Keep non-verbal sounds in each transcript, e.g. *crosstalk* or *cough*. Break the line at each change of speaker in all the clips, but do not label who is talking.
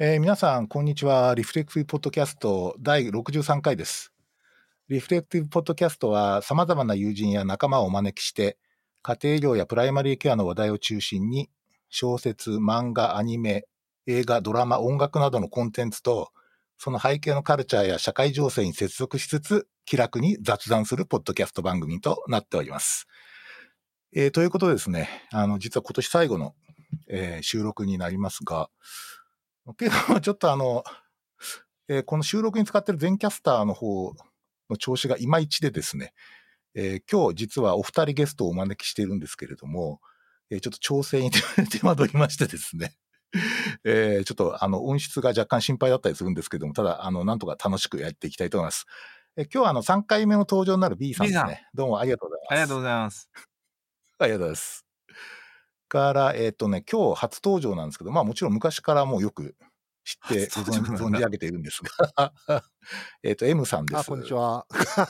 えー皆さん、こんにちは。リフレクティブポッドキャスト第63回です。リフレクティブポッドキャストは、様々な友人や仲間をお招きして、家庭医療やプライマリーケアの話題を中心に、小説、漫画、アニメ、映画、ドラマ、音楽などのコンテンツと、その背景のカルチャーや社会情勢に接続しつつ、気楽に雑談するポッドキャスト番組となっております。えーということでですね、あの、実は今年最後の、えー収録になりますが、けど、ちょっとあの、えーこの収録に使ってる全キャスターの方の調子がいまいちでですね、えー今日実はお二人ゲストをお招きしているんですけれども、えーちょっと調整に手間取りましてですね、 *laughs* えーちょっとあの音質が若干心配だったりするんですけども、ただ、あの、なんとか楽しくやっていきたいと思います。えー今日はあの3回目の登場になる B さんです
B
ね。どうもありがとうございます。
ありがとうございます。
ありがとうございます。から、えっ、とね、今日初登場なんですけど、まあもちろん昔からもうよく知って
初登場なんだ
存じ上げているんですが、 *laughs* えっと、M さんです。
あ、こんにち。
*laughs*
は。
よ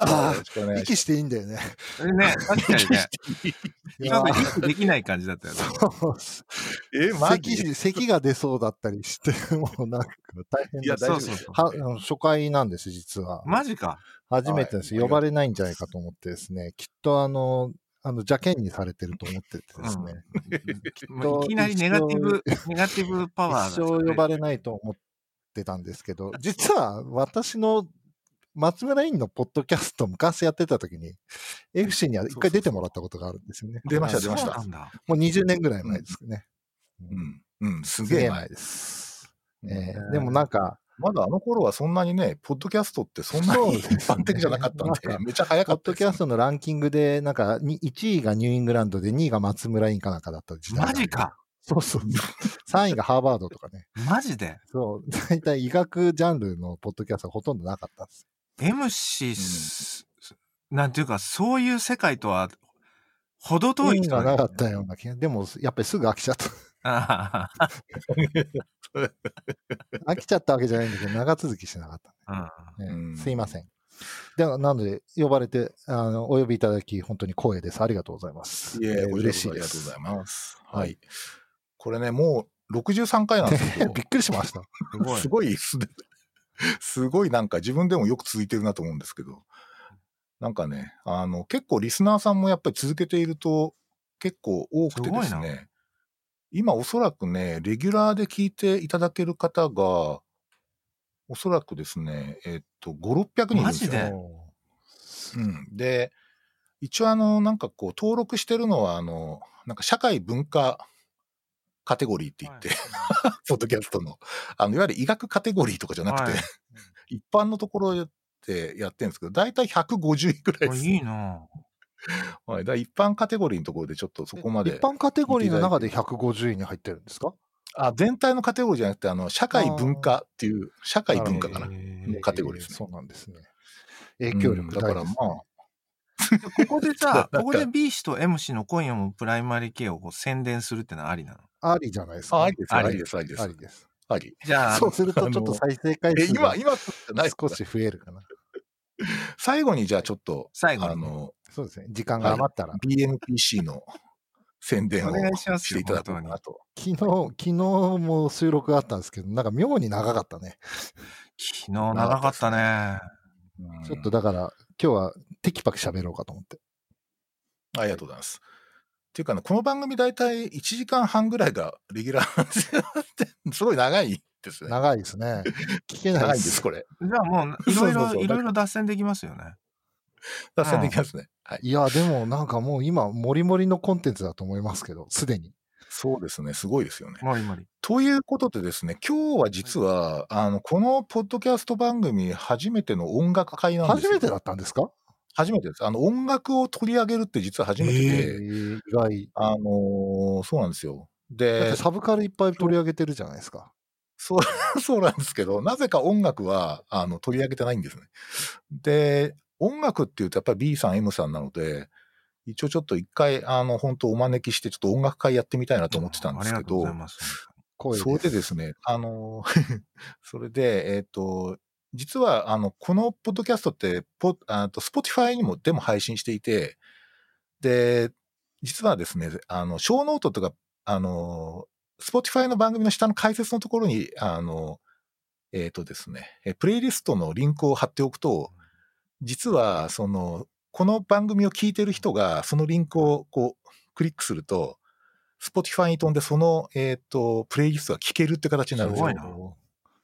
あ
ろしくお願いし
*laughs* 息していいんだ
*laughs*
よね。
ね、 *laughs* 確かにね、
い
ち
や
ょっと息できない感じだったよね。
そう *laughs*
え、 *laughs* マジ
咳咳が出そうだったりして、 *laughs* もうなんか大変
いや
だ
大丈夫で
そう
す
そうそう。
はあの初回なんです、実は。
マジか。
初めてです、
はい
呼ばれないんじゃないかと思ってですね、きっとあの、あの邪険にされてると思っててですね、
もういきなりネガティブ、ネガティブパワー
一生呼ば
れ
れないと思ってたんですけど、実は私の松村委員のポッドキャスト昔やってた時に、FC には一回出てもらったことがあるんですよね。
出ました、出まし
な
た。
んだ。
もう20年ぐらい前ですね。
う
うん
ん、うん、す
す
げ
げ
え
え
前
前。です。
うん
え
うん
ーでもなんか、
まだあの頃はそんなにね、ポッドキャストってそんな
そう
に
で
一
すね
般的じゃなかったんで、
なんか
めちゃ早
ポ
か
ッ
った
ド
です
キャストのランキングで、なんか、に1位がニューイングランドで、2位が松村委員かなんかだった時代。
マジ。か。
そうそう。3位がハーバードとかね。
マジで。
そう。大体医学ジャンルのポッドキャストはほとんどなかったんです。
MC す、なんていうか、そういう世界とは、ほど遠い
運
人
が
だ
な
ね
かったような気が。でも、やっぱりすぐ飽きちゃった。 *laughs*
あ
飽きちゃったわけじゃないんだけど、長続きしなかった。
あ *laughs* うん
ね
うん
すいません。ではなので、呼ばれて、あの、お呼びいただき、本当に光栄です。ありがとうございます。
いえ、こ
ー
ちらこ
嬉し
そ
い
あり
で
がとうご
す
ざい。ます。はい。これね、もう63回なんですけど
びっくりしました。
すごい
す。ごいす、 *laughs* すごいなんか自分でもよく続いてるなと思うんですけど、なんかね、あの、結構リスナーさんもやっぱり続けていると結構多くてですす
ごい
ね、今おそらくね、レギュラーで聞いていただける方が、おそらくですね、えっと、5、600人いるんですよ
マジで
おー
うん、で一応あのなんかこう登録してるのはあのなんか社会文化カテゴリーって言って、ポッドキャストのあのいわゆる医学カテゴリーとかじゃなくて、
はい
一般のところでやってるんですけど大体150位ぐらい
あ
です、
いいな
はい、だから一般カテゴリーのところでちょっとそこまで
一般カテゴリーの中で150位に入ってるんですか
あ全体のカテゴリーじゃなくてあの社会文化っていう社会文化かな
へ
の
ー
カテゴリーですね
そうなんですね。影響
うんだ
力大
か
で
ら
す
ま
ね
あ
ここで
なん
さ
か、
ここで B 氏と M 氏の今夜もプライマリーケアをこう宣伝するってのはありなの
ありじゃないですか。
あありです
あ
あ
り
りですありです
ありです。
あり
じゃあ、
そうすると、ちょっと再生回
え
数
今
が
今じゃない
少し増えるかな。
最後にじゃあちょっと
最後
あ
にね、
の
そうですね。時間が余ったら。
BMPC の宣伝を
お願いします
していただこうかなと。
昨日、昨日も収録があったんですけど、なんか妙に長かったね。
昨日長かったね。
ちょっとだから、今日はテキパキ喋ろうかと思って。
うんありがとうございます。っていうかね、この番組大体1時間半ぐらいがレギュラーなんですよ *laughs* すごい長いですね。
長いですね。聞けない
長
で
いんですす、。これ。
じゃあ
*laughs*
もう、い
そ
ろ
う
い
そうそ
ろ、
う
いろいろ脱線できますよね。
達成できますね。はい。
いや、でもなんかもう今、もりもりのコンテンツだと思いますけど、すでに。
そうですね。すごいですよね。
もりもり。
ということでですね、今日は実は、あの、このポッドキャスト番組初めての音楽会なんです
初
よ
めてだったんですか
初めてです。あの、音楽を取り上げるって実は初めて
え
で、
ー、意外。
あのーそうなんですよ。
だっ
で
て、サブカルいっぱい取り上げてるじゃないですか。
そう、 *laughs* そうなんですけど、なぜか音楽は、あの、取り上げてないんですね。で、音楽っていうとやっぱり B さん、M さんなので、一応ちょっと一回、あの、本当お招きして、ちょっと音楽会やってみたいなと思ってたんですけ
ありがと
ど、
うございます。
声
それでですね、あの、 *laughs* それで、えっ、と、実は、あの、このポッドキャストって、ポあと Spotify にも、でも配信していて、で、実はですね、あの、小ノートとか、あの、 Spotify の番組の下の解説のところに、あの、えっ、とですね、えプレイリストのリンクを貼っておくと、実は、その、この番組を聞いてる人が、そのリンクをこう、クリックすると、Spotify に飛んで、その、えっ、と、プレイリストが聞けるって形になるんですす
ごい
よ。
な。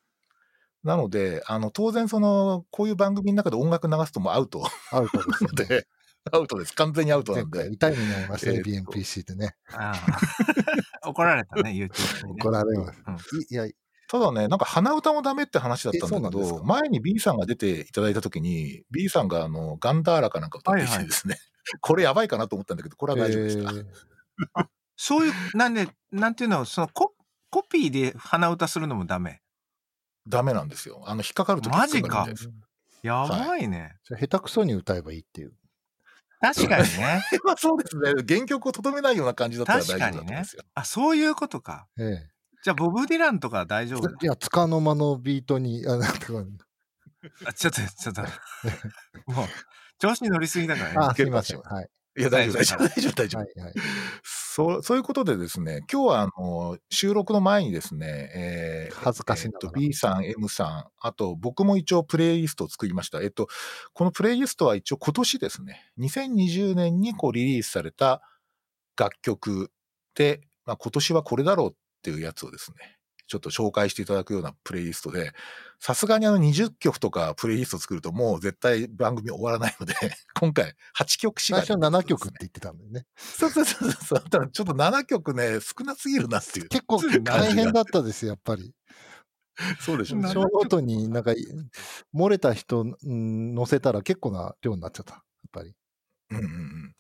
なので、あの、当然、その、こういう番組の中で音楽流すともうアウト *laughs*
アウトですよね。
で、アウトです。完全にアウトな
前
ん
回
で。
痛い目に遭いました、
えーっと
ABMPC ってね。
ああ *laughs* 怒られたね、YouTube にね。
怒られます
うん。
いいや、
ただね、なんか鼻歌もダメって話だったんだけ
えそうなんです
ど、
か
前に B さんが出ていただいたときに、B さんがあのガンダーラかなんか歌ってきてですね、 *laughs* これやばいかなと思ったんだけど、これは大丈夫でした。
えー
そういう、なんで、なんていうの、そのココピーで鼻歌するのもダメ。
ダメなんですよ。あの、引っかかるとき
マジか
引っかかるみたいです
やばいね。
じゃあ下手くそに歌えばいいっていう。
確かにね。
*laughs* まあそうですね。原曲をとどめないような感じだったら大丈夫だと思うんですよ。
あ、そういうことか。
ええ
じゃあ、ボブ・ディランとかは大
*laughs*
丈夫だ。
いや、つかの間のビートに、あ、なんか、
あちょっと、ちょっと。 *laughs* もう、調子に乗りすぎだからね。
あ、すみません。はい。
いや、大丈夫、大丈夫、大丈夫、大丈夫
は。い、はい。
そう、そういうことでですね、今日はあの収録の前にですね、えー
恥ずかしなが
え
ら
っと B さん、M さん、あと僕も一応プレイリストを作りました。えっと、このプレイリストは一応今年ですね、2020年にこうリリースされた楽曲で、まあ、今年はこれだろうっていうやつをですね、ちょっと紹介していただくようなプレイリストで、さすがにあの20曲とかプレイリスト作るともう絶対番組終わらないので、今回8曲し
最
か
初7曲って言ってたんだよね。
そうそうそうそう。ただちょっと7曲ね、少なすぎるなっていう。
結構大変だったです、やっぱり。
*laughs* そうでし
小
ょ
な
う
る
ね。
ほど
ノートになんか、漏れた人うん乗せたら結構な量になっちゃった。やっぱり。
うんうんうん。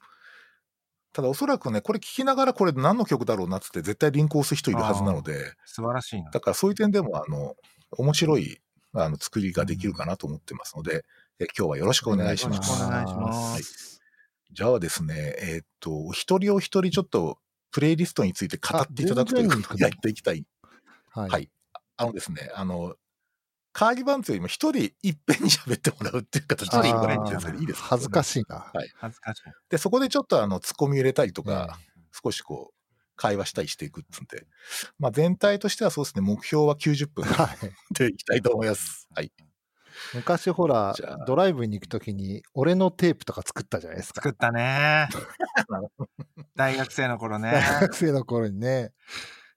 ただおそらくね、これ聞きながらこれ何の曲だろうなっつって絶対リンクを押す人いるはずなので、
素晴らしいな。
だからそういう点でも、あの、面白い、あの、作りができるかなと思ってますので、え今日はよろしくお願いし
よろ
ま
し
す
くお。願いしま
はい
す。
じゃあですね、えーっと、お一人お一人ちょっと、プレイリストについて語っていただくという
あ順々に
ことをやっていきたい
はい。
はい。あのですね、あの、カーギバンツよりも一人いっぺんに喋ってもらうっていう形で
あー
いいかなと思うんですけど、いいですか
恥ずかしいな。
恥ずかしい。
で、そこでちょっとあの、ツッコミ入れたりとか、
うん
少しこう、会話したりしていくっつうんで、まあ全体としてはそうですね、目標は90分
はい。
でいきたいと思い
*laughs*
ます。はい。
昔ほら
じゃあ、
ドライブに行くときに、俺のテープとか作ったじゃないですか。
作ったね。
*laughs*
大学生の頃ね。
大学生の頃にね。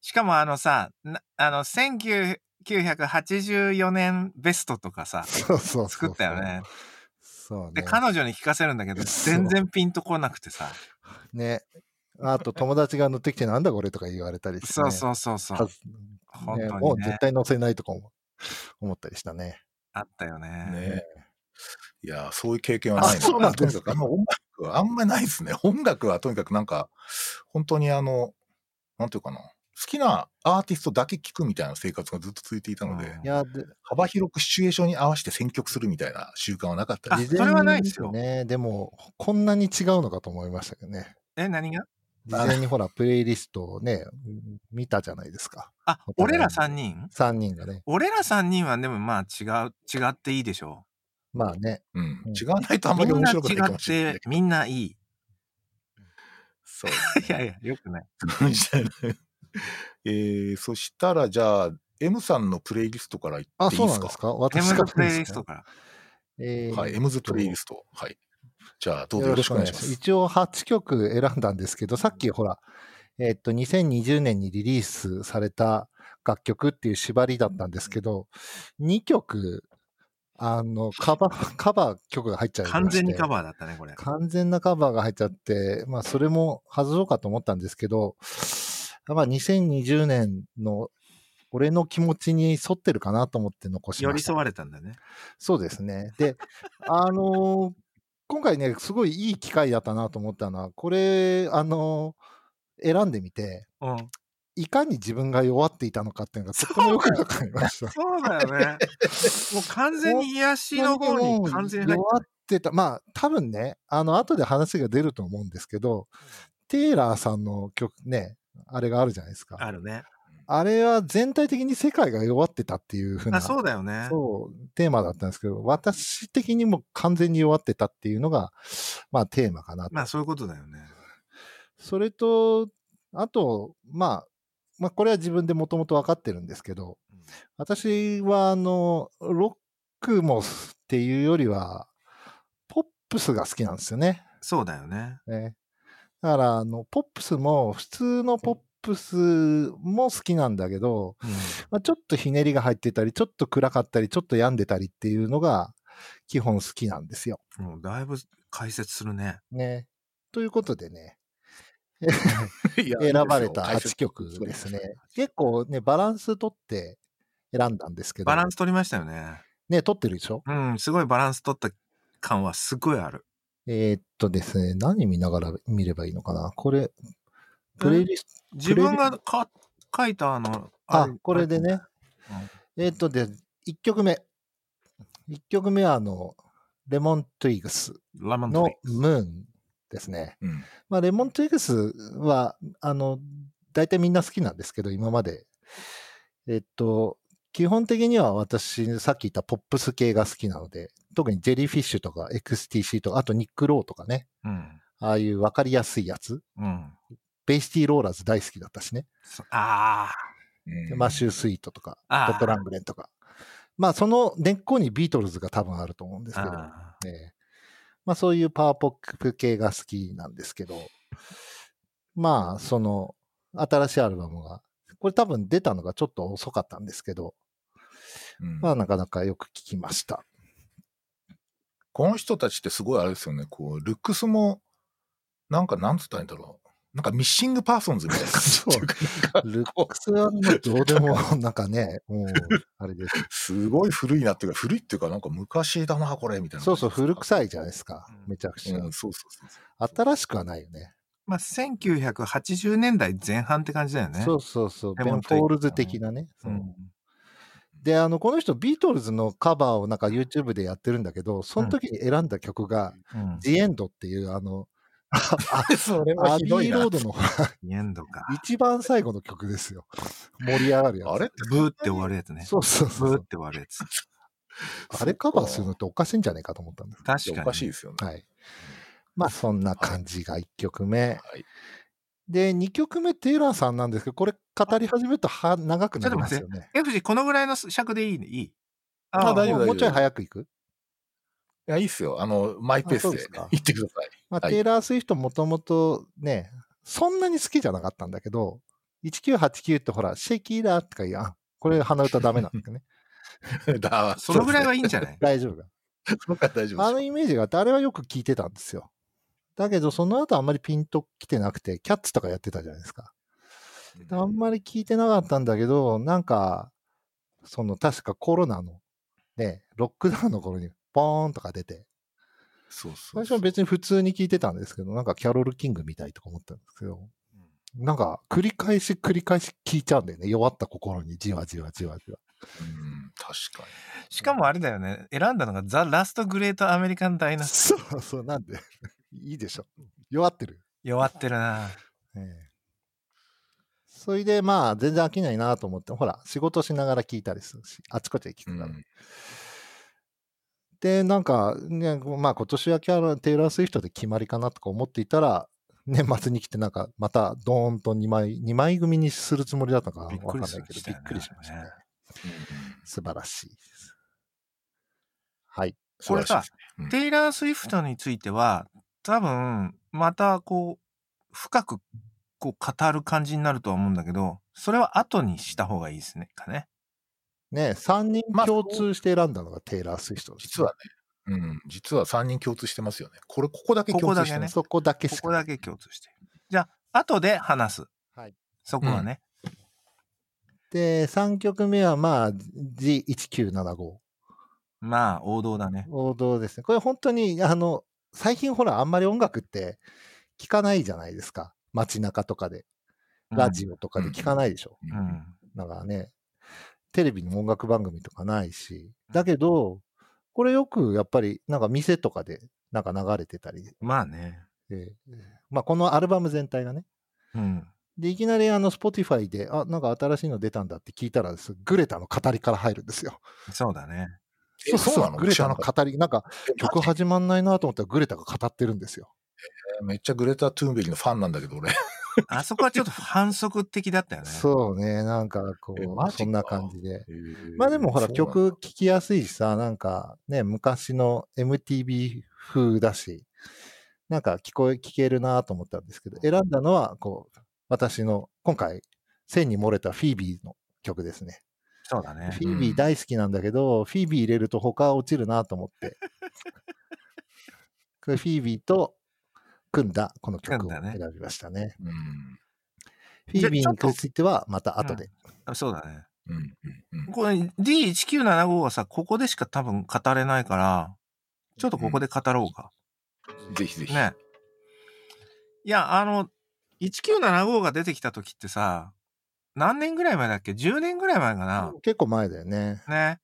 しかもあのさ、なあの、1984年ベストとかさ、
そうそうそうそう。
作ったよね。
そうね。
で、彼女に聞かせるんだけど、
そう
全然ピンとこなくてさ。
ね。あと友達が乗ってきてなんだこれとか言われたりして、
そ
ね。
うそうそうそう。
はず
本
ね
当
も
に
う
ね
絶。対乗せないとかも思ったりしたね。
あったよね。
ねいやー、そういう経験はない
あそうなん
と
で
に
す
かくあ
か
んま音楽はあんまりないですね。音楽はとにかくなんか、本当にあの、なんていうかな、好きなアーティストだけ聴くみたいな生活がずっと続いていたので、
うん
いや、で
幅広くシチュエーションに合わせて選曲するみたいな習慣はなかった
あ
です。
事
それ
前
は
に
な
ないい
で
ですす
よ
よね。でも、こんなに違うのかと思いましたけどね。
え、何が
事前にほら、プレイリストをね、見たじゃないですか。
あ
お、互い
俺
に
ら3人
3人がね。
俺ら3人はでもまあ違う、違っていいでしょ
まあね。
うん
うん
違わないとあん
う。
ま
み
り面
んな違
白くないかも
っ
しれない
て。、みんないい。
そう
いやいや、よくない。
ですね。 *laughs* えー、そしたらじゃあ、M さんのプレイリストからい
あ、
ってい
そ
いうです
なんです
か
か
ヘ
私
ム
か
ズプレイリスト
か。
から。
えー
はい、M's プレイリスト。はい。じゃあ、どうぞよろしくお願いしま
よろ
す。
一応8曲選んだんですけど、さっきほら、えっと、2020年にリリースされた楽曲っていう縛りだったんですけど、2曲、あの、カバー、 *laughs* カバー曲が入っちゃいまして
完全にカバーだったね、これ。
完全なカバーが入っちゃって、まあ、それも外そうかと思ったんですけど、まあ、2020年の俺の気持ちに沿ってるかなと思って残し
寄
ま
り
した
添。われたんだね。
そうですね。で、あのー今回ね、すごいいい機会だったなと思ったのは、これ、あのー選んでみて、
うん。
いかに自分が弱っていたのかっていうのがとってもよくわかりま
*laughs*
した。
そうだよね。もう完全に癒しの方に完全に入っ
弱ってた。まあ、多分ね、あの、後で話が出ると思うんですけど、テイラーさんの曲ね、あれがあるじゃないですか。
あるね。
あれは全体的に世界が弱ってたっていうふうな
あ、そうだよね。
そう、テーマだったんですけど、私的にも完全に弱ってたっていうのが、まあテーマかなと。
まあそういうことだよね。
それと、あと、まあ、まあ、これは自分でもともと分かってるんですけど
うん、
私は、あの、ロックもっていうよりは、ポップスが好きなんですよね。
そうだよね。
ねだから、あの、ポップスも、普通のポップスも好きなんだけど、
うん
まあ、ちょっとひねりが入ってたり、ちょっと暗かったり、ちょっと病んでたりっていうのが、基本好きなんですよ。
もうだいぶ解説するね。
ね。ということでね、
*laughs* いや
選ばれた
解説
8曲で
そ
すね
うで。
結構ね、バランス取って選んだんですけど、
バランス取りましたよね。
ね、取ってるでしょ
うん、すごいバランス取った感はすごいある。
えーっとですね、何見ながら見ればいいのかなこれ、プレイリスト、
自分がか書いたあの、
あ
れ、
これで。ね、えーっとで、1曲目。1曲目はあの、レモントゥイグス
ラマント
の
リ
ムーンですね。
うん
まあ、レモントゥイグスは、あの、大体みんな好きなんですけど、今まで。えっと、基本的には私、さっき言ったポップス系が好きなので、特にジェリーフィッシュとか XTC とか、あとニック・ローとかね、
うん。
ああいうわかりやすいやつ。
うん。
ベイシティ・ローラーズ大好きだったしね。
そあ
うん
でマッシュー・スイートとか、
あ。
トット・ラ
ン
ングレンとか。まあ、その根っこにビートルズが多分あると思うんで
です
けど。ええまあそういうパワーポップ系が好きなんですけど、まあその新しいアルバムが、これ多分出たのがちょっと遅かったんですけど、
うん
まあなかなかよく聞きま
*laughs*
した。
この人たちってすごいあれですよね、こう、ルックスも、なんか、なんつったらいいんだろう。なんかミッシングパーソンズみたいな感じっていうかなんか
ルックスはもうどうで
*laughs*
もなんかね、もうあれです。
すごい古いなっていうか、古いっていうか、なんか昔だな、これ、みたいな。
そうそう、古臭いじゃないですか。めちゃくちゃ。
うん、そうそうそうそう。
新しくはないよね。
まあ、1980年代前半って感じだよね。
そうそうそう、ベ
レモ
ン・
ン
フ
とい
ォ
う
ールズ的なね。
う。
そうんで、あの、この人、ビートルズのカバーをなんか YouTube でやってるんだけど、その時に選んだ曲が、 *laughs*
うん。
ジエンドっていう、あの、あ
それ
アビーロードの
エンドか。
一番最後の曲ですよ。盛り上がるやつ。
あれって
ブーって終わるやつね。
そうそうそ
ブ
うそ
ーっ
う。
て終わるやつ。
あれカバーするのっておかしいんじゃないかと思ったんです。
確か
お
に。
かしいですよね。
はい。まあ、そんな感じが1曲目。
はい
で、2曲目、テイラーさんなんですけど、これ語り始めるとは長くなりますよね。
え、藤井このぐらいの尺でいいねいい
あ
ー
大丈夫
もうもうちょい早くいく、
いや、いいっすよ。あの、マイペー
あそ
ス
うです
で
か
行ってください。
まあ、
はい
テイラー・スウィフトもともとね、そんなに好きじゃなかったんだけど、1989ってほら、シェキーラーとか言うあこれ鼻歌ダメなんだけ
*laughs*
どね。
だ
そのぐらい
は、
はいいんじゃない
大丈夫か。
そのぐらい大丈
あ
夫
の
です。
イメージがあって、あれはよく聞いてたんですよ。だけど、その後あんまりピンときてなくて、キャッツとかやってたじゃないですか。であんまり聞いてなかったんだけど、なんか、その確かコロナの、ね、ロックダウンの頃に、ポーンとか出て、
そうそ
最
う
初は別に普通に聞いてたんですけど、なんかキャロル・キングみたいとか思ったんですけど、なんか繰り返し繰り返し聞いちゃうんだよね。弱った心にじわじわじわじわ。
うん、確か
しかもあれだよね。選んだのがザ・ラスト・グレート・アメリカン・ダイナス。
そうそう、なんで。 *laughs* いいでしょ。弱ってる。
弱ってるな。
ええそれでまあ全然飽きないなと思ってほら仕事しながら聞いたりするしあちこちで聞
に。
く
う
から、
ん
でなんか、ね、まあ今年はキャラテイラー・スウィフトで決まりかなとか思っていたら年末に来てなんかまたドーンと2枚二枚組にするつもりだったのか
び
分
っく
か
り
んない
しま
けど
した
び
よね
っくりしましたね
あれね
素晴らしいですはい
これさ、
うん
テイラー・スウィフトについては、多分、またこう、深くこう語る感じになるとは思うんだけど、それは後にした方がいいですね。かね。
ね3人
まあ
共通して選んだのがテイラー・スウィフトです
実はね、うん、実は3人共通してますよね。これ、ここだけ共通してます。
そこだけ
こ
しか
こだけ共通してる。じゃあ、後で話す。
はい
そこはね。
で3曲目はまあ G1975
まあ、王道だね。
王道ですね。これ本当に、あの、最近ほら、あんまり音楽って聞かないじゃないですか。街中とかで、ラジオとかで聞かないでしょ。
うん。うん
だからね、テレビにも音楽番組とかないし。だけど、これよくやっぱり、なんか店とかで、なんか流れてたり、
まあね。
えーまあこのアルバム全体がね。
うん。
で、いきなりあの、Spotify で、あ、なんか新しいの出たんだって聞いたらです、グレタの語りから入るんですよ。
そうだね。
えそうなの
グレタの
知らなか
語り、なんか
った
曲始まんないなと思ったらグレタが語ってるんですよ。
めっちゃグレタ・トゥーンベリのファンなんだけど、俺。
あそこはちょっと反則的だったよね。
そうね、なんかこ
え
う、
マジか
そんな感じで。
えー
まあでもほら、
そうなんだ
曲聴きやすいしさ、なんかね、昔の MTV 風だし、なんか聞こえ、聞けるなと思ったんですけど、選んだのは、こう、私の、今回、線に漏れたフィービーの曲ですね。
そうだね。
フィービー大好きなんだけど、フィービー入れると他落ちるなと思 *laughs* って。これフィービーと組んだこの曲を
組んだね
選びましたね。
うん
フィービーについてはまた後で。
うんそうだね。
うんうんうん
これ D1975 はさ、ここでしか多分語れないから、ちょっとここで語ろうか。
ぜひぜひ。
ね。いや、あの、1975が出てきた時ってさ、何年ぐらい前だっけ ?10 年ぐらい前かな。
結構前だよね。
ね。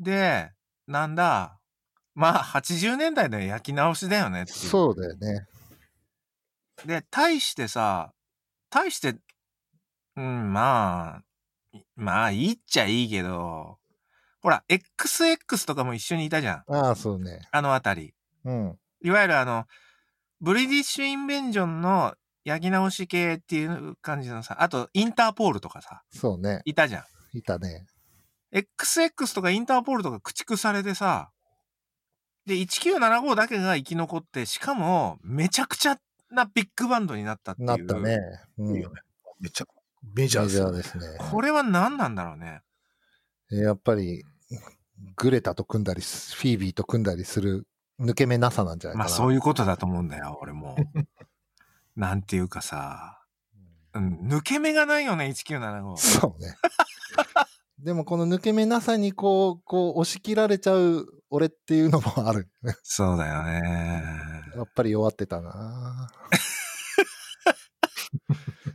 で、なんだ、まあ、80年代の焼き直しだよねっていう。
そうだよね。
で、対してさ、対して、うん、まあ、いまあ、いいっちゃいいけど、ほら、XX とかも一緒にいたじゃん。
ああ、そうね。
あのあたり。
うん。
いわゆるあの、ブリティッシュインベンジョンの焼き直し系っていう感じのさ、あと、インターポールとかさ、
そうね。
いたじゃん。
いたね。
XX とかインターポールとか駆逐されてさ、で、1975だけが生き残って、しかも、めちゃくちゃなビッグバンドになったっていう。
なったね。うん。
いい
メ
よねめっちゃメジ
ジ
ャー
ャ
ですよ
ー
ね。
ですね。
これは何なんだろうね。
やっぱり、グレタと組んだりす、フィービーと組んだりする抜け目なさなんじゃないか
ま
な。
あそういうことだと思うんだよ、俺 *laughs* も。なんていうかさ、うん、抜け目がないよね、1975。
そうね。でもこの抜け目なさにこう、こう押し切られちゃう俺っていうのもある。
そうだよね。
やっぱり弱ってたな *laughs*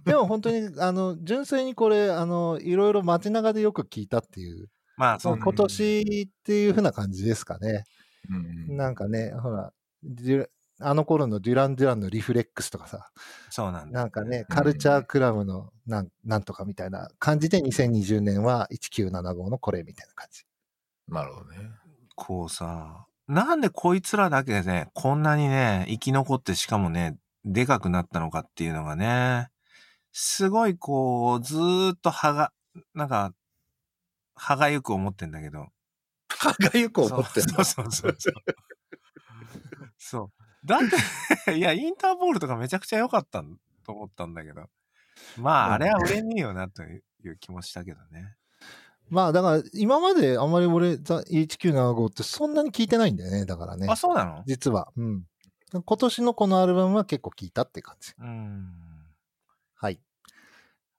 でも本当に、あの、純粋にこれ、あの、いろいろ街中でよく聞いたっていう、
まあそう、
今年っていう風な感じですかね。
うん
なんかね、ほら、デュラあの頃のデュラン・デュランのリフレックスとかさ、
そうなんだ。
なんかね、カルチャークラブのなんなんとかみたいな感じで、2020年は1975のこれみたいな感じ。
なるほどね。
こうさ、なんでこいつらだけでね、こんなにね、生き残ってしかもね、でかくなったのかっていうのがね、すごいこう、ずーっと歯が、なんか、歯がゆく思ってんだけど。
歯がゆく思ってん
そう
だ。
そうそうそう。そう。だって、い *laughs* や、インターポールとかめちゃくちゃ良かったんと思ったんだけど。まあ、あれは売れねえよなという気もしたけどね。
まあだから、今まであんまり俺、ザ1975ってそんなに聞いてないんだよね、だからね。
あ、そうなの
実は。うん。今年のこのアルバムは結構聞いたって感じ。
うん。
はい。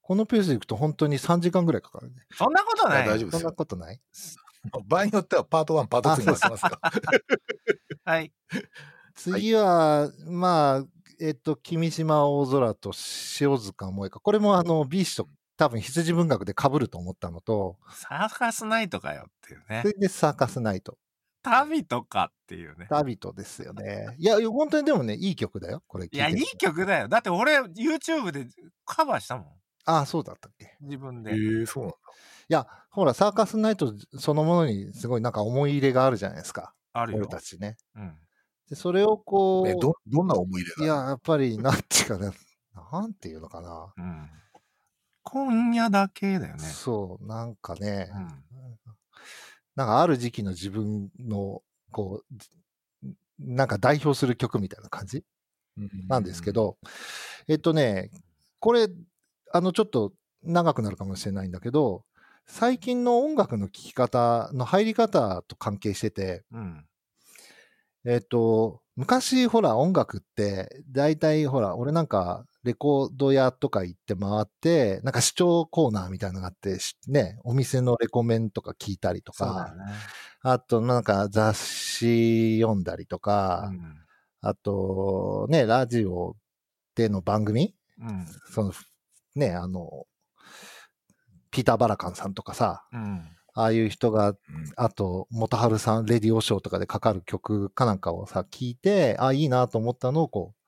このペースでいくと本当に3時間ぐらいかかるね。
そんなことない
いや大丈夫で
そ
す
ん
よ
なことない
*laughs* 場合によってはパート1、パート2になってますか。
はい。
次は、まあ、えっと、君島大空と塩塚萌香。これもあの、ビーシと多分羊文学で被ると思ったのと、
サーカスナイトかよっていうね
そ。れでサーカスナイト。
旅とかっていうね。
ダビトですよね。いや、本当にでもね、いい曲だよ。これ聞い
い
て
や、いい曲だよ。だって俺、YouTube でカバーしたもん。
ああ、そうだったっけ。
自分
え
で。
ー、そうなんだ。
いや、ほら、サーカスナイトそのものにすごいなんか思い入れがあるじゃないですか。
ある
俺
よ。
たちね。
うん。
で、それをこう、
えどどんな思い出
い
が
や、やっぱり、なんていうかな、なんていうのかな。
うん。今夜だけ *laughs* だよね。
そう、なんかね、
うん。
なんかある時期の自分の、こう、じなんか代表する曲みたいな感じなんですけ。ど、えっとね、これ、あの、ちょっと長くなるかもしれないんだけど、最近の音楽の聴き方の入り方と関係してて、
うん。
えっと、昔、ほら、音楽って、大体、ほら、俺なんか、レコード屋とか行って回って、なんか視聴コーナーみたいなのがあって、しね、お店のレコメンとか聞いたりと
そうだ
か
よ、ね。
あと、なんか雑誌読んだりとか、あと、ね、ラジオでの番組
うん。うん。
その、ね、あの、ピーター・バラカンさんとかさ、
うん。
ああいう人が
うん
あと、元春さん、レディオショーとかでかかる曲かなんかをさ、聞いて、あ、いいなと思ったのをこう、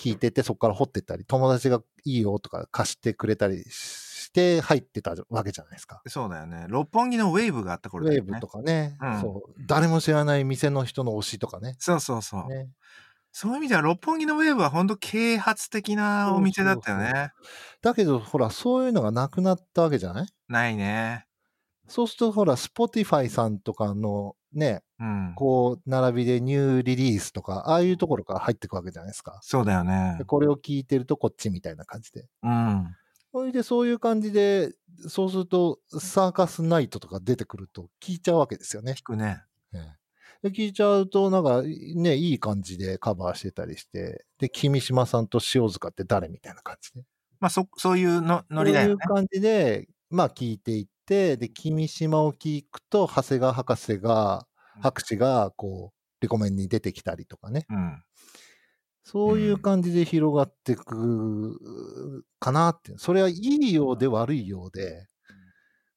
聞いてて、そこから掘ってったり、友達がいいよとか貸してくれたりして入ってたわけじゃないですか。
そうだよね。六本木のウェーブがあった頃
ウ
だ
ェ
よ
ー
ね。
ブとかね、
うん
そう、誰も知らない店の人の推しとかね。
そうそうそう。
ね
そういう意味では、六本木のウェーブは本当啓発的なお店だったよね。
そうそだけど、ほら、そういうのがなくなったわけじゃない
ないね。
そうすると、ほら、Spotify さんとかのね、
うん。
こう、並びでニューリリースとか、ああいうところから入ってくわけじゃないですか。
そうだよね
で。これを聞いてるとこっちみたいな感じで。
うん。
それで、そういう感じで、そうすると、サーカスナイトとか出てくると聞いちゃうわけですよね。
聞くね。
で聞いちゃうと、なんか、ね、いい感じでカバーしてたりして、で、君島さんと塩塚って誰みたいな感じで。
まあ、そ、そういうの、ノリだよね。
そういう感じで、まあ聞いていって、で、君島を聞くと、長谷川博士が、博士が、こう、リコメンに出てきたりとかね。
うん。
そういう感じで広がってくかなって。それはいいようで悪いようで、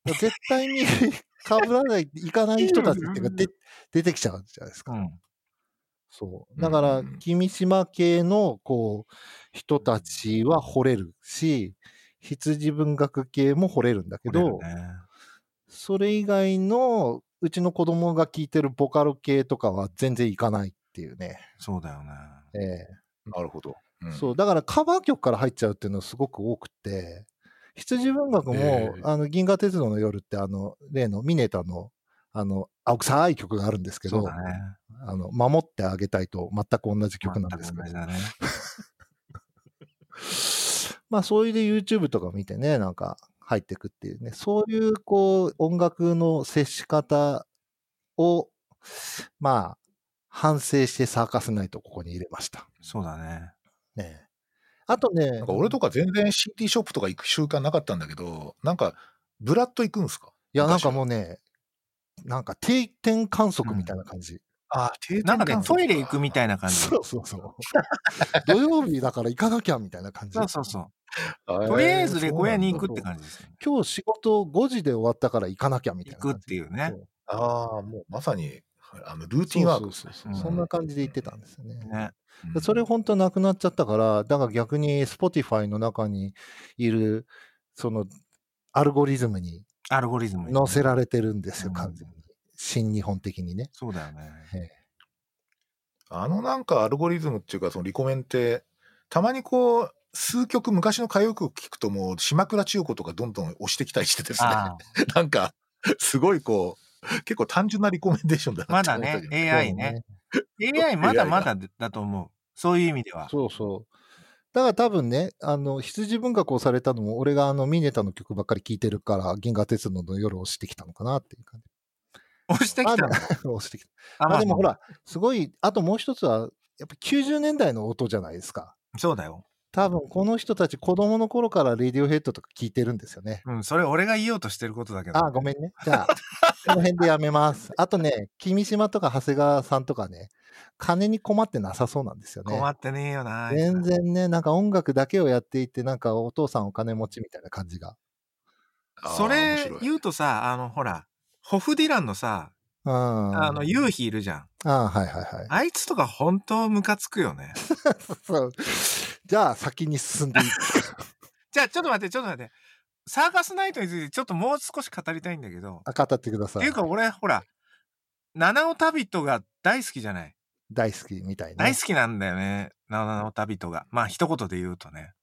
絶対に被らない、行かない人たちっていうかで出てきちゃうじゃないですか。
うん。
そう。だから
うん、
君島系の、こう、人たちは惚れるし、羊文学系も惚れるんだけど、
来れるね
それ以外の、うちの子供が聞いてるボカロ系とかは全然行かないっていうね。
そうだよね。
ええ
なるほど。うん
そう。だからカバー曲から入っちゃうっていうのはすごく多くて、羊文学も、
ええ
あの、銀河鉄道の夜って、あの、例のミネタの、あの、青臭い曲があるんですけ
そう
ど、
だね。
あの、守ってあげたいと全く同じ曲なんですけど
全く同じ。だね。
まあ、そういうで YouTube とか見てね、なんか入ってくっていうね、そういうこう、音楽の接し方を、まあ、反省してサーカスナイトをここに入れました。
そうだね。
ねえあとね
なん、か俺とか全然 CD ショップとか行く習慣なかったんだけど、なんか、ブラッド行くんですか
いや、なんかもうね、なんか定点観測みたいな感じ。
ああ、定
なんかね、トイレ行くみ
い。
たいな感じ。
そうそうそう。 *laughs* 土曜日だから行かなきゃみたいな感じ
そ。うそうそう。
あ
とりあえずレコヤに行くって感じですよね。
今日仕事5時で終わったから行かなきゃみたい
行くっ
な感じ。
ていうね
そ。う
ああ、もうまさに、あの、ルーティンワークですね。
そうそうそうそんな感じで行ってたんですよね。
ね。
うん
それ本当なくなっちゃったから、だから逆に Spotify の中にいる、その、アルゴリズムに
アルゴリズムにね
載せられてるんですよ、
うん
完全に。新日本的にね。
そう
*laughs*
だよね。
あのなんかアルゴリズムっていうか、そのリコメンって、たまにこう、数曲、昔の歌謡曲聞くともう、島倉千代子とかどんどん押してきたりしてですね、
ああ、
なんか、すごいこう、結構単純なリコメンデーションだな
ま
って
だ
思った
ね
けど、、
AI ね。AI まだまだだと思う。そういう意味では。
そうそう。だから多分ね、あの、羊文学をされたのも、俺があの、ミネタの曲ばっかり聴いてるから、銀河鉄道の夜を押してきたのかなっていう感じ。
*laughs* 押してきたの。
*laughs* 押してきた。
あ
まあでもほ。ら、すごい、あともう一つは、やっぱ90年代の音じゃないですか。
そうだよ。
多分この人たち子供の頃からレディオヘッドとか聞いてるんですよね。
うん、それ俺が言おうとしてることだけど。
あー、ごめんね。じゃあ、この辺でやめます。あとね、君島とか長谷川さんとかね、金に困ってなさそうなんですよね
困。ってねえよな。
全然ね、なんか音楽だけをやっていて、なんかお父さんお金持ちみたいな感じが。
ああ
そ
面
れ
白い
言うとさ、あの、ほら、ホフディランのさ、
うん。あ
あの、ユーヒいるじゃん。
あーはいはいはい。
あいつとか本当ムカつくよ
*laughs*
ね。
そうじゃあ、先に進んでいいですか
じゃあ、ちょっと待って、ちょっと待って。サーカスナイトについてちょっともう少し語りたいんだけど。
あ語ってくだ
っ
さ
てい。
いう
か俺、ほら、七尾旅人が大好きじゃない。
大好きみたいな。
大好き *laughs* なんだよね。七尾旅人が。まあ、一言で言うとね。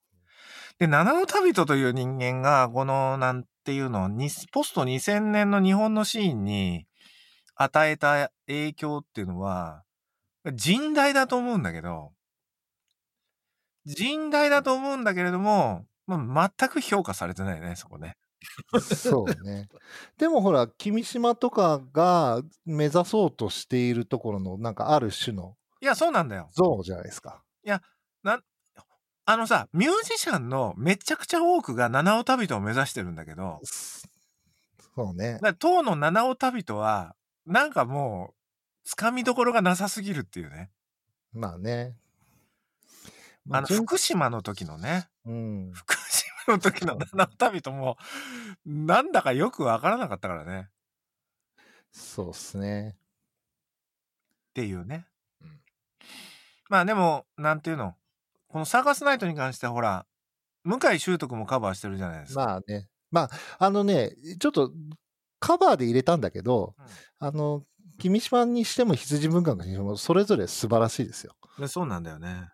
で、七尾旅人という人間が、この、なんていうの、にポスト2000年の日本のシーンに与えた影響っていうのは、甚大だと思うんだけど、甚大だと思うんだけれども、まあ、全く評価されてないね、そこね。
そうね。でもほら、君島とかが目指そうとしているところの、なんかある種の
いや、そうなんだよ。
像じゃないですか。
あのさ、ミュージシャンのめちゃくちゃ多くが七尾旅人を目指してるんだけど、
そうね
だ。から当の七尾旅人は、なんかもう、つかみどころがなさすぎるっていうね。
まあね。ま
あの、
純
福島の時のね、
うん。
福島の時の七尾旅人も、なんだかよくわからなかったからね。っ
そうっすね。
ていうね
うん。
まあでも、なんていうの、このサーカスナイトに関してはほら、向井修徳もカバーしてるじゃないですか。
まあね。まあ、あのね、ちょっとカバーで入れたんだけど、
うん
あの、君島にしても羊文学にしても、それぞれ素晴らしいですよ。
でそうなんだよね。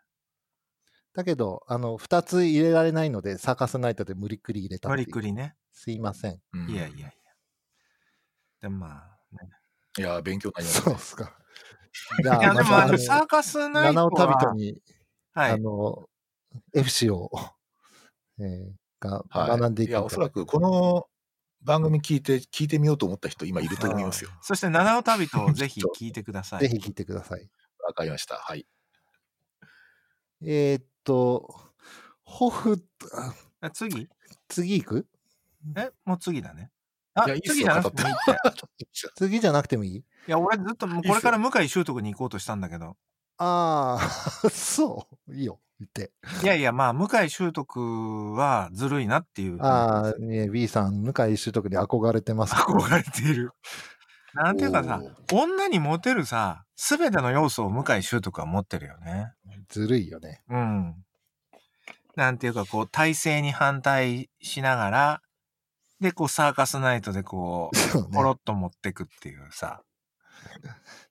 だけど、あの、2つ入れられないので、サーカスナイトで無理くり入れた
無
ってい
理
う
くりね。
すいません。
うん
いやいやいや。でもまあ、ね。
いや、勉強になりま
そう
し。
ったすか。じゃ
いや、でもあ
ま
の、
た
サーカスナイト
七尾旅人
は、
に、
は
あ
い。
の、FC を、えーが、
はい、
学んでいく
や、おそらくこの番組聞いて、聞いてみようと思った人、今いると思いますよ。
そして、七尾旅人をぜひ聞いてください。
ぜひ聞いてください。
わかりました。はい。
えーっと、ホフ、あ
あ次
次行く
えもう次だね。あ
いやいいっすよ
次じゃなくてもいいって。い
次じゃなくてもいい
や、俺ずっともうこれから向井修徳に行こうとしたんだけど。
ああ、 *laughs* そう。いいよ。言って。
いやいや、まあ、向井修徳はずるいなっていう。
ああ、ね、B さん、向井修徳に憧れてます。
憧れている。なんていうかさ
おー、
女にモテるさ、すべての要素を向井修徳は持ってるよね。
ずるいよ *laughs* ね。
うん。なんていうか、こう、体制に反対しながら、で、こう、サーカスナイトでこう、
*laughs* そう
ポロ
ね。
ッと持ってくっていうさ。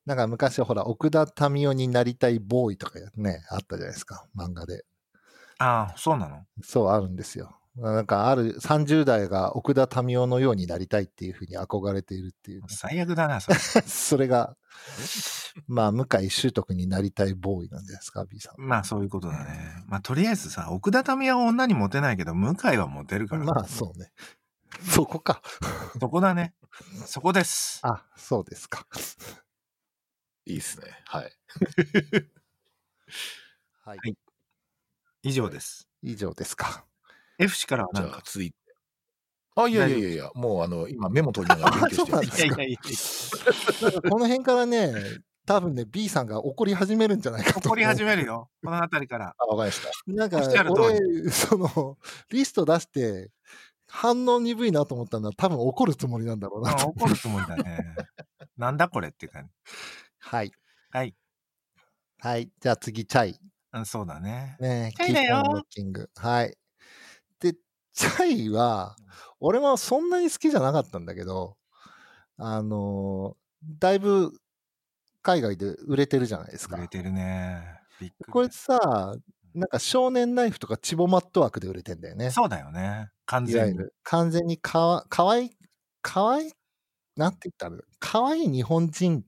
なんか昔、ほら、奥田民生になりたいボーイとかね、あったじゃないですか。漫画で。
ああ、そうなの
そう、あるんですよ。なんか、ある30代が奥田民生のようになりたいっていうふうに憧れているっていう。
最悪だな、それ。
*laughs* それが、まあ、向井修徳になりたいボーイなんじゃないですか、B さん。
まあ、そういうことだね。まあ、とりあえずさ、奥田民生は女にモテないけど、向井はモテるから。
まあ、そうね。そこか。
そこだね。そこです。
あ、そうですか。
いいですね。はい。
はい。
い以上です。
以上ですか。
F 氏からは
じ
な
ゃ
んか
あ、続いて。あ、いやいやいやいや、もうあの、今メモ取りながら勉強して
*laughs*
あそうなん
る
いや
で。す
い
か
やいやいや
この辺からね、多分ね、B さんが怒り始めるんじゃないかと。
怒り始めるよ。この辺り
*laughs*
から。
あ、わかりました。
なんか
おっしゃ、る通
俺、その、リスト出して、反応鈍いなと思ったのは、多分怒るつもりなんだろうな
うん
と。
怒るつもりだね。なんだこれっていう感じ。
*laughs* はい。
はい。
はい。じゃあ次、チャイ。
うん、そうだね。
ね
チャイだよ
キープオンロッキング。はい。で、チャイは、俺もそんなに好きじゃなかったんだけど、あのーだいぶ海外で売れてるじゃないですか
売。れてるね。びっくり。
これさ、なんか少年ナイフとかチボマット枠で売れてんだよね。
そうだよね。完
いわ
全
ゆ
に。
る完全にかわかわいい、かわいい、なんて言ったらいいの、かわいい日本人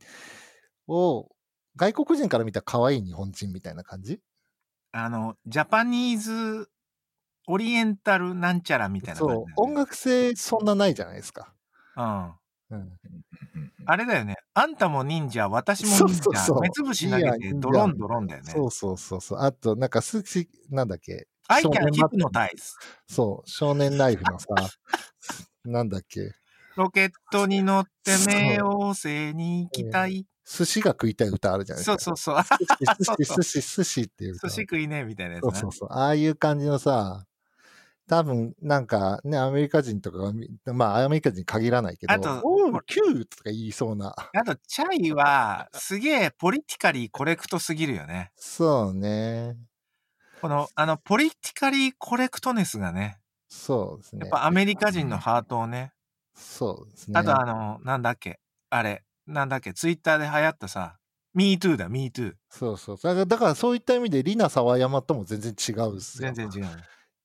を、外国人から見たかわいい日本人みたいな感じ
あの、ジャパニーズ、オリエンタルなんちゃらみたいな感じだ
そ
よ
う
ね、
音楽性そんなないじゃないですか。
うん。
う
う
ん、
んうん
あれだよね。あんたも忍者、私も
そう
忍
そうそ
者。
う
目つぶし投
い
げ
や
て
忍、
ド
者
ロンドロンだよね。
そうそうそうそう。あと、なんか、すし、なんだっけ、
アイキ
少
ャン
年
キ
マ
ッ
ッ
プのダイス。
そう、少年ナイフ
*laughs*
のさ、なんだっけ、
ロケットに乗って冥王星に行きたい。
寿司が食いたい歌あるじゃないです
そう
か。
そうそう。あ
寿司、寿
そう
司、寿司、寿司っていう歌
寿司食いねみたいなやつ
そ
な。
うそうそう。ああいう感じのさ、多分なんかね、アメリカ人とかがみ、まあアメリカ人に限らないけど、
あと
おう、キューとか言いそうな。
あと、チャイは、すげえポリティカリーコレクトすぎるよね。
そうね。
この、あの、ポリティカリーコレクトネスがね、
そうです
やっ
ね。
ぱアメリカ人のハートをね、
そうですね。
あとあの、なんだっけ、あれ、なんだっけ、ツイッターで流行ったさ、MeToo だ、MeToo。
そうそう。だから、だからそういった意味で、リナ・サワヤマとも全然違うっすよ。
全然違うね。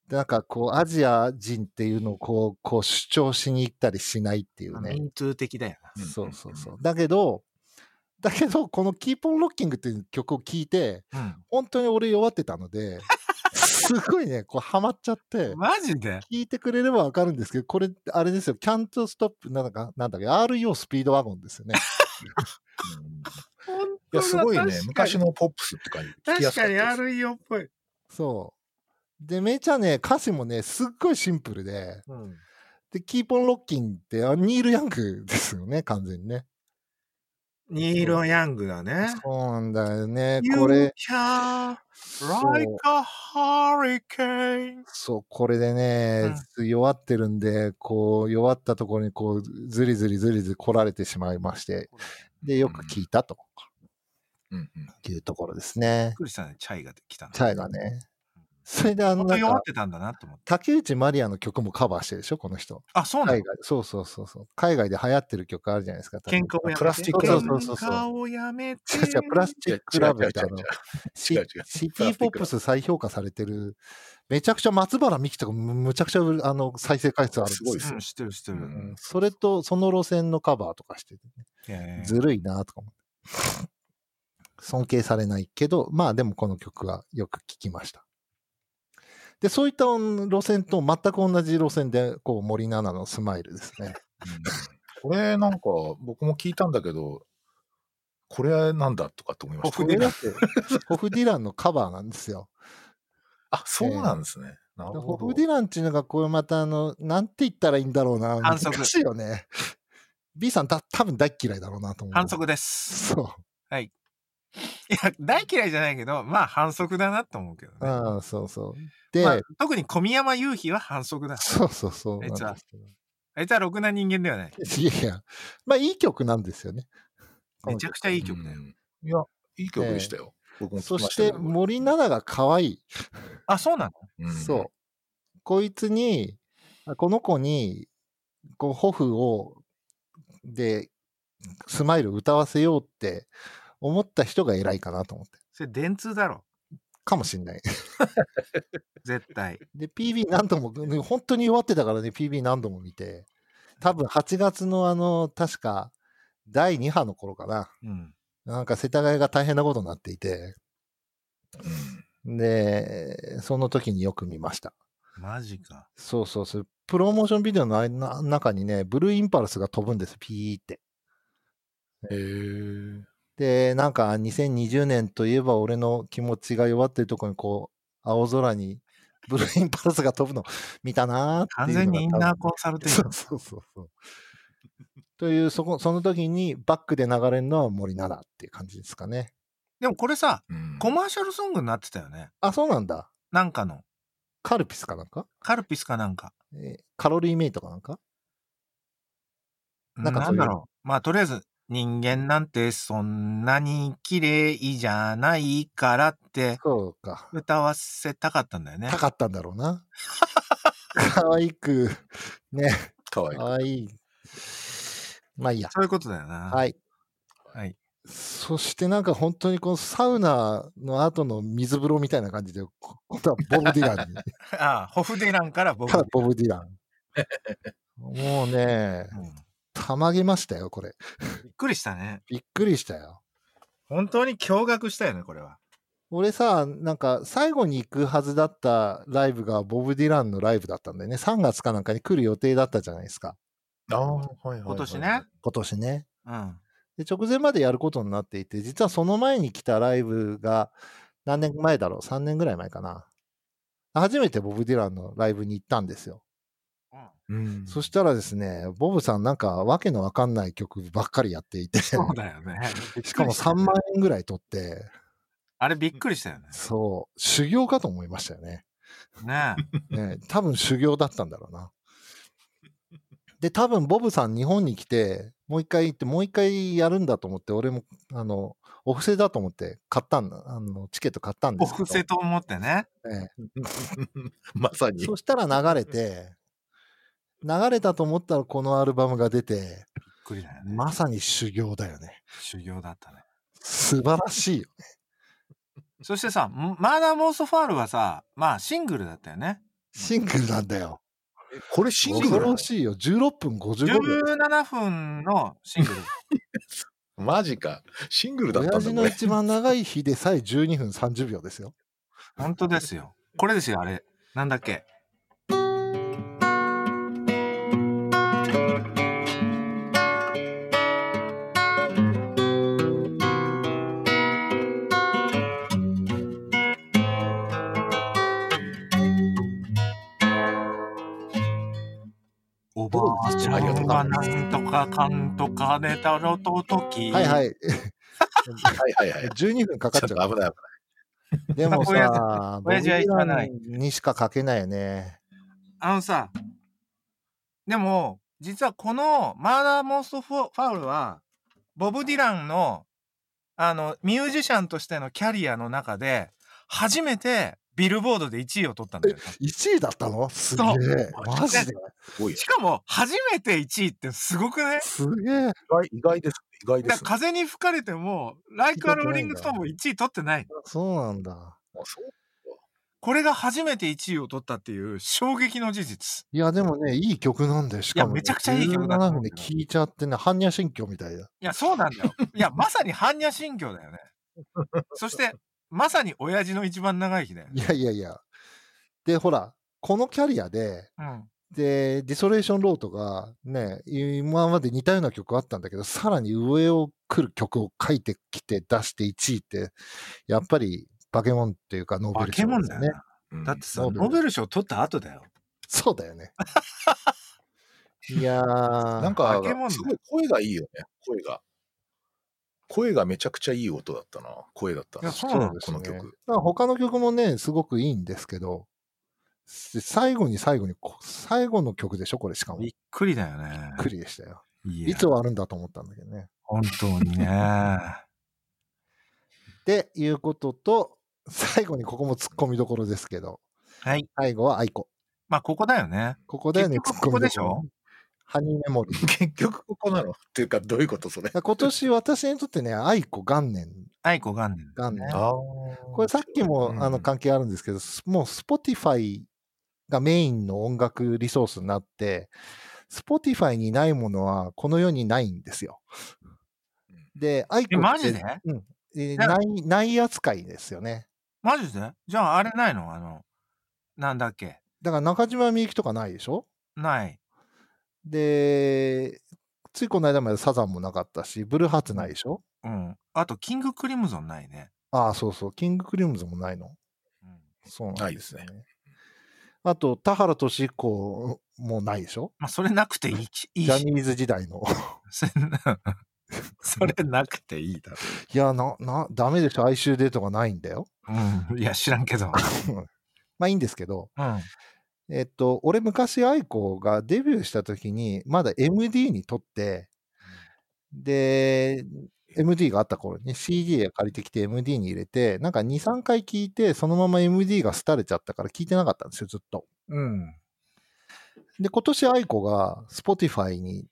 でなんかこう、アジア人っていうのをこう、こう主張しに行ったりしないっていうね。
MeToo 的だよな。
うん
そうそうそう。だけど、だけど、このキーポンロッキングっていう曲を聴いて、
うん。
本当に俺弱ってたので、すごいね、こうハマっち
*laughs*
ゃって、
マジで
聞いてくれればわかるんですけど、これ、あれですよ、Can't Stop、なんだか、なんだっけ、REO スピードワゴンですよね。
うん
本
い
当
や、
だ
すごいね。昔
確かに
のポップスって感じ。聞きやすか
確か
った
に
です
REO っぽい。
そう。で、めちゃね、歌詞もね、すっごいシンプルで、
うん。
で、Keep on Rocking って、あニール・ヤングですよね、完全にね。
ニーロ・ヤングだね。
そうなんだよね、こ
こ
れ
れ。、like
そう
a hurricane.
そう、これでね、弱ってるんで、こう、弱ったところに、こう、ずりずりずりずり来られてしまいまして、で、よく聞いたと。
うんうん
っていうところですね
びっ。くりしたね、チャイが来たの。
チャイがね。それであの、
本
な
当
ん
弱
か
っ、てたんだなと思って。
竹内まりやの曲もカバーしてるでしょ、この人。
あ、そうなの
海外、そうそうそうそう。海外で流行ってる曲あるじゃないですか。多分
喧嘩をやめて。
プラスチック
ラ
ラ
ブそうそうそうそう
喧嘩をやめて。
違う違うプラスチックラブみたいな
違う違う違う違う
シ
違う違う
シティポップス再評価されてる、めちゃくちゃ松原美樹とかむむちゃくちゃあの再生回数あるんです
すごい
うん、知ってる知ってる。
うん
うんそれとその路線のカバーとかしてて、
えー
ずるいなとか思って。尊敬されないけど、まあでもこの曲はよく聴きました。で、そういった路線と全く同じ路線で、こう森七菜のスマイルですね。
これなんか僕も聞いたんだけど、これなんだとかって思いま
*laughs* ホ
した。
フディラン。
ホフ・ディランのカバーなんで
*laughs*
すよ。
あ、そうなんですね。なるほど
ホフ・。ディランっていうのが、これまた、あの、なんて言ったらいいんだろうな。
反則
難しいよね。B さん、た多分大っ嫌いだろうなと思う。
反。則です。
そ
いや、大嫌いじゃないけど、まあ反則だなと思うけどね。
う。ああ、そうそう。で、
まあ特に小宮山雄飛は反則だ。
そうそうそうなんです
あい
けど。
あいつはろくな人間ではない。
*laughs* いやいや、まあいい曲なんですよね。
めちゃくちゃいい
うん
曲だよ。
いや、いい曲でしたよ。僕も聞
そ
きま
し
したけ
て
ど。
森七菜が可愛い。
あ、そうなの
うん
そう。こいつに、あこの子に、こう、ホフを、で、スマイル歌わせようって思った人が偉いかなと思って。
それ電通だろ。
かもしんない。 *laughs*
絶対。
で、PB 何度も、ね本当に弱ってたからね、PB 何度も見て、多分8月のあの、確か、第2波の頃かな。
うん。
なんか世田谷が大変なことになっていて、
うん
で、その時によく見ました。
マジか。
そうそうそう。プロモーションビデオのあいな中にね、ブルーインパルスが飛ぶんです、ピーって。
へー
で、なんか2020年といえば俺の気持ちが弱ってるとこにこう、青空にブルーインパルスが飛ぶの見たなーっ
完
ていうの
全
が
にインナー
多
コ
分
ンサルティン
そ
グ。
うそうそうそう。という、そこ、その時にバックで流れるのは森七菜っていう感じですかね。
でもこれさ、
うん
コマーシャルソングになってたよね。
あ、そうなんだ。
なんかの。
カルピスかなんか
カルピスかなんか。
えーカロリーメイトかなんか
な
なん
ん
かそういう
だろう。まあ、とりあえず、人間なんてそんなに綺麗じゃないからって
そうか。
歌わせたかったんだよね。
*laughs* 高かったんだろう *laughs* な。可愛く、ね、
かわいい。
可愛い。まあいいや。
そういうことだよな。。
はいい。
はい。
そしてなんか本当にこのサウナの後の水風呂みたいな感じで、こ *laughs* 今度はボブ・ディランに。
*laughs* ああ、ホフディランから僕
か。らボブ・ディラン。 *laughs* もうね、
うん
たまげましたよ、これ。
びっくりしたね。
びっくりしたよ。
本当に驚愕したよね、これは。
俺さ、なんか最後に行くはずだったライブがボブ・ディランのライブだったんだよね。3月かなんかに来る予定だったじゃないですか。
ああ、はいはいはい
今年ね。。
今年ね。
うん。
で、直前までやることになっていて、実はその前に来たライブが何年前だろう ?3 年ぐらい前かな。初めてボブ・ディランのライブに行ったんですよ。
うん
そしたらですね、ボブさんなんかわけのわかんない曲ばっかりやっていて、し
そうだよ
*laughs*
ね。
かも3万円ぐらい取って、
あれびっくりしたよね。
そう、修行かと思いましたよね。
ねえ。
ね、多分修行だったんだろうな。で、多分ボブさん日本に来て、もう一回行って、もう一回やるんだと思って、俺も、あの、お布施だと思って買ったんだ、あの、チケット買ったんで
お
すけど。
布施と思ってね。
え
まさ
え
に。
そしたら流れて、流れたと思ったらこのアルバムが出て、
びっくりだよね。
まさに修行だよね。
修行だったね。
素晴らしいよ。
そしてさ、んマーダーモーソファールはさ、まあシングルだったよね。
シングルなんだよ。
これシング
恐
ルなの
ろしいよ。16分55秒。
17分のシングル。
マジか。シングルだった
親
んだこ
父の
れ。
一番長い日でさえ12分30秒ですよ。
本当ですよ。これですよ、あれ。なんだっけ。おばあちゃんがなんとかかんとかねたろととき。
はいは
は
い。
いはいはい。
12分か *laughs* か
ちょっ
っち
と
ゃう。
危ない
でも
親
さ、ボブ・
親
デ
父は
ィ
言わ
ラ
ない
ンにしか書けないよね。
あのさ、でも、実はこのマーダーモンストフォファウルは、ボブ・ディランの、あの、ミュージシャンとしてのキャリアの中で、初めてビルボードで1位を取ったんだよ。
1位だったのすげえ。
そう
マジで。
すごい。意
しかも、初めて1位ってすごくね
すげえ。
外意外です。意外で
だ
す
から。風に吹かれても、ライクアローリングストーンも1位取ってない。
そうなんだ。
あそう
これが初めて1位を取ったっていう衝撃の事実。
いや、でもね、いい曲なんで、しかも、ね。
いやめちゃくちゃいい曲だと
17
思う
分
けど
で聴いちゃってね、般若心経みたいだ。
いや、そうなんだよ。いや、まさに般若心経だよね。そして、まさに親父の一番長い日だよね。
いやいやいや。で、ほら、このキャリアで、
うん。
で、ディソレーションロートがね、今まで似たような曲あったんだけど、さらに上を来る曲を書いてきて出して1位って、やっぱり化け物っていうかノーベ
化
ル
け
賞
物
で
だ
す
よ
ね
ね。。だってさ、
ノーベル
ノーベル賞取った後だよ。
そうだよ
*laughs*
ね。いやー、
な
なんんか
か
化け物、だ
すごい声がいいよね、声が。声がめちゃくちゃいい音だったな、声だった
いや
な。
そうなん
ですね
この曲。
他の曲もね、すごくいいんですけど、最後に最後に、こ最後の曲でしょこれしかも。び
び
っ
っくりだよね。
くりでしたよ。
い
い
や
つ終わるんだと思ったんだけどね。
本当にね。 *laughs*
っていうことと、最後にここも突っ込みどころですけど、
はい。
最後は愛子。
まあ、ここだよね。
ここだよね、
結
突っ
局
込
こ
みどこ
こ
ろ。
でしょ
ハニーメモリー。
*laughs* 結局ここなのっていうか、どういうことそれ。
今年私にとってね、愛子元年、
愛子元年。
元年。
あ
これさっきも、
うん
あの関係あるんですけど、すもう Spotify がメインの音楽リソースになって、Spotify にないものはこの世にないんですよ。で、アイコ
えマジで
うん。えー
な
ない、ない扱いですよね。
マジでじゃあ、あれないのあの、なんだっけ
だから中島みゆきとかないでしょ
ない。
で、ついこの間までサザンもなかったし、ブルーハーツないでしょ
うん。あと、キングクリムゾンないね。
ああ、そうそう、キングクリムズもないの。
うん
そうな
なんい
で
ですす
ね。
ね
あと、田原俊彦もないでしょ
まあ、それなくていいし。いい
ジャ
し
ニーズ時代の。 *laughs*
それな *laughs* それなくていいだ
いや、な、な、ダメでしょ哀愁デートがないんだよ。
ろ。うん。いや、知らんけど。
まあいいんですけど、
うん。
えっと、俺昔愛子がデビューした時に、まだ MD にとって、で、MD があった頃に CD を借りてきて MD に入れて、なんか2、3回聞いて、そのまま MD が廃れちゃったから聞いてなかったんですよ、ずっと。
うん。
で、今年愛子が Spotify に、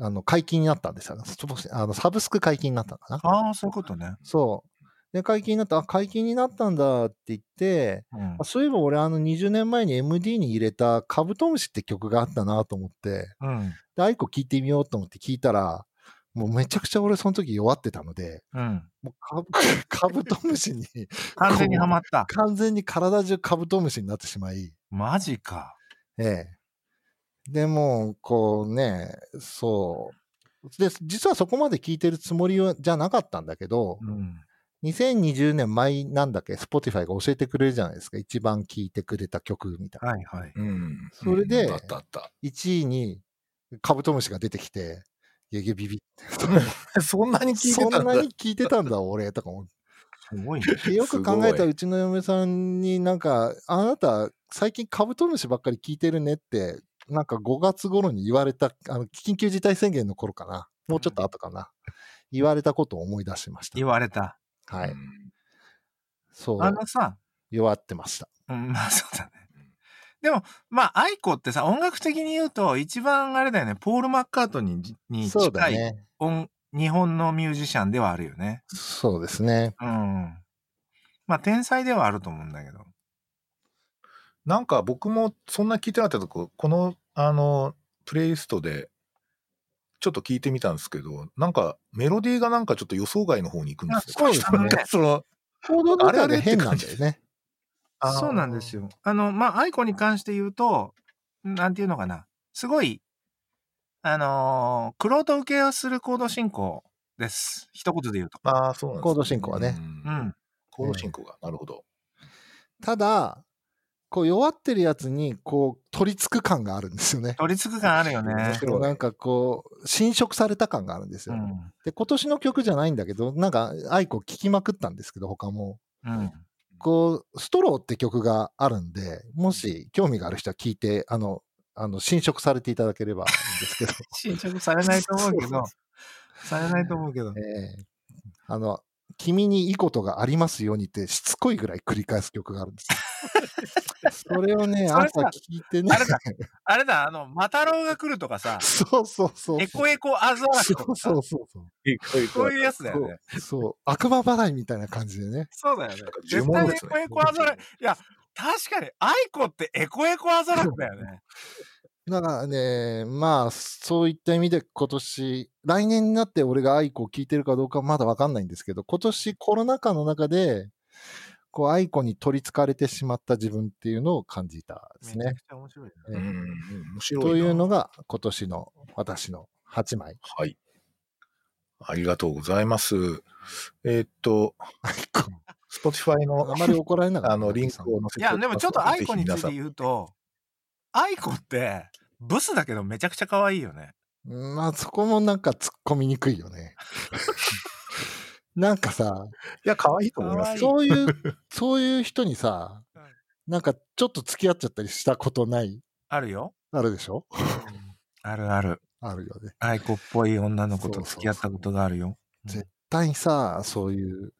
あの、解禁になったんですよ。スポあのサブスク解禁になったのかな。
ああ、そういうことね。
そう。で、解禁になった、あ、解禁になったんだって言って、
うん
あ。そういえば俺あの20年前に MD に入れたカブトムシって曲があったなと思って、
うん。
で、アイコ聞いてみようと思って聞いたら、もうめちゃくちゃ俺その時弱ってたので、
うん。
もうカブカブトムシに、
*laughs* 完全にはまった。
完全に体中カブトムシになってしまい、
マジか。
ええ。でもう、こうね、そう。で、実はそこまで聞いてるつもりはじゃなかったんだけど、
うん。
2020年前なんだっけ、Spotify が教えてくれるじゃないですか、一番聞いてくれた曲みたいな。
はいはい。
うん。
それで
うんあったあった。
1位にカブトムシが出てきて、いやいやビビって。
そんなに聞いて
*laughs* そん
たんだ
な。に聞いてたんだ、俺、とか思っ
すごいね。
て。よく考えたらうちの嫁さんになんか、あなた、最近カブトムシばっかり聞いてるねって、なんか5月頃に言われた、あの、緊急事態宣言の頃かな。もうちょっと後かな。言われたことを思い出しました
言。われた。
は
う
い。
ん
そう、
あのさ、
弱ってました。
うん、まあ *laughs* そうだね。でも、まあ、アイコってさ、音楽的に言うと、一番あれだよね、ポール・マッカートニーに
そうだ
近い、
ね。
音日本のミュージシャンではあるよね。
そうですね。
うん。まあ、天才ではあると思うんだけど。
なんか僕もそんな聞いてなかったとこ、この、あの、プレイリストで、ちょっと聞いてみたんですけど、なんかメロディーがなんかちょっと予想外の方に行くんです
あそう
よ。
ですね
なん *laughs* かその、
行動の中で変なん
あれあれって感
だよ
じ
ね。
あー
そうなんですよ。あの、まあ、アイコに関して言うと、なんていうのかな。すごい、あのー、クロート受けをする行動進行です。一言で言うと。
ああ、そうなんですね
コード進行はね。
うん
うん。
コード進行が、なるほど。
ただ、こう弱ってるやつにこう取り付く感があるんですよね。
取り付く感あるよね。
白い
なんかこう、侵食された感があるんです
う
よ。
ん。
で、今年の曲じゃないんだけど、なんか、愛子聞きまくったんですけど、他も。 *laughs*
うん。
こう、ストローって曲があるんで、もし興味がある人は聞いて、あの、あの侵食されていただければいいんですけど、
侵食されないと思うけ
そう
ど、されないと思うけど。
ええあの、君にいいことがありますようにってしつこいぐらい繰り返す曲があるんです
*laughs*
よ。それをね、
それ
朝
さ
聞いてね、
あ。れだ、あれだ、あの、マタロウが来るとかさ
そうそうそう。
エコエコアザラシと
そう
かさ
そ、うそうそう。
そう
う
いうやつだよね。
そう。悪魔払いみたいな感じでね。
そうだよね。
呪
絶
文
対
で
エ
すね
コエコアザラシ。いや、確かに、アイコってエコエコアザラシだよね。
だからね、まあ、そういった意味で今年、来年になって俺が愛子を聞いてるかどうかはまだわかんないんですけど、今年コロナ禍の中で、こう、愛子に取り憑かれてしまった自分っていうのを感じたです
めちゃ
ね
く。ちゃ面白いね。
ええ
ん面白いな
というのが今年の私の8枚。
はい。ありがとうございます。えーっと、
愛子
Spotify の
あまり怒られなかった。
*laughs* あのリンクを載せておきます
いや、でもちょっとアイコについ
ぜ
て
ひ皆
言うと、アイコって、ブスだけどめちゃくちゃ可愛いよね。
うんまあ、そこもなんか突っ込みにくいよね。なんかさ、
さんいや、可愛いと思います
可愛い
そういう、そういう人にさ
うん、
なんかちょっと付き合っちゃったりしたことない、
あるよ。
あるでしょ
あるある。
あるよね。
アイコっぽい女の子と付き合ったことがあるよ。
絶対にさ、そういう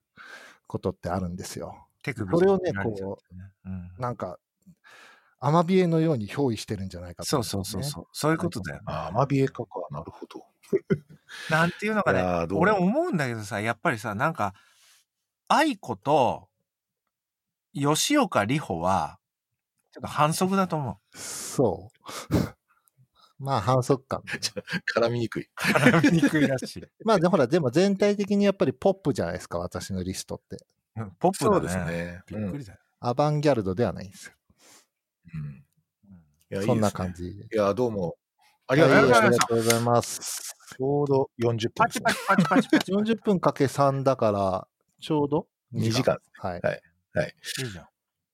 ことってあるんですよ。
手首
これをね
切らちゃってねうん
なんか、アマビエのように憑依してるんじゃないかと
そ
思
う
です
そ
ね、
うそうそう。そういうことだよね。
あアマビエカか、なるほど。
なんていうのか
い
ね。
やーどう
俺思うんだけどさ、やっぱりさ、なんか、愛子と吉岡里帆は、ちょっと反則だと *laughs* 思う。
そう。 *laughs* まあ、反則感。
絡みにくい。
絡みにくいらしい。
まあ、でほら、でも全体的にやっぱりポップじゃないですか、私のリストって。
うんポップだ
そ
ね。
うですね。
びっくりだよ。
アバンギャルドではないんですよ。
うん
うん
いや
そんな
いで
い
すね
感じで。
いや、どうも。あ
あ
りがとうございま
は
す。
ありがとうございます。
ちょうど40分
パ
です
チ
ね
パチパチパチパチ。
40分かけ3だから、ちょうど
2時間。。
はい。
いいじゃん。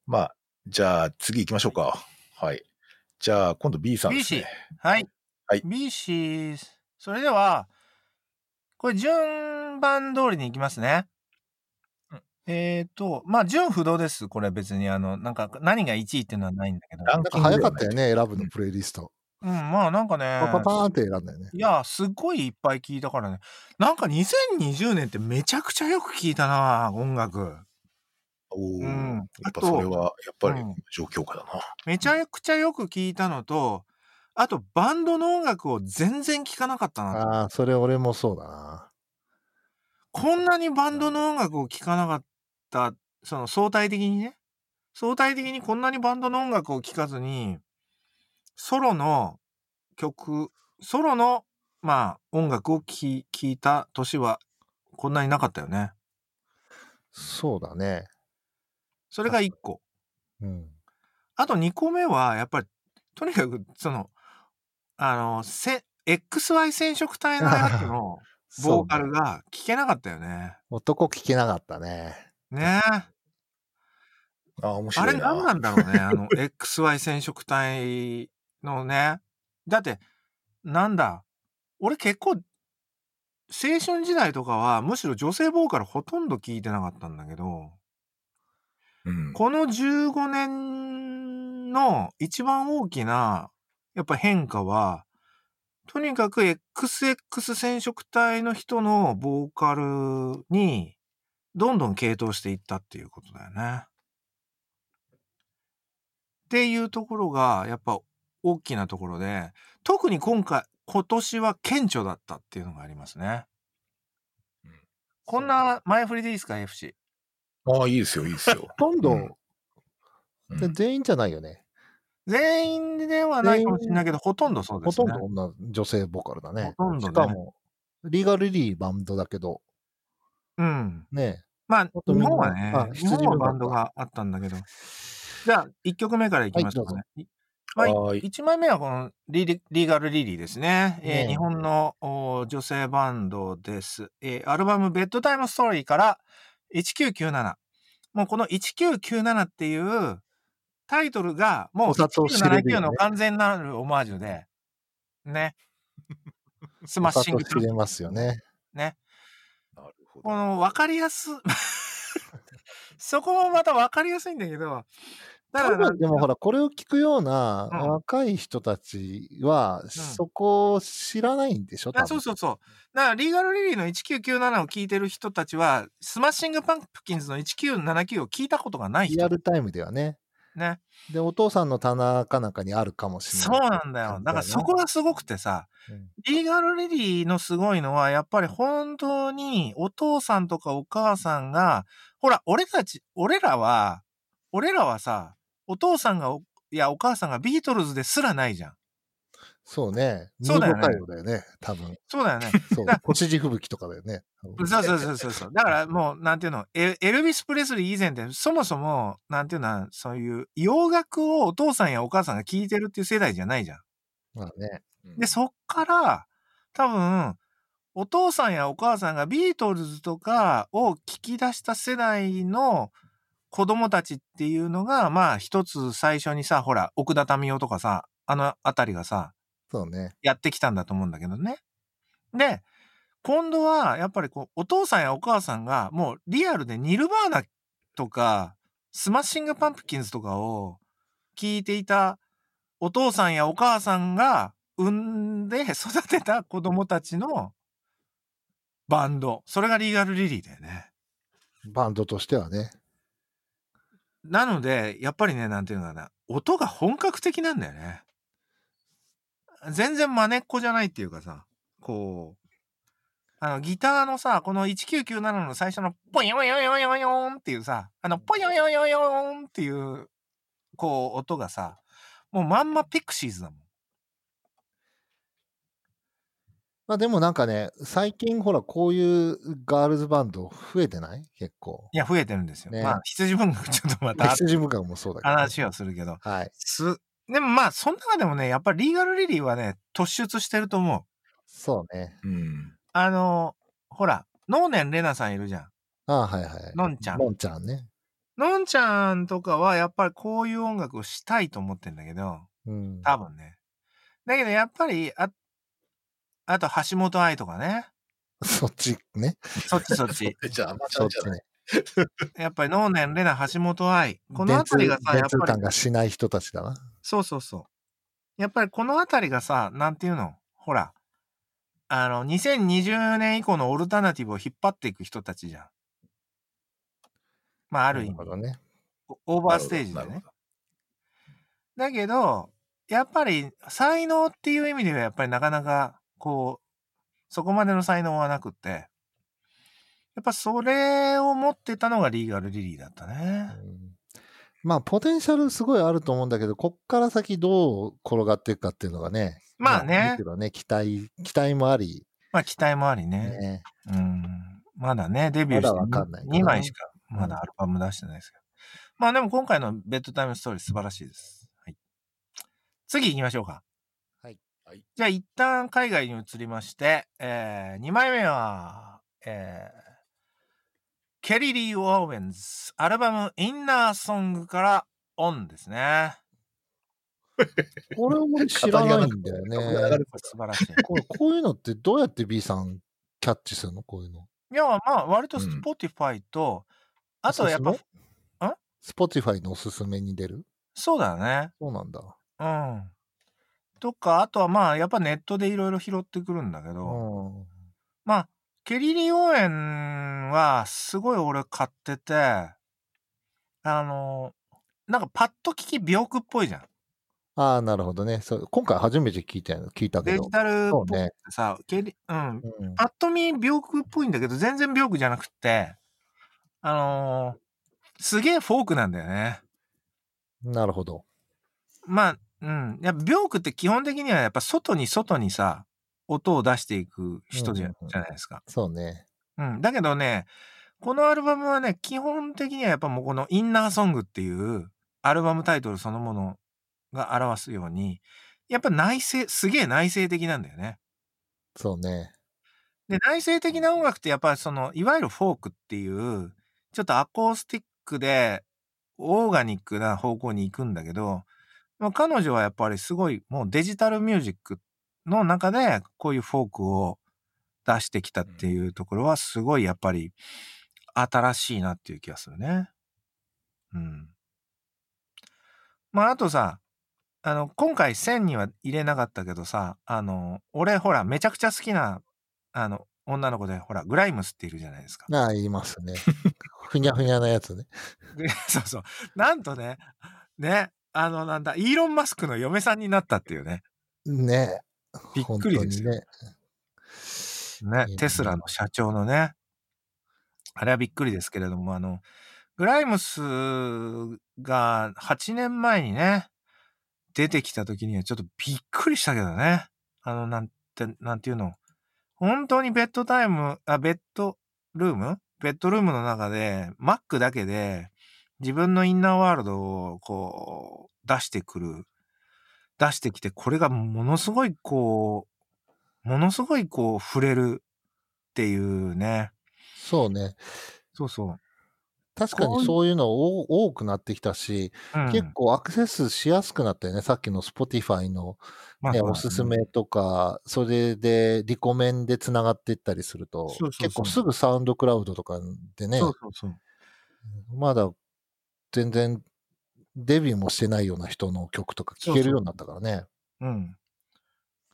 まあ、じゃあ次行きましょうか。はい。じゃあ今度 B さんです
B
ね。
はい。
はい
ビーシーそれでは、これ順番通りにいきますね。えっ、と、まあ、順不動です。これ別に、あの、なんか、何が1位っていうのはないんだけど。
ラン
なん
キ
か
ングで
早
は
か
ない
ったよね、選ぶのプレイリスト。
うん、まあ、なんかね
パ、パパーンって選んだよね。
いや、すっごいいっぱい聞いたからね。なんか2020年ってめちゃくちゃよく聞いたな、音楽。
おお、
うん
やっ
あ
ぱ
と
それはやっぱり
うん
状況下だな。
めちゃくちゃよく聞いたのと、あと、バンドの音楽を全然聞かなかったなと。
ああ、それ俺もそうだな。
こんなにバンドの音楽を聴かなかった、その相対的にね、相対的にこんなにバンドの音楽を聴かずに、ソロの曲、ソロの、まあ、音楽を聴いた年は、こんなになかったよね。
そうだね。
それが1個。
うん。
あと2個目は、やっぱり、とにかく、その、あの、せ XY 染色体のやつのボーカ
*laughs* そう
ル
ね
が聴けなかったよね。
男聞けなかったね。
ねえ。
ああ、面
あ
白
れ
いな。
何なんだろうね。あの、XY 染色体のね。だって、なんだ。俺結構、青春時代とかは、むしろ女性ボーカルほとんど聞いてなかったんだけど、
うん、
この15年の一番大きな、やっぱ変化は、とにかく XX 染色体の人のボーカルに、どんどん傾倒していったっていうことだよね。っていうところが、やっぱ大きなところで、特に今回、今年は顕著だったっていうのがありますね
うん。
こんな前振りでいいですか、FC。
ああ、いいですよ、いいですよ。
ほとんど、
うんうん
で全員じゃないよね。
全員ではないかもしれないけど、ほとんどそうで
ほ
す
と
ね。
んど女、女性ボーカルだね。
ほとんどね
しかも、リーガルリーバンドだけど、
うん。
ね。
まあ、日
ほとんど
本はね
あ、
日本
羊
は
文学
バンドがあったんだけど。じゃあ、1曲目からいきましょうかね。
は
はい
い、
1枚目はこのリリリーガル・リリーですね。えー
ねえ
日本のおー女性バンドです。えーアルバム「ベッドタイム・ストーリー」から1997。もうこの1997っていうタイトルがもう
お札を知れるよ
1979
ね
の完全なるオマージュで、
*laughs*
ね。スマ
ま
ッシン
と
グ
知れますよね。
ね。
なるほ
こ
ど。
*laughs*
の分かりやすそこもまた分かりやすいんだけどだか
多
らなん
分でもほら、これを聞くような
うん
若い人たちは、そこを知らないんでしょ、多
あ
分
そうそうそう。だから、リーガルリリーの1997を聞いてる人たちは、スマッシングパンプキンズの1979を聞いたことがない
リア
人。
ルタイムではね。
ね。
で、お父さんの棚かなんかにあるかもしれ
そう
ない。
なんだよ。だからそこがすごくてさ
うん、
リーガルリリーのすごいのは、やっぱり本当にお父さんとかお母さんが、ほら、俺たち、俺らは、俺らはさ、お父さんがお、いや、お母さんがビートルズですらないじゃん。
そうね。ム
そうだ
ー
よ
ド
ね
対応だよね、多分。
そうだよね。 *laughs*
そう
だ。
腰地吹雪とかだよね。
そうそうそうそうそう。だからもう、なんていうの、エエルビス・プレスリー以前って、そもそも、なんていうのは、そういう洋楽をお父さんやお母さんが聴いてるっていう世代じゃないじゃん。
まあね。
で、そっから、多分、お父さんやお母さんがビートルズとかを聞き出した世代の子供たちっていうのが、まあ一つ最初にさ、ほら、奥田民生とかさ、あのあたりがさ、
そうね。
やってきたんだと思うんだけどね。で、今度はやっぱりこう、お父さんやお母さんがもうリアルでニルバーナとか、スマッシングパンプキンズとかを聞いていたお父さんやお母さんが産んで育てた子供たちのバンド。それがリーガルリリーだよね。
バンドとしてはね。
なので、やっぱりね、なんていうのかな、音が本格的なんだよね。全然真似っこじゃないっていうかさ、こう、あの、ギターのさ、この1997の最初の、ポヨヨヨヨヨーンっていうさ、あの、ポヨヨヨヨーンっていう、こう、音がさ、もうまんまピクシーズだもん。
まあでもなんかね、最近ほら、こういうガールズバンド増えてない結構。
いや、増えてるんですよ。
ね
まあ、羊文学ちょっとま
*laughs*
た
羊文学もそうだけど、
話をするけど、
はい。
す、でもまあ、その中でもね、やっぱりリーガルリリーはね、突出してると思う。
そうね。
うん。
あの、ほら、能年玲奈さんいるじゃん。
ああ、はいはい。
のんちゃん
のんちゃんね。
のんちゃんとかはやっぱりこういう音楽をしたいと思ってんだけど、
うん。
多分ね。だけどやっぱり、あ、あと橋本愛とかね。
そっちね。
そっちそっ
*laughs*
ち。
じゃあ、アマチュ
そ
ア
っ
じゃ
ち
ない。
ね。
やっぱり能年玲奈、橋本愛。この
電
あた
通
りがさ、や
電
っ
通
ぱり
感、がしない人たちだな。
そうそうそう。やっぱりこのあたりがさ、なんていうのほら、あの、2020年以降のオルタナティブを引っ張っていく人たちじゃん。まあ、あ
あ
る意味
ほ、どね。
オーバーステージ
な
で
るほ
ね
ど。。
だけど、やっぱり才能っていう意味ではやっぱりなかなかこう、そこまでの才能はなくって、やっぱそれを持ってたのがリーガルリリーだった
う
ね。
んまあ、ポテンシャルすごいあると思うんだけど、こっから先どう転がっていくかっていうのがね。
まあね
いいけどね、期待、期待もあり、
まあ期待もありね。
ね。
うん。まだね、デビューして
まだわかんないかな
2枚しかまだアルバム出してないですけど。まあでも今回のベッドタイムストーリー素晴らしいです。はい。次行きましょうか。
はい
はい。
じゃあ一旦海外に移りまして、え2枚目は、えーケリリー・オーウェンズ、アルバムインナーソングからオンですね。
これ俺知らないんだよね。
これ素晴らしい。
これこういうのってどうやって B さんキャッチするのこういうの。
いや、まあ、割と
うん
Spotify と、あとはやっぱ
おす、すめ
ん
Spotify のおすすめに出る
そうだね。
そうなんだ。
うん。とか、あとはまあ、やっぱネットでいろいろ拾ってくるんだけ
う
ど、
ん。
まあ、ケリリー・オーエンは、すごい俺買ってて、あの、なんかパッと聞き病句っぽいじゃん。
ああ、なるほどね。そう今回初めて聞いたよ聞いたけ
デ
ど
ジ。タルっ
そ
ぽ
う
くて
ね。
さ、ケリうん、
うん
パッと見病句っぽいんだけど、全然病句じゃなくって、あのーすげえフォークなんだよね。
なるほど。
まあ、うん。やっぱ病句って基本的にはやっぱ外に外にさ、音を出していく人じゃ,、
うんうんうん
じゃないですか。
そうね。
うん。だけどね、このアルバムはね、基本的にはやっぱもうこのインナーソングっていうアルバムタイトルそのものが表すように、やっぱ内省、すげえ内省的なんだよね。
そうね。
で、内省的な音楽ってやっぱりその、いわゆるフォークっていう、ちょっとアコースティックで、オーガニックな方向に行くんだけど、まあ、彼女はやっぱりすごい、もうデジタルミュージックの中で、こういうフォークを出してきたっていうところは、すごいやっぱり、新しいなっていう気がするね。うん。まあ、あとさ、あの、今回1000には入れなかったけどさ、あの、俺ほら、めちゃくちゃ好きな、あの、女の子で、ほら、グライムスっているじゃないですか。
ああ、言いま
*laughs*
すね。ふにゃふにゃなやつね。
で *laughs* そうそう。なんとね、ね、あの、なんだ、イーロン・マスクの嫁さんになったっていうね。
ねえ。
びっくりですよ
本
ね
いい、ね
テスラの社長のね、あれはびっくりですけれども、あの、グライムスが8年前にね、出てきた時にはちょっとびっくりしたけどね。あの、なんて、なんていうの。本当にベッドタイム、あ、ベッドルームベッドルームの中で、マックだけで自分のインナーワールドをこう、出してくる。出してきて、これがものすごいこう、ものすごいこう触れるっていうね。
そうね。
そうそう。
確かにそういうのお多くなってきたし、
うん
結構アクセスしやすくなったよね。さっきの Spotify の、
まあ
ね
そうだね
おすすめとか、それでリコメンでつながっていったりすると、
そうそうそう
結構すぐサウンドクラウドとかでね、
そうそうそう。
まだ全然デビューもしてないような人の曲とか聴けるようになったからね。
うん。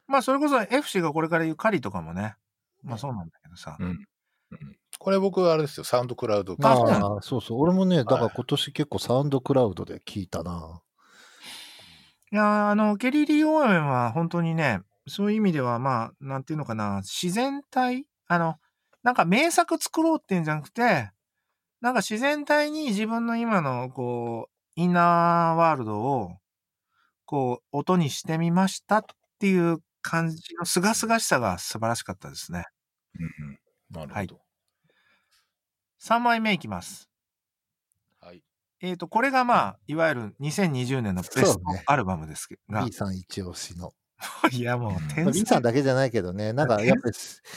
まあそれこそ FC がこれから言う狩りとかもね。まあそうなんだけどさ。
うんうんこれ僕、あれですよ、サウンドクラウド。
まあそうなんだ
ああ、そうそう。俺もね、だから今年結構サウンドクラウドで聴いたな。
いやーあの、ケリー・リー・オーウェンは本当にね、そういう意味ではまあ、なんていうのかな、自然体あの、なんか名作作ろうっていうんじゃなくて、なんか自然体に自分の今のこう、インナーワールドを、こう、音にしてみましたっていう感じの清々しさが素晴らしかったですね。
うんうんなるほど。
3枚目いきます。
はい。
えっ、と、これがまあ、いわゆる2020年のベス
そ
ト
うね
アルバムですけど、
B さん一押しの。
いやもう
まあ、
天
B
才
さん。だけじゃないけどね、なんかやっぱり、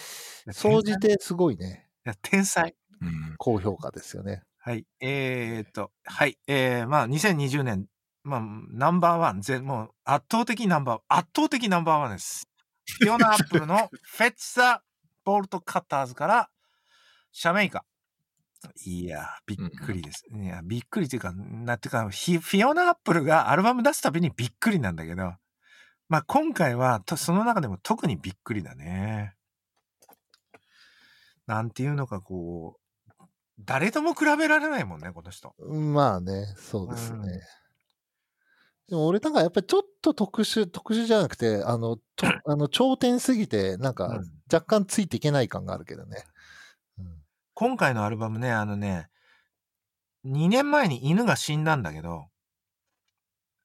*laughs*
総じてすごいね、
いや天才。
うん
高評価ですよね。
はい。えっ、と、はい。えー、まあ、2020年、まあ、ナンバーワン、全、もう、圧倒的ナンバー、圧倒的ナンバーワンです。フィオナ・アップルのフェッツ・ザ・ボルト・カッターズから、シャメイカ。いやー、びっくりです。いや、びっくりっていうか、なんていうか、ひフィオナ・アップルがアルバム出すたびにびっくりなんだけど、まあ、今回は、とその中でも特にびっくりだね。なんていうのか、こう、誰とも比べられないもんね、この人。
まあね、そうですね。
うん
でも俺なんかやっぱりちょっと特殊、特殊じゃなくて、あの、
*coughs*
とあの頂点すぎて、なん
う
か
ん
若干ついていけない感があるけどね。うん
今回のアルバムね、あのね、2年前に犬が死んだんだけど、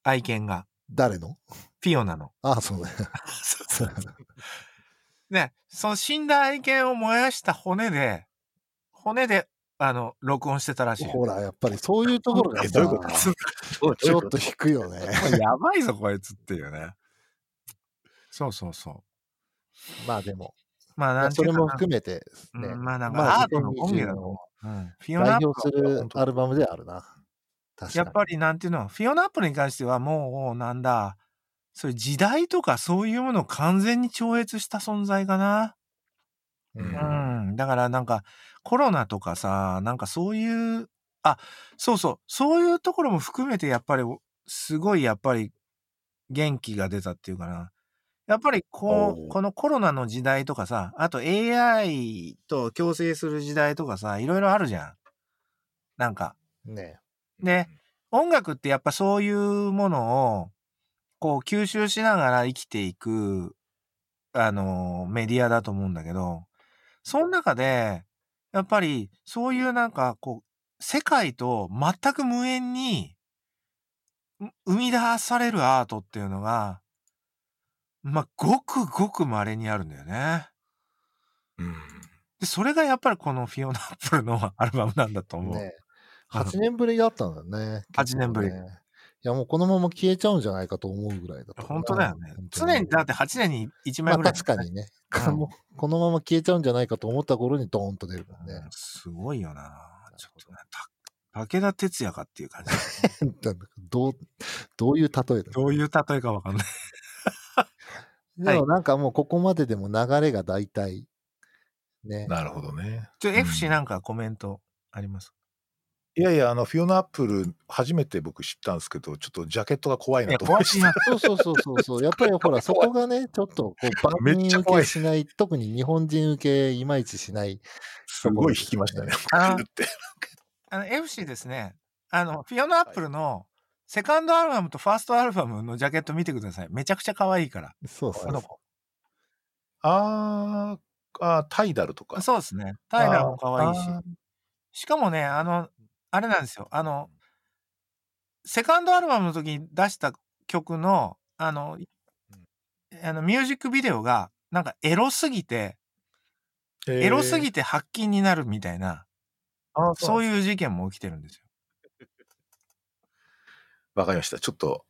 愛犬が、
誰の
フィオナの。
ああ、そうだよ。
ね、その死んだ愛犬を燃やした骨で、骨で、あの、録音してたらしい。
*laughs* ほら、やっぱりそういうところが
え
さ
どういうこと
ち
*laughs*
ょっと引くよね。 *laughs*
やばいぞ、こいつっていうね。そうそうそ
まあでも、
う。まあ、なんて
そ
いう
れ
か
も
な
含めてね、
うんまあなん
ま
か
あ
アートの本源だと思う。うんフィオナア
代
ッ
表す
プル
るアルバムであるな。確か
や
に。
っぱりなんていうの、フィオナアップルに関してはもうなんだ、そういう時代とかそういうものを完全に超越した存在かな。
う
うん
ん
うん。だからなんかコロナとかさ、なんかそういう、あ、そうそう、そういうところも含めてやっぱりすごいやっぱり元気が出たっていうかな。やっぱりこ
お
う
ー
このコロナの時代とかさ、あと AI と共生する時代とかさ、いろいろあるじゃん。なんか。
ね
で、音楽ってやっぱそういうものを、こう吸収しながら生きていく、あの、メディアだと思うんだけど、その中で、やっぱりそういうなんかこう、世界と全く無縁に、う生み出されるアートっていうのが、まあ、ごくごく稀にあるんだよね。
うん
で、それがやっぱりこのフィオナ・アップルのアルバムなんだと思う。
ね8年ぶりだったんだよね。
8年ぶり
結構ねいや、もうこのまま消えちゃうんじゃないかと思うぐらいだった。
本当だよね
本。当
常にだって8年に1
ま
枚
あ
ぐらい、
確かにね、
うん
もうこのまま消えちゃうんじゃないかと思った頃にドーンと出るもん
う
ね
ん。すごいよな。ちょっとね、た武田鉄矢かっていう *laughs* 感じ。
*laughs* なんかどう、どういう例えだ
どういう例えかわかんない。
でもなんかもうここまででも流れが大体、ね。
*laughs*
なるほどね。
ちょ、
うん
FC なんかコメントあります
いやいや、あの、フィオナアップル、初めて僕知ったんですけど、ちょっとジャケットが怖い
い
な
や
と思い
怖
ま
い
した。
な。
そうそうそうそうそう。やっぱりほら、そこがね、ちょっとこう、万
めっち
人
ゃ
受
怖
*laughs*
け
い
しない、特に日本人受け、いまいちしない。
すごい引きましたね。
あ
僕って
あの FC ですね、あの、フィオナアップルのセカンドアルバムとファーストアルバムのジャケット見てください。めちゃくちゃ可愛いから。
そうそう
あの
そ
あーあー、タイダルとか。
そうですね。タイラーも可愛いし。
あ
しかもね、あの、あれなんですよ。あの、セカンドアルバムの時に出した曲の、あの、あのミュージックビデオが、なんかエロすぎて、
ー
エロすぎて発禁になるみたいな、
あーそ
そうう
いう。
いう事件も起きてるんですよ。
わかりました。ちょっと、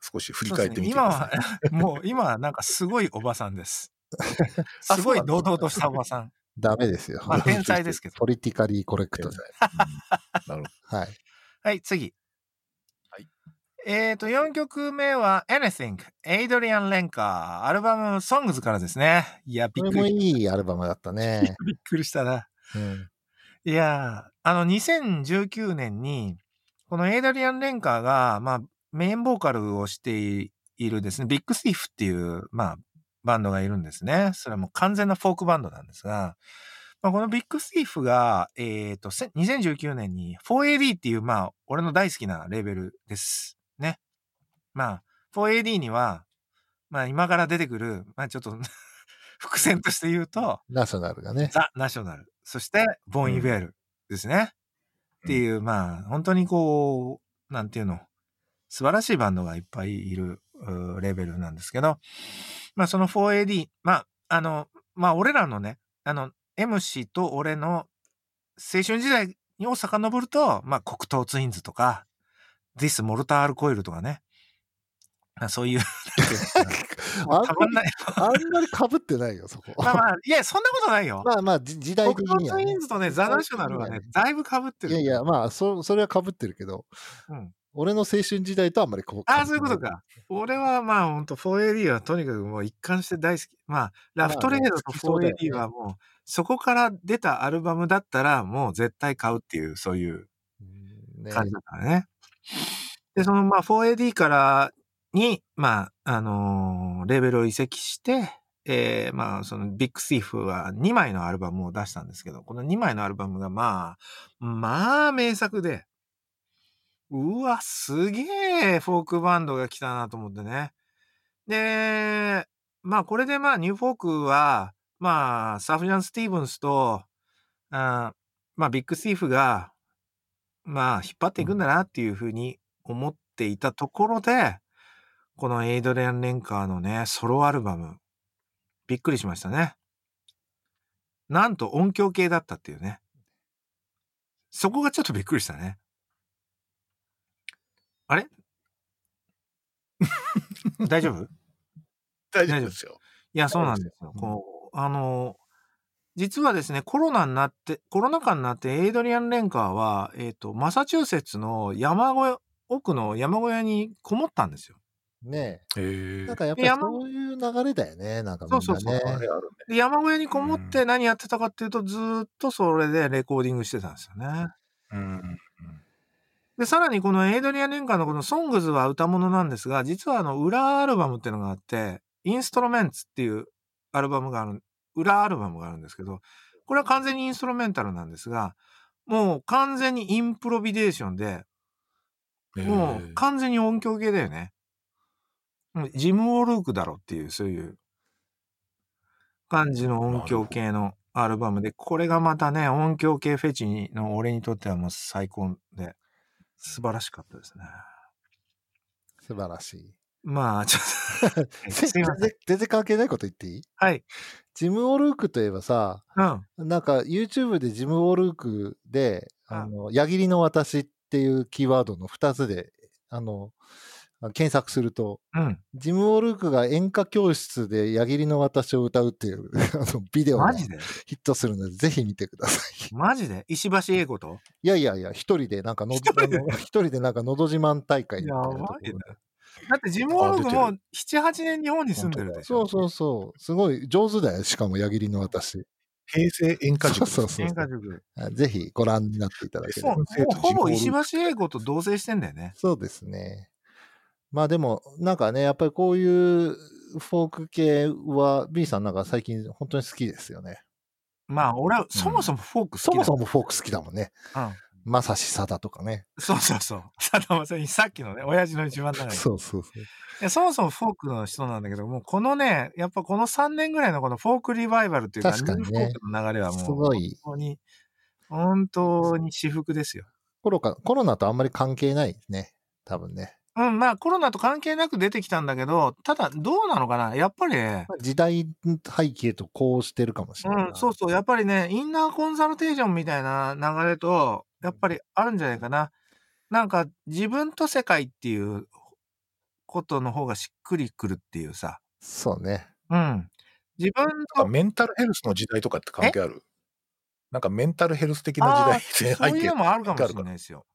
少し振り返ってみてく
そう
だ
です
さ
ね
い。
今は、も *laughs* う今はなんかすごいおばさんです。
*laughs* あ
すごい堂々としたおばさん。
う。ダメですよ。 *laughs*
まあ、天才ですけど。
ポリティカリーコレクトじ
*laughs*
なるほ
ゃない。はい。
はい、次。
はい
えっと、4曲目は Anything、エイドリアン・レンカー、アルバム Songs からですね。いや、び
こ
っ
れ
く
も
り。
いいアルバムだったね。
*laughs* びっくりしたな。
うん。
いやー、あの、2019年に、このエイドリアン・レンカーが、まあ、メインボーカルをしているですね、ビッグスティーフっていう、まあ、バンドがいるんですね。それはもう完全なフォークバンドなんですが、まあ、このビッグスティーフが、えっ、と、せ2019年に 4AD っていう、まあ、俺の大好きなレーベルです。ね。まあ、4AD には、まあ、今から出てくる、まあ、ちょっと、 *laughs* 伏線として言うと、
ナショナルがね。
ザ・ナショナル。そして、ボン・イヴェールですね。っていう、まあ、本当にこう、なんていうの、素晴らしいバンドがいっぱいいるうーレベルなんですけど、まあ、その 4AD、まあ、あの、まあ、俺らのね、あの、M 氏と俺の青春時代にを遡ると、まあ、黒糖ツインズとか、This モルターアルコイルとかね、まあそういう、 *laughs* なんていうのかなもうたまんない。
あんまり被ってないよ、
*laughs*
そこ。 *laughs*
まあまあ、いや、そんなことないよ。
まあまあ、じ時代
僕
的
の
には
ツイ
ね
ン。ズとね、ザ・ナショナルはね、だいぶ被って
い
る。
やいや、まあ、そそれは被ってるけど、
うん
俺の青春時代とあんまりこう。
ああ、そういうことか。俺はまあ、ほんと 4AD はとにかくもう一貫して大好き。まあ、ラフトレードと
まあね好きそうだよね
4AD はもう、そこから出たアルバムだったら、もう絶対買うっていう、そういう
うんね
感じだからね。で、そのまあ、4AD からに、まあ、あのーレーベルを移籍して、えーまあ、そのビッグスイフは2枚のアルバムを出したんですけど、この2枚のアルバムがまあ、まあ、名作で、うわ、すげえフォークバンドが来たなと思ってね。で、まあ、これでまあ、ニューフォークは、まあ、サフジャン・スティーブンスと、あーまあ、ビッグスティーフが、まあ、引っ張っていくんだなっていうふうに思っていたところで、このエイドリアン・レンカーのね、ソロアルバム、びっくりしましたね。なんと音響系だったっていうね。そこがちょっとびっくりしたね。あれ *laughs* 大丈夫い
大丈夫ですよ。
や、そうなんですよ。
うん
こう、あの、実はですね、コロナになって、コロナ禍になって、エイドリアン・レンカーは、えっ、と、マサチューセッツの山小屋、奥の山小屋にこもったんですよ。
ね
へ
え
ー
なんかやっぱりそういう流れだよね、なんかみんなね。
そうそうそう
あれあるね。
で山小屋にこもって何やってたかっていうと、ずーっとそれでレコーディングしてたんですよね。
うん。
で、さらにこのエイドリアン・レンカーのこの「SONGS」は歌物なんですが、実はあの裏アルバムっていうのがあって、インストロメンツっていうアルバムがある、裏アルバムがあるんですけど、これは完全にインストロメンタルなんですが、もう完全にインプロビデーションで、もう完全に音響系だよね。もうジム・オールークだろっていう、そういう感じの音響系のアルバムで、これがまたね、音響系フェチにの俺にとってはもう最高で、素晴らしかったですね。
素晴らしい。。
まあ、ちょっと
*laughs* 全
すいません
然全然関係ないこと言っていい
はい。
ジム・オルークといえばさ、
うん。
なんか YouTube でジム・オルークで、
あ
あの、矢切の私っていうキーワードの2つで、あの、検索すると、
うん。
ジム・オルークが演歌教室で矢切の私を歌うっていう、あの、ビデオが
マジ
ヒ
で
ットするので、ぜひ見てください。
マジで石橋英子と
いやいやいや、一人でなんかのど、
一人で
あの *laughs* 一人でなんかのど自慢大会みた
や
いな
ば
ところ
い
で
な。だってジム・オールグも
あ
う7、8年日本に住んでるでし
そ
ょ
う。そうそう。すごい上手だよ。しかも、矢切の私。
平成演歌塾。
そうそう
演
そ
歌
う
塾。
あ。ぜひご覧になっていただけれ
もう
ば。
もうほぼ石橋英子と同棲してんだよね。
そうですね。まあでも、なんかね、やっぱりこういうフォーク系は、B さんなんか最近本当に好きですよね。
まあ、俺はそもそもフォーク好き
そ
だ、
もそもフォーク好きだもんね。
うん
まさしさだとかね。
そうそうそう。 *laughs* さだまさにさっきのね、親父の一番長い。
そうそうそう。
いやそもそもフォークの人なんだけど、もうこのね、やっぱこの3年ぐらいのこのフォークリバイバルというか、
確かに
ニューフ
ね
ォークの流れはもう、
すごい
本当に、本当に私服ですよ。
コロナコロナとあんまり関係ないですね。多分ね。
うん、まあコロナと関係なく出てきたんだけど、ただどうなのかなやっぱりね、
まあ時代背景とこうしてるかもしれないな。
うん、そうそう、やっぱりね、インナーコンサルテーションみたいな流れと、やっぱりあるんじゃないかな。なんか、自分と世界っていうことの方がしっくりくるっていうさ。
そうね。
うん。自分と、
メンタルヘルスの時代とかって関係あるなんかメンタルヘルス的な
あ
時代
そう
背
いう
景
のもあるかもし
か
れないですよ。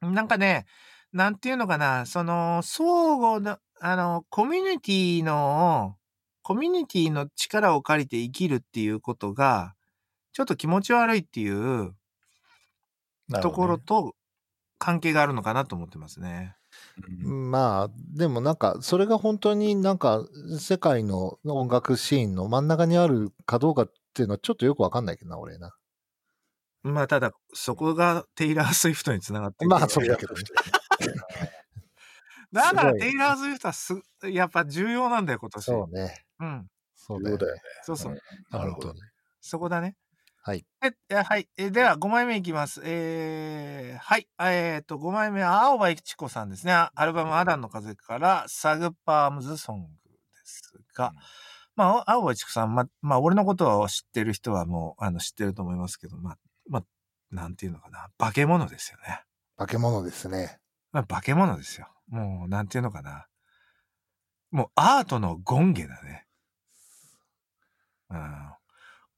なんかね、なんていうのかな、その、相互の、あの、コミュニティの、コミュニティの力を借りて生きるっていうことが、ちょっと気持ち悪いっていう
なる
と
ほ
こ
ど
ろ
ね
と関係があるのかなと思ってますね。
うん
まあ、でもなんか、それが本当になんか、世界の音楽シーンの真ん中にあるかどうかっていうのはちょっとよくわかんないけどな、俺な。
まあただそこがテイラー・スウィフトにつながってくる
まあそうだけどね
だから
すごい
テイラー・スウィフトはすやっぱ重要なんだよ今年。
そうね。
うん。
そう
そ
だ
う
よ
だよ
ね
ね。
そうそう。
なる
本
ほ
当
ど
に。
そこだね。
はい。
ええはい、えでは5枚目いきます。えー、はい。えっと、5枚目は青葉一子さんですね。あアルバムアダンの風からサグパームズソングですが、まあ、お青葉一子さん、ま、まあ、俺のことを知ってる人はもう、あの、知ってると思いますけど、まあ、まあ、なんていうのかな。化け物ですよね。
化け物ですね。
まあ、化け物ですよ。もう、なんていうのかな。もう、アートの権下だね。うん。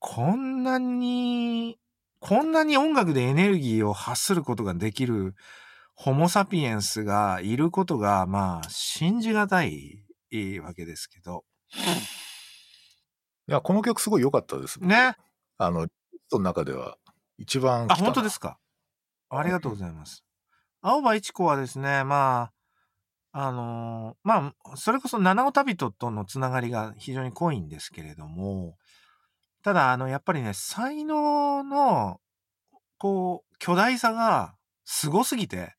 こんなに、こんなに音楽でエネルギーを発することができるホモ・サピエンスがいることが、まあ、信じがたいわけですけど。
いや、この曲すごい良かったです。
ね。
あの、リストの中では一番
あ、
来たな
本当ですか。ありがとうございます。青葉一子はですね、まあ、あのーまあ、それこそ七尾旅人とのつながりが非常に濃いんですけれども、ただ、あの、やっぱりね、才能の、こう、巨大さがすごすぎて、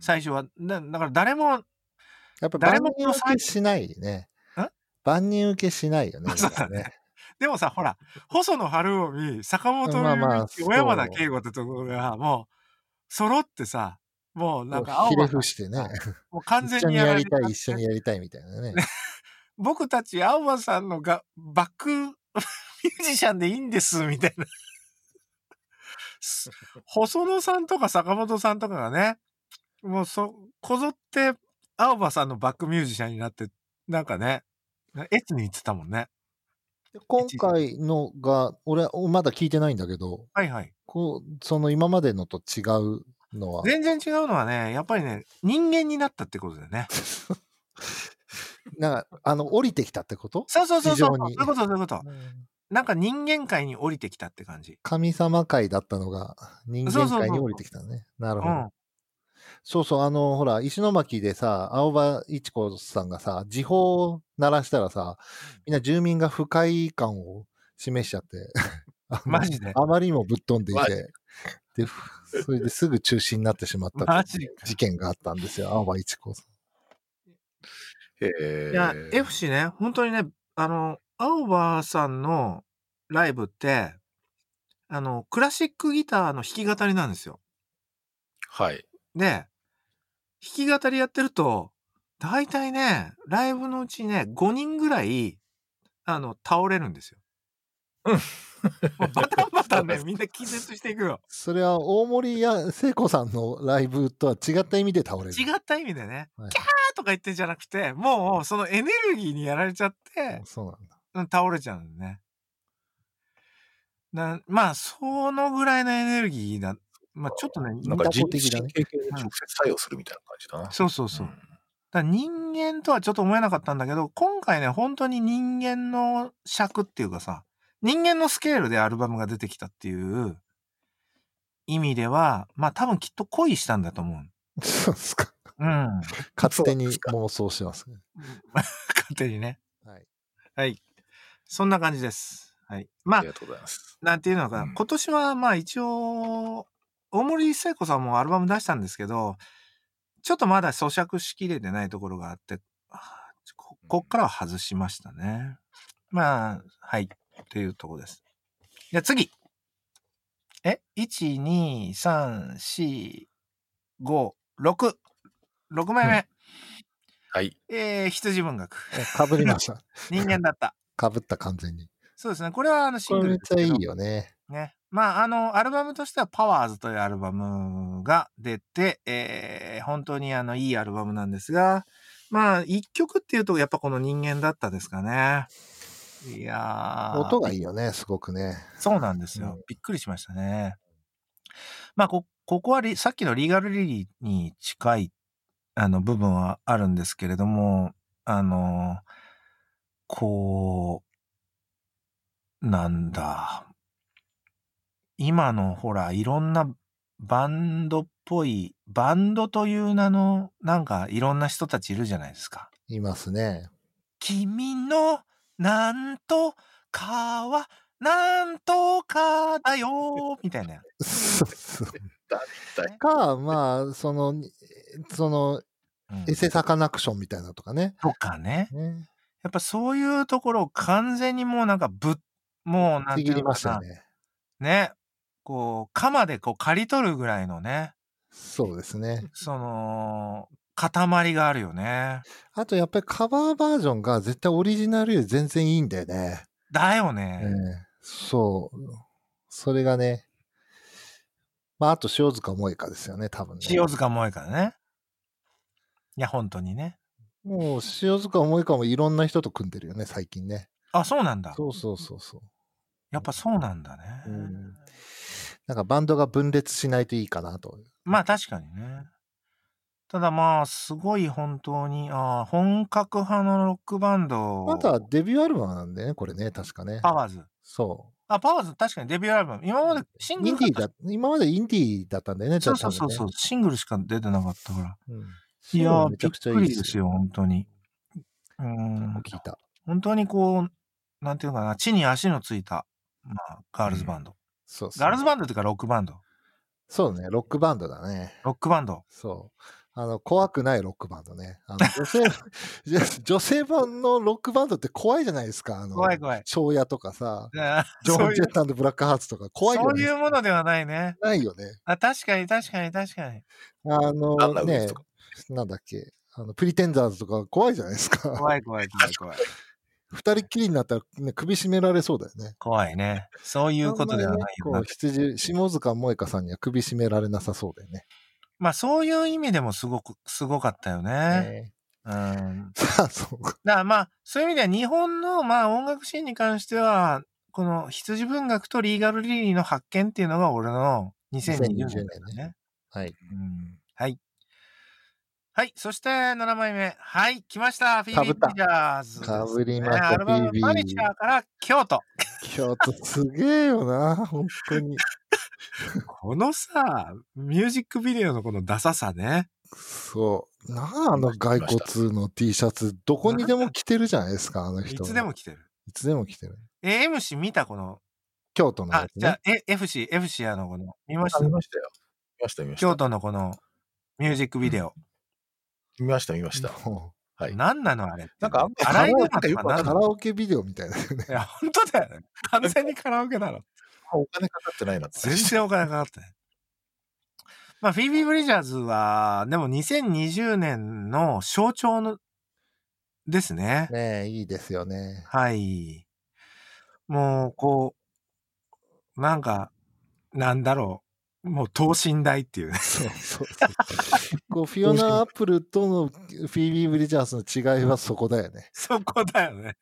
最初は、だだから誰も、
やっぱ
誰
万
も
人受けしないね
ん。
万人受けしないよね。
そうだ
だから
ね
ね。
でもさ、ほら、細野晴臣、坂本
まあ
龍
まあ
一、小山田圭吾ってところが、もう、揃ってさ、もうなんか
ひ
青葉
れ
さん
伏してね。
もう完全
一緒
に
に
やら
や
れ
り
ちゃっ
たい、
て
一緒にやりたいみたいなね。
*laughs* 僕たち青葉さんのがバック *laughs* ミュージシャンでいいんですみた
*laughs*
いな。す細野さんとか坂本さんとかがね、もうそ、こぞって青葉さんのバックミュージシャンになって、なんかね、エツに言ってたもんね。
で今回のが、俺、まだ聞いてないんだけど、
はいはい。
こうその今までのと違うのは、
全然違うのはね、やっぱりね、人間になったってことだよね。
なんか、あの、降りてきたってこと
そうそうそうそう。
非
そ
常
うい
に
うことそういうこと。なんか人間界に降りてきたって感じ。
神様界だったのが人
そうそ
間
うそう
界に降りてきたのね。なる
う
ほど。
ん。
そうそう、あの、ほら、石巻でさ、青葉一子さんがさ、時報を鳴らしたらさ、みんな住民が不快感を示しちゃって、 *laughs* あの
マジで
あまりにもぶっ飛んでい
マジ
て、で、ふそれですぐ中止になってしまった
マ
って
ジ
い
か
う事件があったんですよ、青葉一子さん。
へ
いや、
ー
F 氏ね、本当にね、あの、青葉さんのライブって、あの、クラシックギターの弾き語りなんですよ。
はい。
で、弾き語りやってると、大体ね、ライブのうちね、5人ぐらい、あの、倒れるんですよ。
うん
もうバタンバタン
そう
ね
で、す
みんな気絶していくよ。
それは大森や聖子さんのライブとは違った意味で倒れる。
違った意味でね、
は
あ
い
ーとか言ってんじゃなくて、もうそのエネルギーにやられちゃって、
そうなんだ。 *laughs*
うん倒れちゃうんだよね。なまあ、そのぐらいのエネルギーだ。まあ、ちょっとね、
なんか人
見たこと的だ
身
ね
経験に直接作用するみたいな感じだな。
そうそうそう。
うん
だから人間とはちょっと思えなかったんだけど、今回ね、本当に人間の尺っていうかさ、人間のスケールでアルバムが出てきたっていう意味では、まあ多分きっと恋したんだと思う。
そうですか。
*laughs*
うん。勝
勝手に
そうですか
妄想してますね。
手にね。
はい。
はい。そんな感じです。はい。ま
あ
あ
り、がとうございます。
なんていうのかな、
うん
今年はまあ一応、大森聖子さんもアルバム出したんですけど、ちょっとまだ咀嚼しきれてないところがあって、あーここっからは外しましたね。まあ、はい、というところです。じゃあ次。え、1、2、3、4、5、6。6枚目。
はい。
えー、羊文学。
かぶりました。
人間だった。
かぶった完全に。
そうですね。これはあのシ
こ
ン
れ
グ
め
ル
っ
です
ちゃ
け
い
ど。
いよね。
ね。まあ、あの、アルバムとしては、パワーズというアルバムが出て、えー本当にあの、いいアルバムなんですが、まあ、一曲っていうと、やっぱこの人間だったですかね。いやー
音がいいよね、すごくね。
そうなんですよ
うん。
びっくりしましたね。まあ、こ、ここはリさっきのリーガルリリーに近い、あの、部分はあるんですけれども、あの、こう、なんだ。今の、ほら、いろんなバンドっぽい、バンドという名の、なんか、いろんな人たちいるじゃないですか。
いますね。
君のなんとかはなんとかだ
*laughs*
よみたいな。
か、まあ、その、その、
うん
エセサカナクションみたいなのとかね。
とかね。
ね
やっぱそういうところを完全にもうなんかぶっ、もうなんて
ち
い
ぎ
う
り
の
ま
か
した
な。
よね。
ね。こう、鎌でこう刈り取るぐらいのね、
そうですね。
その、塊があるよね。
あとやっぱりカバーバージョンが絶対オリジナルより全然いいんだよね。
だよ
え
ね。
えそう。それがね。まあ、あと塩塚萌香ですよね、多分ね。
塩塚萌えからね。いや、本当にね。
もう塩塚萌香もいろんな人と組んでるよね、最近ね。
あ、そうなんだ。
そうそうそうそう。
やっぱそうなんだね。
うんなんかバンドが分裂しないといいかなと。
まあ確かにね。ただまあ、すごい本当に、ああ、本格派のロックバンド。
まだデビューアルバムなんでね、これね、確かね。
パワーズ。
そ
あ、パワーズ確かにデビューアルバム。今までシ
う。
ング
イン
ル
ディー
だっ
だ、今までインディーだったんだよね、
た。そうそうそう
多
そ
分
う、
ね
シングルしか出てなかったから。
うん
いやー
めち
び
ゃ
っ
くちゃい
く
い
り
で
ですす
よ。
よ、本当に。うーん。
聞いた。
本当にこう、なんていうのかな、地に足のついた、まあ、ガールズバンド。
そうそう
ガールズバンドっていうか、ロックバンド。
そうね、ロックバンドだね。
ロックバンド。
そう。あの、怖くないロックバンドね。あの女
*laughs*
性、いや女性版のロックバンドって怖いじゃないですか。あの、
怖い怖い。
昭夜とかさ、
あー
ジョ
そう
ン・
い
ジ
う
ェットブラックハーツとか怖いよ
そう
ね。
いうものではないね。
ないよね。
あ、確かに確かに確かに。
あ
ランナ
の、
ーウエ
ね
スト、
なんだっけ。あの、プリテンダーズとか怖いじゃないで
*laughs*
すか。
怖い怖い怖い怖い。
二人っきりになったら、ね、首絞められそうだよね。
怖いね。そういうことではない
あん
よな
まりねこう。羊、下塚萌香さんには首絞められなさそうだよね。
まあそういう意味でもすごく、すごかったよね。うん。
さあ、そうか。
だからまあそういう意味では日本のまあ音楽シーンに関しては、この羊文学とリーガルリリーの発見っていうのが俺の2020年だ
2020年
ね。
はい。
うん。はい。はい。そして7枚目。はい。来ました。フィービー・
かぶった
ピジャーズですね、
かぶりました
アルバム
フィービー
パニチャーから京都。
京都すげえよな、本当に。
このさ、ミュージックビデオのこのダサさね。
そう。なあ、あの骸骨の T シャツ、どこにでも着てるじゃないですか、あの
い
人。
つでも。来てる。
いつでも着てる。
え、MC 見たこの。
京都の
あ
や、つ
じゃ
ね
あ。、え、FC、FC あの、この、見まし
あ
た
見ましたよ。見ました、見ました。
京都のこの、ミュージックビデオ。
見ました、見ました。
も
はい
何なのあれって。
なんかあんま
洗
カラ
い
オケ
物
なんかよくわ
う
かん
カ
な
ラオケビデオみたいなよね。
いや、本当だよね。完全にカラオケだろ。
お金かかってないなって。
全 *laughs* 然お金かかってない。まあ、フィービー・ブリジャーズは、でも2020年の象徴の、ですね。
ねえ、いいですよね。
はい。もう、こう、なんか、なんだろう。もう、等身大っていうね。
そうそうそう。こう、フィオナ・アップルとのフィービー・ブリジャースの違いはそこだよね。
そこだよ
*laughs*
ね。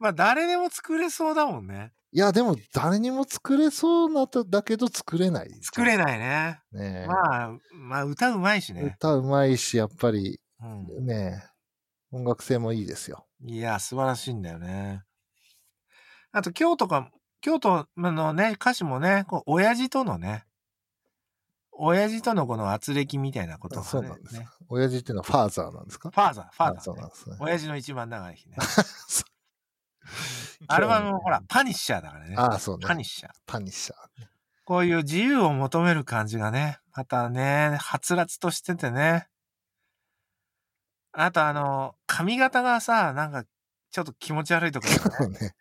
まあ、誰でも作れそうだもんね。
いや、でも誰にも作れそうなとだけど作れない。
作れないね。
ねえ。
まあ、まあ、歌うまいしね。
歌うまいし、やっぱり
うん、
ねえ、音楽性もいいですよ。
いや、素晴らしいんだよね。あと、今日とか、京都のね、歌詞もね、こう親父とのね、親父とのこの圧力みたいなことが、
あ
ね、
そうなんです、
ね。
親父っていうのはファーザーなんですか
ファーザー、ファーザー、
そう
ね
なんですね。
親父の一番長い日ね。
*laughs* そ
アルバムもほら、パニッシャーだからね。
ああ、そうね。
パニッシャー。
パニッシャー。
こういう自由を求める感じがね、またね、はつらつとしててね。あとあの、髪型がさ、なんか、ちょっと気持ち悪いとか、 *laughs*
そうね。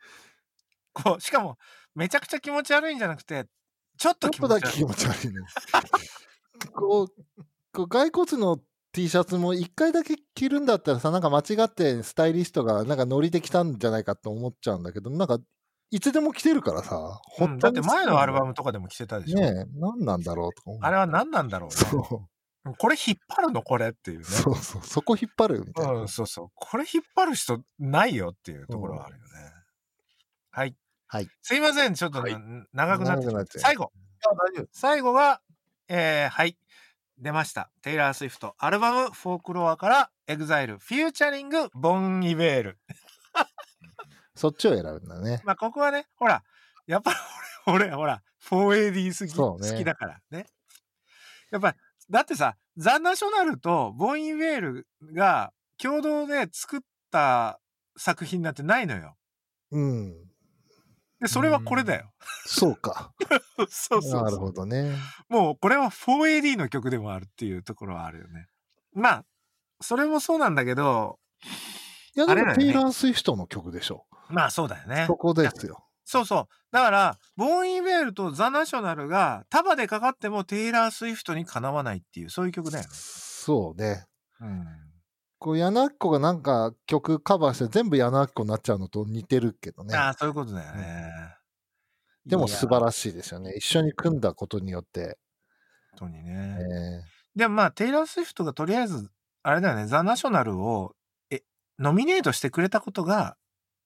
こう、しかも、めちゃくちゃ気持ち悪いんじゃなくて、ちょっ
ち
と
ょっ
気
と
持ち
だけ
悪
気
い。
持ち悪いね。こう、こう骸骨の T シャツも一回だけ着るんだったらさ、なんか間違ってスタイリストがなんかノリで着たんじゃないかと思っちゃうんだけど、なんかいつでも着てるからさ、
う
本当
ん、だって前のアルバ
ム
ムとかでも着てたでしょ。
ねえ、何なんだろうとか思う
あれは何なんだろうね。
そ
これ引っ張るのこれっていうね
う、。そうそう、そこ引っ張るみたいな。
うん、そうそう。これ引っ張る人ないよっていうところはあるよね。はい。
はい。
すいません、ちょっとな、
はい
長くなって
長くなっ
きて。
ちゃう
最後、
や大丈夫
最後が、えー、はい。出ました。テイラー・スウィフト、アルバム、フォークロアから、エグザイル、フューチャリング、ボン・イベール。
そっちを選ぶんだね。
まあ、ここはね、ほら、やっぱり *laughs* 俺、俺、ほら、4AD 好き、
そうね
好きだからね。やっぱ、だってさ、ザ・ナショナルとボン・イベールが共同で作った作品なんてないのよ。
うん。
で、それはこれだよ。
そうか。
*laughs* そうそうそう
なるほどね。
もうこれは 4AD の曲でもあるっていうところはあるよね。まあ、それもそうなんだけど、
いや、
あ
で
れだ
も
よね
テイラー・スウィフトの曲でしょ。
まあそうだよね
そ。こですよ。
そうそう。だから、ボーン・イベールとザ・ナショナルが束でかかってもテイラー・スウィフトにかなわないっていう、そういう曲だよね。
そうね。
うん。
こう、柳子がなんか曲カバーして全部柳子になっちゃうのと似てるけどね。
ああ、そういうことだよね。
でも
し
素晴
いや。
らしいですよね。一緒に組んだことによって。
本当にね。
えー
でもまあ、テイラー・スウィフトがとりあえず、あれだよね、ザ・ナショナルを、え、ノミネートしてくれたことが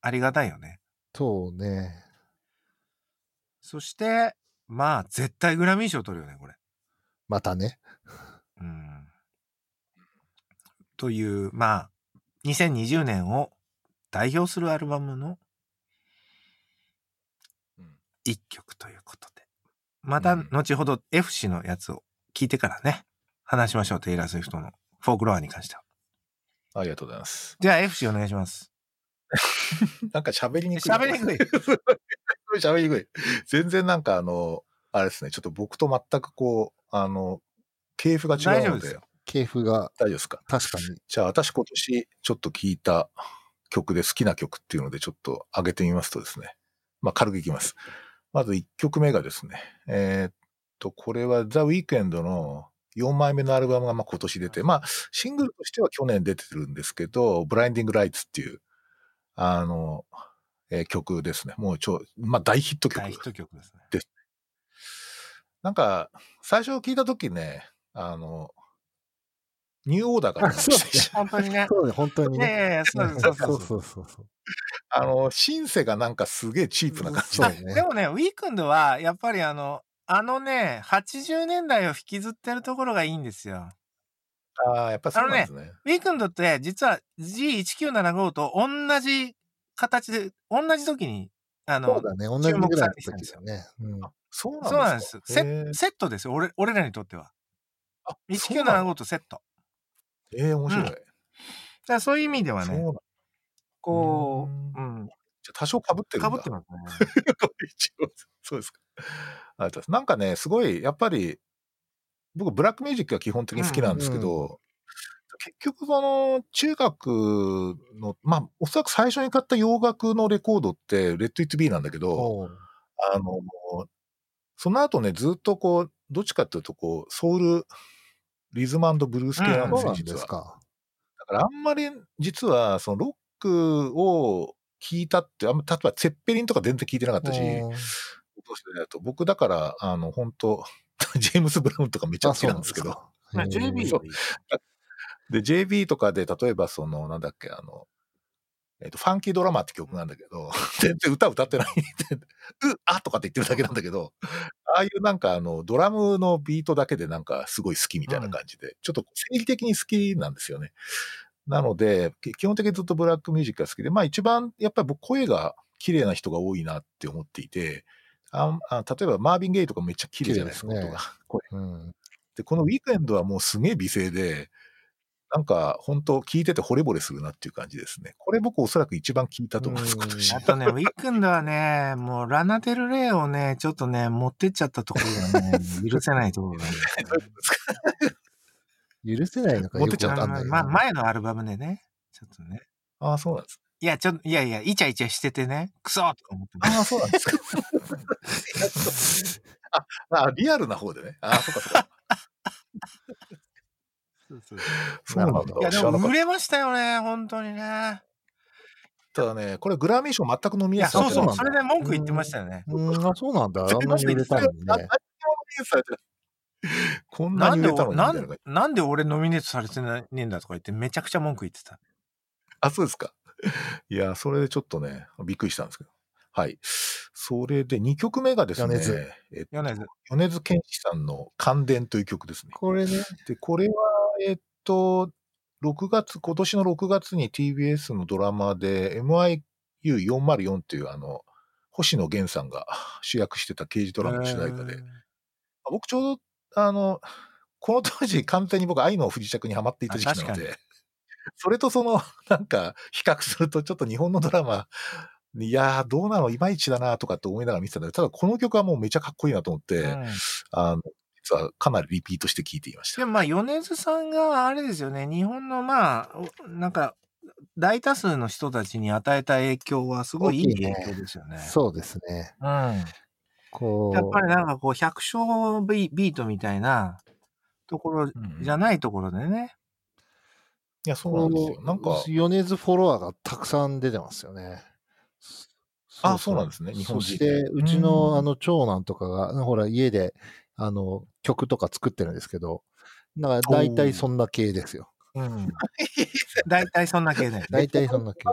ありがたいよね。
そうね。
そして、まあ、絶対グラミー賞取るよね、これ。
またね。
うん。という、まあ、2020年を代表するアルバムの
うん
一曲ということで。また、
うん
後ほど F 氏のやつを聞いてからね、話しましょう、テイラー・スウィフトのフォークロアに関しては。
ありがとうございます。
じゃあ F 氏お願いします。
なんか喋りにくい。
喋りにくい。
*laughs* 喋りにくい。全然なんかあの、あれですね、ちょっと僕と全くこう、あの、系譜が違
大
う
丈
の
夫で
です
よ。
系譜が
大丈夫ですか
確かに。
じゃあ私今年ちょっと聞いた曲で好きな曲っていうのでちょっと上げてみますとですね。まあ軽くいきます。まず1曲目がですね。えーっと、これは The Weeknd の4枚目のアルバムがまあ今年出て、まあシングルとしては去年出てるんですけど、Blinding Lights っていう、あの、えー曲ですね。もうちょ、まあ大ヒット曲。
大ヒット曲ですね。
なんか、最初聞いた時ね、あの、ニューオーダーが、
あそうなんだ
本当にね。
そうね、本当に
いや
ね。
いやいや、そうですそうです
そうそうそうそう。
あの、シンセがなんかすげえチープな感じ
そう
で。
ね
でもね、ウィークンドは、やっぱりあの、あのね、80年代を引きずってるところがいいんですよ。
ああ、やっぱそうなんですね。
ウィークンドって、実は G1975 と同じ形で、同じ時に、あ
そ
の
う、だね。同じぐらいの時だよね。うん
あそう
そうなんです。
か
セ
へ
ッ
ー
セットですよ。俺俺らにとっては。
あそうなんだ
1975とセット。だか
ええ、面白い。
うんらそういう意味では
そうなん
ね、
だ
こう、
う
うん、
じゃあ多少被ってるん
か
だ。
ぶってますね。
一応そうですか。ありがとうございますなんかね、すごい、やっぱり、僕、ブラックミュージックが基本的に好きなんですけど、
うん
結局、その、中学の、まあ、おそらく最初に買った洋楽のレコードって、レッド・イット・ビーなんだけど、
おう
あの、その後ね、ずっとこう、どっちかっていうと、こう、ソウル、リズムブルース系なんで
そう
す
な
よ、
んで
実は
す。か。
だからあんまり実はそのロックを聞いたって、あんま例えばツェッペリンとか全然聞いてなかったし、
うん
どうしてだと僕だから、あの、本当 *laughs* ジェームス・ブラウンとかめっちゃ好きなんですけど、。
あそうなんですかへー
JB
そうで JB とかで例えばその、なんだっけ、あの、えっと、ファンキードラマーって曲なんだけど、 *laughs* 全然歌歌ってない。う、あとかって言ってるだけなんだけど、ああいうなんかあの、ドラムのビートだけでなんかすごい好きみたいな感じで、ちょっと生理的に好きなんですよね。なので、き基本的にずっとブラックミュージックが好きで、まあ一番やっぱり僕声が綺麗な人が多いなって思っていて、ああ例えばマービン・ゲイとかめっちゃ綺麗じゃないですか、
綺麗ですね
音が声
うん。
で、このウィークエンドはもうすげえ美声で、なんか本当聞いてて惚れ惚れするなっていう感じですね。これ僕おそらく一番聞いたと思います、
うん
今年
あ。とね、ウィークンドはね、もうラナデルレイをね、ちょっとね、持ってっちゃったとこ
*laughs*
ろがね、許せないところがね。
許せないのかよくわかんないよ
まあ、前のアルバムでね、ちょっとね。
*laughs* ああ、そうなんです。
いや、ちょっと、いやいや、イチャイチャしててね、クソとか思ってま
ああ、そうなんですか。ああ、リアルな方でね。ああ、そうかそうか。
す。
*laughs* そうなんだ
なるほど
い。や、で
知らな
も
か
売
っ
れましたよね、本当にね。
ただね。これグラミー賞全くノミ
い
ネー
や、
トさ
そ
れて
う
な
そ
いう
う、そ
なんだ
れで文句言ってましたよね。
うん、あそうなんだ。あんなに売れたのに
何に
ね
も。ノミネートされてない *laughs* こんな
な
に
ん
売
で、
れたのにみた
ない
なのが
んなんで俺ノミネートされてないねえんだとか言って、めちゃくちゃ文句言ってた。
あ、そうですか。いや、それでちょっとね、びっくりしたんですけど。はい。それで2曲目がですね、
米津
えっと
米津。
米津玄師さんの「感電」という曲ですね。
これね、
で、これは、えっと、6月、今年の6月に TBS のドラマで MIU404 っていうあの、星野源さんが *laughs* 主役してた刑事ドラマの主題歌で、
うん。
僕ちょうど、あの、この当時完全に僕愛の不時着にハマっていた時期
あ
なの
確か
で、それとその、 *laughs* なんか、比較するとちょっと日本のドラマ、いやー、どうなのいまいちだなとかって思いながら見てたんだけど、ただこの曲はもうめちゃかっこいいなと思って、
うん
あの、実はかなりリピートして聴いていました。
でもまあ、米津さんがあれですよね、日本のまあ、おなんか、大多数の人たちに与えた影響はすごいいい
大きいね
影響ですよね。
そうですね。
うん。や
こう。
っぱりなんかこう、百姓ビビートみたいなところじゃ
い
ないところでね。
や、そうなんですよ。なんか、
米津フォロワーがたくさん出てますよね。
あそうなんですね日本人
そし
で
て、うちの
うん
あの長男とかが、ほら、家であの曲とか作ってるんですけど、なんか大体そんな系で
*laughs*
すよ。
うん。 *laughs* 大体そんな系だよね。
大体そんな系。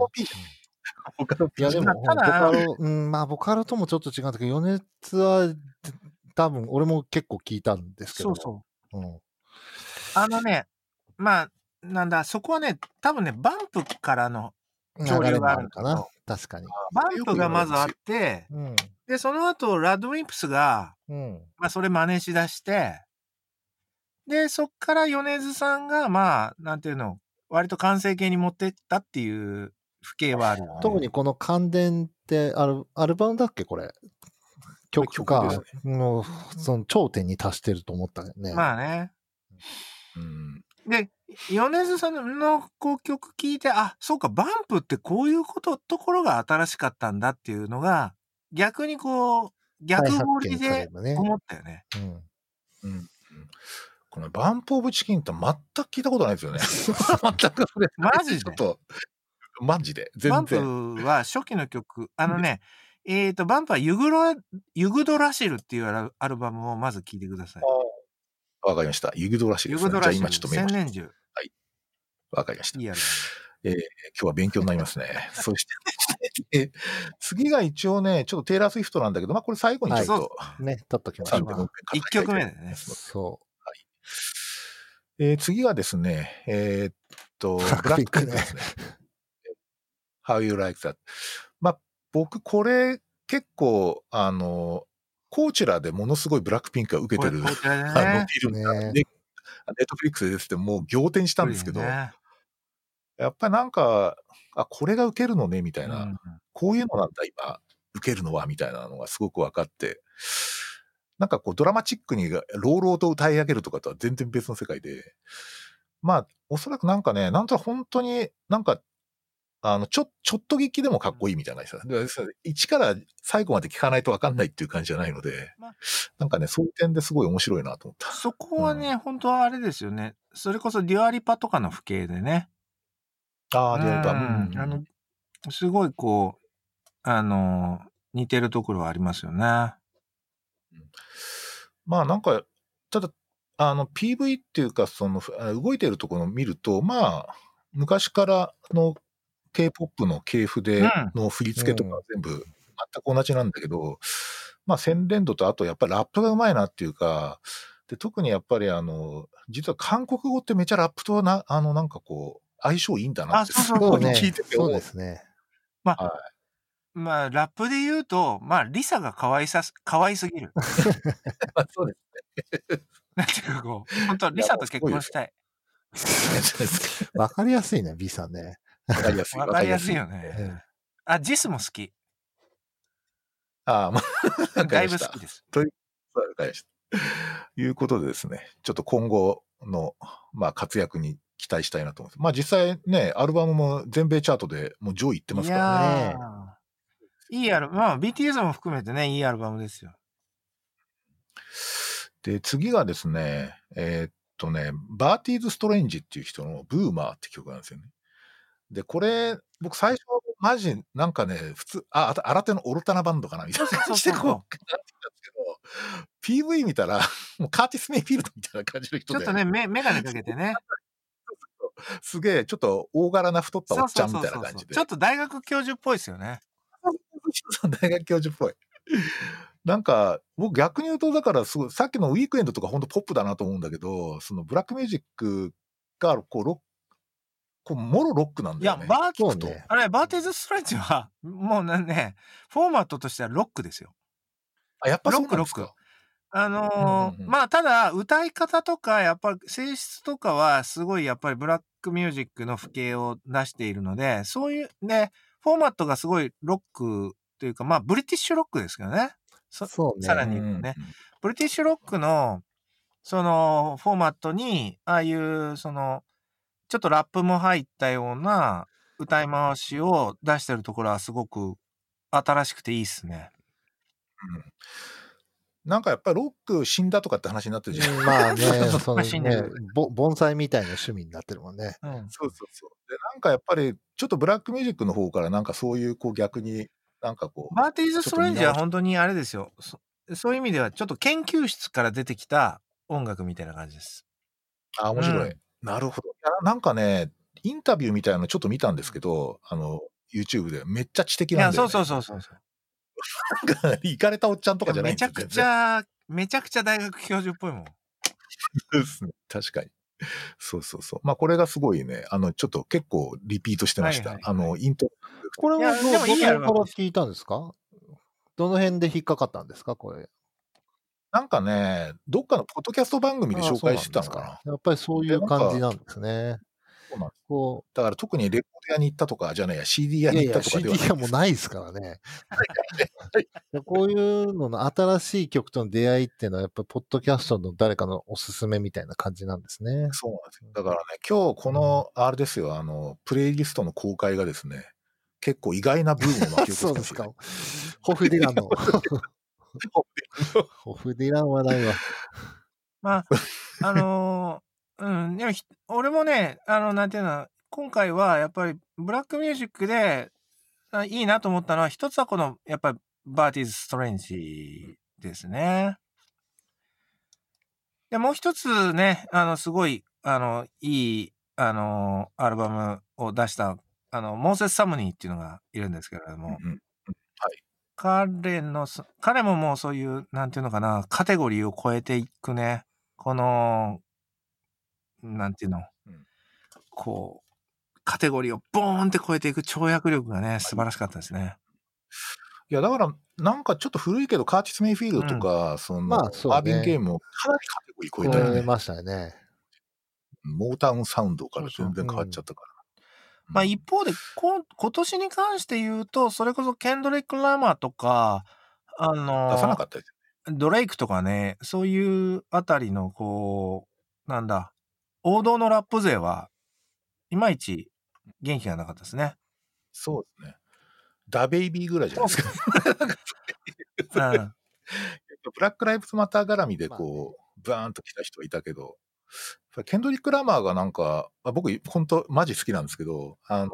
他の
いや、でも、ボ
ただ
カロ、うん、まあ、ボカロともちょっと違うんだけど、米津は、多分、俺も結構聞いたんですけ
そ
ど。
うそう。
う。ん、
あのね、まあ、なんだ、そこはね、多分ね、バンプからの、
流
潮
れ
流
も
が
あ
ある
るかな。確かに。
バンプがまずあって、
うん。
で、その後、ラッドウィンプスが、
うん。
まあ、それ真似しだして、で、そっから米津さんが、まあ、なんていうの、割と完成形に持ってったっていう不景はあるよね、
特にこの感電ってアル、アルバムだっけこれ。曲
曲
か
です。
もう、その頂点に達してると思ったよね。
まあね。
うん
で、米津さんのこう曲聞いて、あ、そうか、バンプってこういうこと、ところが新しかったんだっていうのが、逆にこう、逆合理
再
で
発見されるね。
思ったよね。
うん
うんうんこのバンプ・オブ・チキンって全く聞いたことないですよね。全く *laughs* それ。
マジで
ちょっと、マジで。
バ
全
ンプ
然。
は初期の曲、あのね、えっ、と、バンプはユグロ、ユグドラシルっていうアルアルバムをまず聴いてください。
わかりました。ユグドらしいで
ユ
す
グ
ね。
ド
じゃ
ラ
あ
シ
今
ル、
ちょっとメ
千
モして
年銃。
わかりました。
いいアル
今日は勉強になりますね。 *laughs* そして、え次が一応ね、ちょっとテイラー・スウィフトなんだけど、まあこれ最後にちょっと、
ね、立っときましょ
三
う
曲
か。
バム。1曲目でね。
そ
えー次がですね、えーっと、 *laughs* ブ
ブ
ラ
ラ
ッ
ッ
ク
ク
ピンクで
ピンクね
すね。How you like that? まあ、僕、これ、結構、あの、コーチェラでものすごいブラックピンクが受け
こ
て
れ
*laughs* る、
こちらで
あ
ね。
の、フィル
う。
ム、
ね
でネットフリックスで出てて、もう仰天したんですけど、
これね
やっぱりなんか、あ、これが受けるのね、みたいな、
うん
こういうのなんだ、今、受けるのは、みたいなのがすごく分かって、なんかこう、ドラマチックに、朗々と歌い上げるとかとは全然別の世界で、まあ、おそらくなんかね、なんとなく本当になんか、あの、ちょ、ちょっと聞きでもかっこいいみたいな感じです。一から最後まで聞かないと分かんないっていう感じじゃないので
まあ、
なんかね、そういう点ですごい面白いなと思った。
そこはね、
う
本当はあれですよね。それこそデュアリパとかの不景でね。
ああ、
うん
で、やっぱ、
あの、すごいこう、あの、似てるところはありますよね。
まあなんか、ただ、あの、PV っていうか、その、あ動いてるところを見ると、まあ、昔からの K-POP の系譜
う
で
ん
の振り付けとか全部全く同じなんだけど、まあ、洗練度と、あとやっぱりラップがうまいなっていうか、で、特にやっぱりあの、実は韓国語ってめちゃラップとな、あの、なんかこう、相性いいんだなって、
あ
す
そうそう
ごい
ね
聞いてて
そ
思
う
う
で。すね。
まあ、ラップで言うと、まあ、リサが可愛さす、可愛す
*laughs*
ぎる。
まあそうです。
なんていうかこう、本当はリサと結婚したい。
*laughs*
わかりやすいね、B さんね。
わかりやすい。
わかりやすいよ
え
ね。
え
あ、ジスも好き。
ああ、まあ、わか
*laughs* だい
りま
ぶ
した。
好きです。
わかりました。いうことでですね、ちょっと今後の、まあ、活躍に期待したいなと思います。まあ実際ね、アルバムも全米チャートでもう上位いってます
い
からね。
や
ね
ーいいアルバム、まあ、BTS も含めてね、いいアルバムですよ。
で、次がですね、えーっとね、バーティーズ・ストレンジっていう人のブーマーって曲なんですよね。で、これ、僕最初、マジ、なんかね、普通、あ、あた新手のオルタナバンドかなみたいな感じで、
*laughs*
こう、
そ
な
う
ってきたんですけど、PV 見たら、もうカーティス・メイフィールドみたいな感じの人
ちょ
で、
っとね、めメガネかけてね。
すげえ、ちょっと大柄な太った *laughs* おっちゃんみたいな感じで。
ちょっと大学教授っぽいですよね。
大学教授っぽい。なんか、僕逆に言うと、だからすごい、さっきのウィークエンドとか本当ポップだなと思うんだけど、そのブラックミュージックが、こう、ロック、こう、もろロックなん
い
だ
や、
よね。
バーテ
そう
ィ
ね。
あれ、バーティーズ・ストレッチは、もうね、フォーマットとしてはロックですよ。
あ、やっぱそうなんですか
ロックロッあのー
うんうんうん
まあ、ただ、歌い方とか、やっぱり性質とかは、すごいやっぱりブラックミュージックの不景を出しているので、そういうね、フォーマットがすごいロックというか、まあ、ブリティッシュロックですけどね。そ
そうね。
さらに
うんうん
ねブリティッシュロックの、その、フォーマットに、ああいう、その、ちょっとラップも入ったような歌い回しを出してるところはすごく新しくていいっすね。
なんかやっぱりロック死んだとかって話になってるじゃん。
まあね、その
マシンで
ね、ぼ盆栽みたいな趣味になってるもんね。
うん。
そうそうそう。で、なんかやっぱり、ちょっとブラックミュージックの方から、なんかそういう、こう逆に、なんかこう、
バーティーズ・ストレンジは本当にあれですよそ。そういう意味ではちょっと研究室から出てきた音楽みたいな感じです。
あ、面白い。
う
なるほど。いやなんかね、インタビューみたいなのちょっと見たんですけど、あの、YouTube でめっちゃ知的
い
な
や、
んだ
そ
よ、
う
ね。
そうそうそうそう。
なんか、行かれたおっちゃんとかじゃない
め
ん
ち
です
ゃ
よ
くちゃ、めちゃくちゃ大学教授っぽいもん。
全然そうですね確かに。そうそうそう。まあ、これがすごいね、あの、ちょっと結構リピートしてました。
はい
あの、イント
これ
い
は
や
ど、
で
ど
も
の
いい
辺か
や
ら
ろ
聞いたんですかどの辺で引っかかったんですかこれ。
なんかね、どっかのポッドキャスト番組で紹介してたのかな。
あそうなんですやっぱりそういう感じなんですね。
そうなんです
こ
だから特にレコード屋に行ったとか、じゃないや、CD
う、
屋
い
に
やい
行った
や、
とかでは
CD
ない
がもうないですからね。 *laughs* こういうのの新しい曲との出会いっていうのは、やっぱりポッドキャストの誰かのおすすめみたいな感じなんですね。
そうなんですよ。だからね、今日この、あれですよ、あの、プレイリストの公開がですね、結構意外なブームを巻き起こして
*laughs* そう
ま
ですすか。ホフディラ
*laughs*
ンの。ホフディランはないわ。
まあ、 *laughs* あのーうん、でもひ、俺もね、あの、なんていうの、今回はやっぱりブラックミュージックであいいなと思ったのは、一つはこの、やっぱりバーティーズ・ストレンジですね。で、もう一つね、あの、すごい、あの、いい、あのアルバムを出した、あの、モーセス・サムニーっていうのがいるんですけれども、
うんうん
彼のそ、彼ももうそういう、なんていうのかな、カテゴリーを超えていくね、この、なんていうの、
うん
こう、カテゴリーをボーンって超えていく跳躍力がね、素晴らしかったですね。
いや、だから、なんかちょっと古いけど、カーティス・メイフィールドとか、その、
まあそうね
アービン・ゲームをかなりカテゴリー超えたよ
超え
ね。
ましたね。
モータウンサウンドから全然変わっちゃったから。
まあ
うん
一方で、こ今年に関して言うと、それこそケンドリック・ラマーとか、あの、
出さなかったですよ
ドレイクとかね、そういうあたりの、こう、なんだ、王道のラップ勢は、いまいち元気がなかったですね。
そうですね。ダ・ベイビーぐらいじゃないですか。 *laughs*
うん、
ブラック・ライブズ・マター絡みで、こう、バーンと来た人はいたけど、やっぱりケンドリック・ラマーがなんか、あ僕、本当マジ好きなんですけど、あの、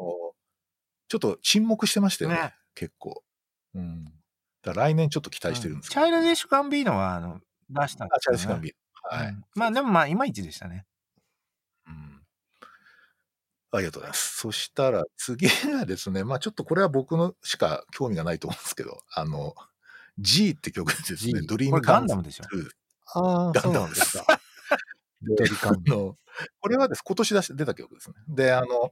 ちょっと沈黙してましたよね、
ね
結構。うん。だから来年ちょっと期待してるんです
チャイルディッシュ・ガンビーノは、あの、出したん
あチャイル
で
ズ・
す
ガ
よ
ンビ
ね
ーノはい。
うんまあでもまあ、いまいちでしたね。
うんありがとうございます。そしたら次がですね、まあちょっとこれは僕のしか興味がないと思うんですけど、あの、G って曲ですね、
G
ドリー
こ
ム
れガ
カ
ン
ン
ダ
ズ
ムでしょ。
ああ、
ガ
そ
ン
う
ダ
な
ム
ん
で
ですすか。
で
ドリカン
あのこれはです、今年出し出た曲ですね。で、あの、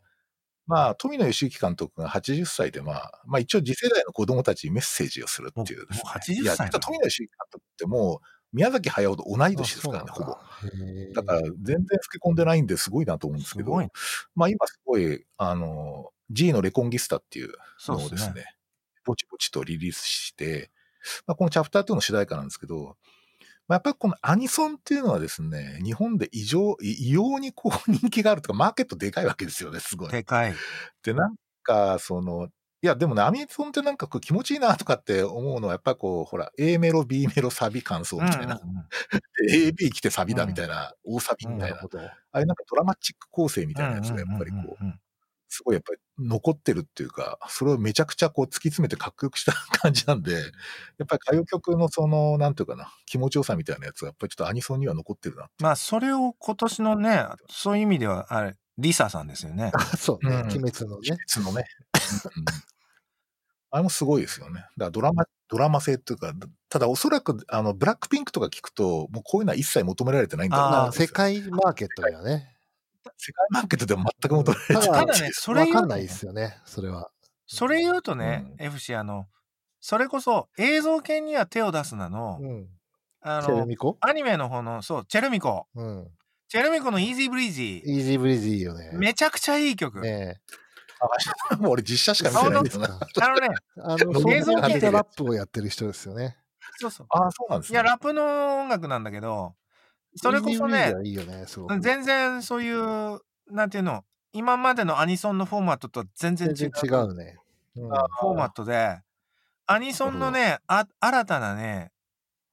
まあ、富野義行監督が80歳で、まあ、まあ一応次世代の子供たちにメッセージをするっていうですね、
もうもう80歳
いや、
なの
実は富野義行監督ってもう、宮崎駿と同い年ですからね、
あ
ほぼ。。
そうなん
だ
だ
から、
へー
全然老け込んでないんですごいなと思うんです
す
けど、
ごい。
まあ今すごい、あの、G のレコンギスタっていう
そ
の
う
を
で
です
す
ね、
ね。
ぼちぼちとリリースして、まあ、このチャプター2の主題歌なんですけど、まあ、やっぱりこのアニソンっていうのはですね、日本で異常、異様にこう人気があるとか、マーケットでかいわけですよね、すごい。
でかい。
で、なんか、その、いや、でもね、アニソンってなんかこう気持ちいいなとかって思うのは、やっぱこう、ほら、A メロ、B メロ、サビ、感想みたいな。
うんうんうん
AB 来てサビだみたいな、大サビみたい
な
な。
るほど。
あれなんかドラマチック構成みたいなやつがやっぱりこう、
んんんん
すごいやっぱり残ってるっていうか、それをめちゃくちゃこう突き詰めてかっこよくした感じなんで、やっぱり歌謡曲のその、なんていうかな、気持ちよさみたいなやつがやっぱりちょっとアニソンには残ってるな。
まあ、それを今年のね、そういう意味では、あれ、リサさんですよね。
あそうね、
うん
鬼滅のね。
別のね。うんあれもすごいですよね。だからドラマ、ドラマ性っていうか、ただおそらく、あの、ブラックピンクとか聞くと、もうこういうのは一切求められてないんだろう
あ
な
ま
ー
あ、
と思うんで
世
すよ。
界マーケットにはね。
世界マーケットでは全く求められてない。
た
た
だ
だ
*laughs*
ね、それ
わ
言う
か
と
んないですよね、それは。
それ言うとね、
う
FC、あの、それこそ映像系には手を出すなの、
うん。
あ
チェル
の、
ミコ
アニメの方の、そう、チェルミコ。
うん。
チェルミコのイージーブリージ
イージーブリージーよね。
ー。めちゃくちゃいい曲。
ね
もう俺実写し
え。
か見てないんです
そ
よ
う
ね。
ですか
あのね、
あの、
映像系
ソングとラップをやってる人ですよね。
そうそう。
ああ、そうなんです
い
ね。
や、ラップの音楽なんだけど、それこそね、
イージーブリージーはいいよね、す
う
ご
ん
く。
全然そういう、なんていうの、今までのアニソンのフォーマットとは全然違
全
う
然違うね。うん
あ
フォーマットで、アニソンのね、あ新たなね、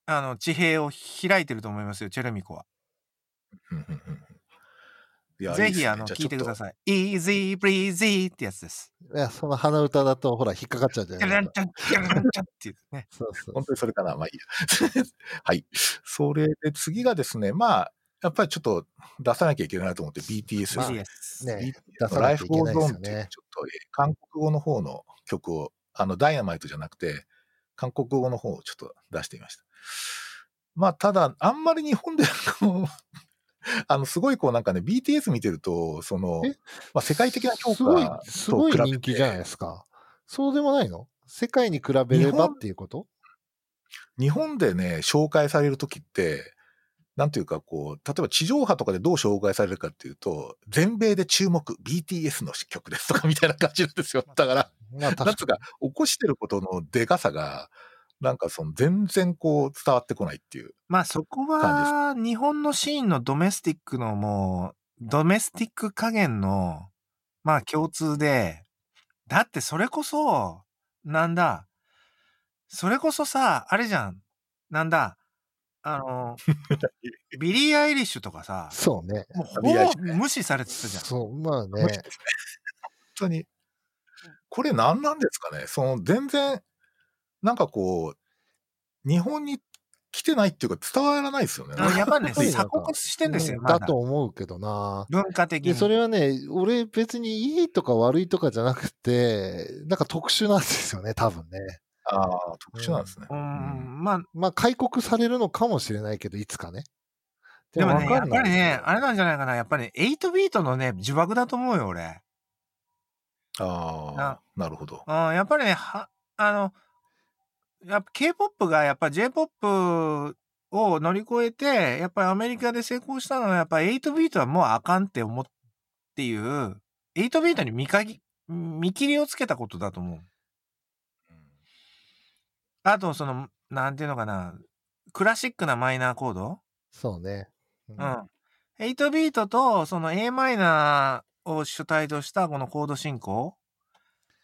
あの、地平を開いてると思いますよ、チェルミコは。
うんうんうんいやい
ぜ
いっす
ひ、
ね
あの、
じゃ
聞いてくだ
い。
さい。Easy Breezy ってやつです。
いや、その鼻歌だと、ほら、引っかかっちゃうじゃ
チャラ
ない
ン
ですか。
チャンチャランチャンっていうね。
そうそう
本。当にそれかな。まあいいや。 *laughs* はい。それで次がですね、まあ、やっぱりちょっと出さなきゃいけないなと思って BTS
まあ
BTS。
ね
BTS のライフゴールドオンっていう
出さなきゃいけないですよね
ちょっとえー韓国語の方の曲を、あの、ダイナマイトじゃなくて、韓国語の方をちょっと出してみました。まあ、ただ、あんまり日本で、こう *laughs* あの、すごいこうなんかね、BTS 見てると、その
え、
まあ、世界的な評
すごい
価、
すごい
と比べて
人気じゃないですか。そうでもないの世界に比べれ
日
ば
本
っていうこと
日本でね、紹介されるときって、なんていうかこう、例えば地上波とかでどう紹介されるかっていうと、全米で注目、BTS の曲ですとかみたいな感じなんですよ。だから、
まあ、
なん
確
つ
か
うか、起こしてることのでかさが、なんかその全然こう伝わってこないっていう。
まあそこは、日本のシーンのドメスティックのもう、ドメスティック加減の、まあ共通で、だってそれこそ、なんだ、それこそさ、あれじゃん、なんだ、あ
*laughs*
の、ビリー・アイリッシュとかさ
に。、そうね。
もう
*laughs*
ほ
ビリーアイリッシ
ぼ無視されてたじゃん。
そう、まあ
無理
ね
で。すね本当に。これ何なんですかねその全然、なんかこう、日本に来てないっていうか伝わらないですよね。
あのやっぱりね、
すごいなん
鎖
か
国してんですよ、
うん
ま
だ
だ
と。思うけどな。
文化的
で、
に。
それはね、俺別にいいとか悪いとかじゃなくて、なんか特殊なんですよね、多分ね。
ああ、特殊なんですね。
う
うん
ん、まあ、
まあ、開国されるのかもしれないけど、いつかね。
でもね、
わ
や
か
っ
ん
ぱ
ない
り
ですよ
ね、あれなんじゃないかな。やっぱり8ビートのね、呪縛だと思うよ、俺。
ああ、なるほど。
うん、やっぱりね、は、あの、やっぱ K-POP がやっぱ J-POP を乗り越えて、やっぱりアメリカで成功したのは、やっぱ8ビートはもうあかんって思っていう、8ビートに見かぎ、見切りをつけたことだと思う。あと、その、なんていうのかな、クラシックなマイナーコード
そうね。う
うん。8ビートとその a マイナーを主体としたこのコード進行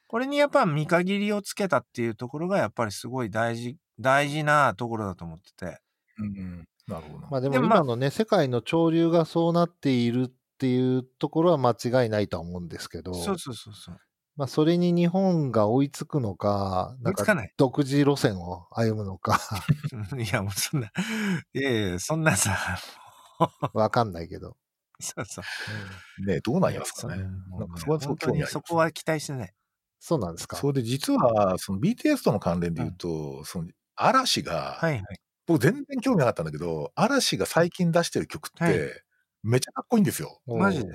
これにやっぱ見限りをつけたっていうところがやっぱりすごい大事大事なところだと思ってて
うん、なるほどな。
まあでも
でもまあ
今のね、世界の潮流がそうなっているっていうところは間違いないとは思うんですけど、
そうそうそうそう
まあそれに日本が追いつくのか、
追
ないん
つか
か
ない
独自路線を歩む
*laughs*
のか、
いやもうそんないやいやそんなさ *laughs*
わかんないけど。
そうそう
ねどうなんやすか
い
ね
や。そ
なんかそこはすご
本
い
当
興味あり
に
ます
そこは期待してない
そうなんですか。
それで実は、その BTS との関連で言うと、その嵐が、
はいはい
僕全然興味なかったんだけど、嵐が最近出してる曲って、
はい
めちゃかっこいいんですよ。
おう
マジで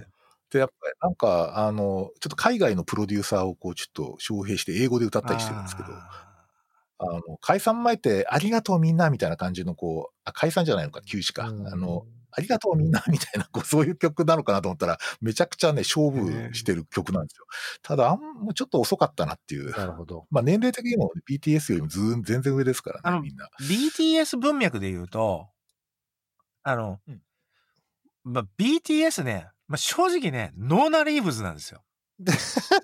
で、やっぱりなんか、あの、ちょっと海外のプロデューサーをこう、ちょっと招聘して英語で歌ったりしてるんですけど、あ
あ
の、解散前って、ありがとうみんなみたいな感じの、こう、あ、解散じゃないのか、休止か。
うん
あの、ありがとうみんなみたいな、こう、そういう曲なのかなと思ったら、めちゃくちゃね、勝負してる曲なんですよ。ただ、あんもうちょっと遅かったなっていう。
なるほど。
まあ、年齢的にも BTS よりもずん全然上ですか
あ
ら
の
ね、みんな。
ー BTS 文脈で言うと、あの、
うん
まあ、BTS ね、まあ、正直ね、ノーナリーブズなんですよ。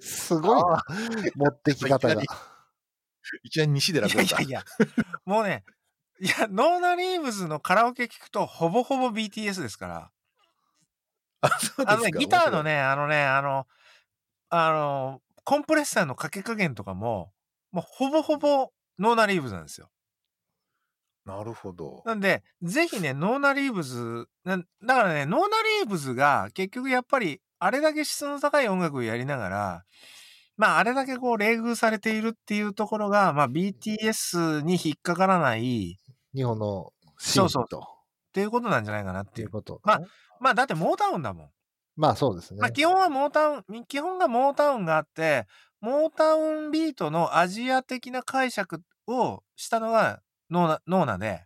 すごいな。持ってき方が
い。いきなり西寺
い
君
やい
が
やいや、もうね、いや、ノーナリーブズのカラオケ聞くと、ほぼほぼ BTS ですから。
あ、 *laughs* そうです
あの
か
ね、ギター
面白
の。
い
ね、あのね、あの、あの、コンプレッサーのかけ加減とかも、もうほぼほぼノーナリーブズなんですよ。
なるほど。
なんで、ぜひね、ノーナリーブズ、なだからね、ノーナリーブズが結局やっぱり、あれだけ質の高い音楽をやりながら、まあ、あれだけこう、冷遇されているっていうところが、まあ、BTS に引っかからないっ
日本のシー
そうそ
ン
う
と
ていうことなんじゃないかなって
い
いうう。
こと。
まあまあ、だってモータウンだもん。
まあそうですね
まあ、。基本はモータウン、基本がモータウンがあって、モータウンビートのアジア的な解釈をしたのがノーナ、ノーナで、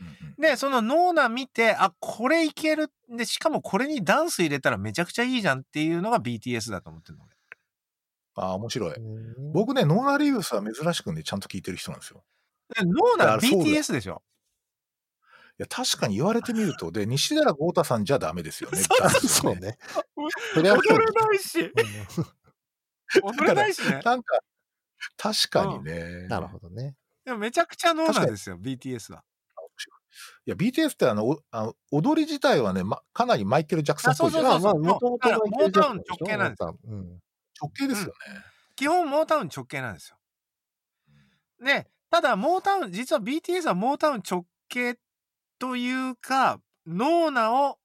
うんうん
で、そのノーナ見て、あ、これいける。で、しかもこれにダンス入れたらめちゃくちゃいいじゃんっていうのが BTS だと思ってるの。
あ、面白い。
うん
僕ね、ノーナリーブスは珍しくね、ちゃんと聞いてる人なんですよ。
俺でノーナはい
やそうだ
BTS でしょ。
いや、確かに言われてみると、で、西寺豪太さんじゃダメですよね。
*laughs* そう
ダンス
そ
は
う
ね
ね。そ
踊
れはそう
れないし、
ね
踊れないしね。
なんか、確かにね。
うんなるほどね。
でもめちゃくちゃノーナですよ、BTS は。
いや、BTS ってあの、おあの踊り自体はね、ま、かなりマイケル・ジャクソンっぽいじゃ
そう
ない
そうそう
まあまあ元々が
モータウン直系なんです
よ。うん
直径ですよね。
基本モータウン直系なんですよ。で、ただモータウン、実は BTS はモータウン直系というか、ノーナを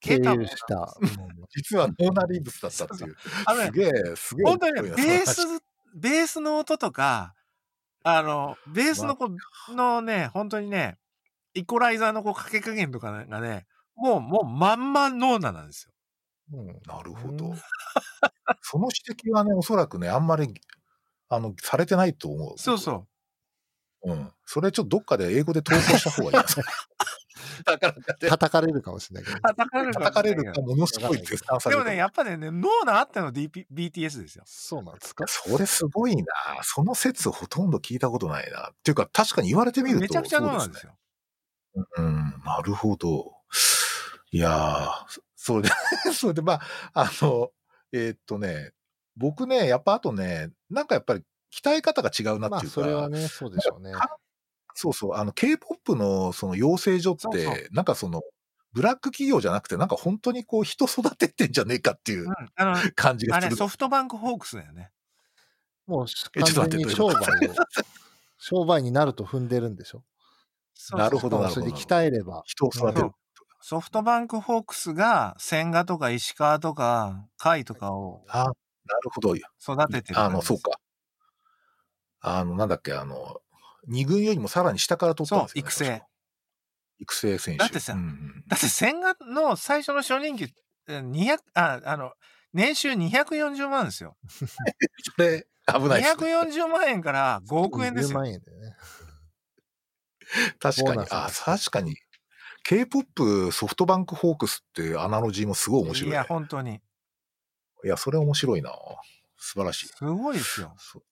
経
得たものなん
由
です
した。
実はノーナリーブスだったっていう。
あのね
すげえ、すげえ面
本当
白いな。その
にね、ベー
話
ス、ベースの音とか、あの、ベースのこう、のね、本当にね、イコライザーのこう、かけ加減とかがね、もう、もう、まんまノーナなんですよ。
うん
なるほ
う
ど
ん。
*laughs* その指摘はね、おそらくね、あんまり、あの、されてないと思う。
そうそう。
う。うん。それちょっとどっかで英語で投稿した方がいいな。
*laughs*
だからだって、
叩かれるかもしれな
*laughs*
いけど。
叩かれるかも
叩か
しれない
れ
け
る
ど
かものすごい絶賛さ
で
れると
も
思う。
ね、やっぱりね、ノーナあっての DP BTS ですよ。
そうなんですか
それすごいな。その説ほとんど聞いたことないな。っていうか、確かに言われてみると。
めちゃくちゃノーナです
よ。
よ。
うん、なるほど。いやー、そ *laughs* それで、それで、まあ、あの、えーっとね、僕ね、やっぱあとね、なんかやっぱり鍛え方が違うな
ま
っ
あ
ていうか、
それはね、そうでしょうね。
そうそう、あの、K-POP のその養成所って、
そうそう
なんかその、ブラック企業じゃなくて、なんか本当にこう人育ててんじゃねえかって *laughs* いう
うん。あの、
感じ
あ
がす
れ、
る。
ソフトバンクホークスだよね。
もう
え
完
ちょっと待っ
全
て
に商売を
どういうこ、
商売になると踏んでるんでしょ。
そう
なるほど
しかもそれで
なるほど
鍛えれば。
人を育てる。
ソフトバンクホークスが、千賀とか石川とか、甲斐とかを
あなるほど。
育ててる
あ
感じ
の、
です。
そうか。あの、なんだっけ、あの、二軍よりもさらに下から取ったんですよ、ね。
そう育成
確か。育成選手。
だってさ
うんうん
だって千賀の最初の初任給えー200ああの年収240万ですよ
それ、危ないです、ね。
240万円から5億円です
10
よ
万円でね。
確か
ボ
に
ーナ。ス
あ、確かに。K-POP ソフトバンクホークスっていうアナロジーもすごい面白い、ね。
い
い
や
や、
本当に
それ面白いな。素晴らしい。
すごいですよ
そう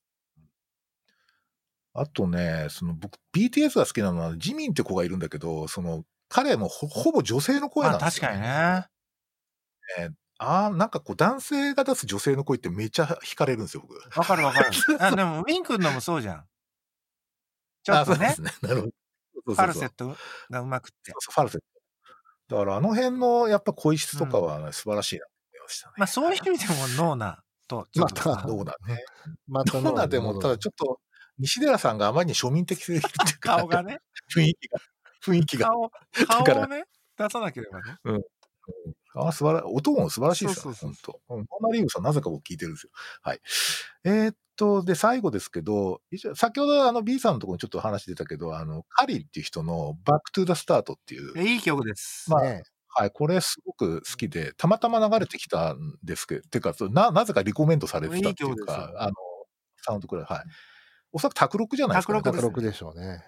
あとね、その僕、BTS が好きなのは、ジミンって子がいるんだけど、その、彼もほほぼ女性の声
ま
な
あ
んです
確
よ、
かにね
ああ、なんかこう、男性が出す女性の声ってめっちゃ惹かれるんですよ、僕。
わかる
*laughs*
わかるあでもウィン君のもそうじゃんちょっと
あ
ね
そうですね。なるほど。そうそうそう
パルセットがうまくって
そうそうファルセット。だからあの辺のやっぱ声質とかはね、素晴らしいなと思いましたね。
まあそういう意味でもノーナとちょっ
ま
と *laughs*
た、
どうだね。
また
どうだでも、ただちょっと、西寺さんがあまりに庶民的すぎるっていうか、
顔がね
雰囲気が、雰囲気が。
顔
*laughs* だから
顔をね出さなければね
あ素晴ら音も素晴らしいですよね、
そう
本
そ
当。うんノーマリーブさん、なぜか僕聞いてるんですよ。はい。えーっと、で、最後ですけど、一応先ほどあの B さんのところにちょっと話出たけど、あの、カリーっていう人のバックトゥーザスタートっていう、
いやいい曲です
まあ
ね
はい、これすごく好きで、たまたま流れてきたんですけど、てか、そうななぜかリコメンドされてたっていう
いい曲です
か、
よ
あの、サウンドクラウド、はい。おそらく卓録じゃないですか、ね。
卓
卓
録
録でしょうね。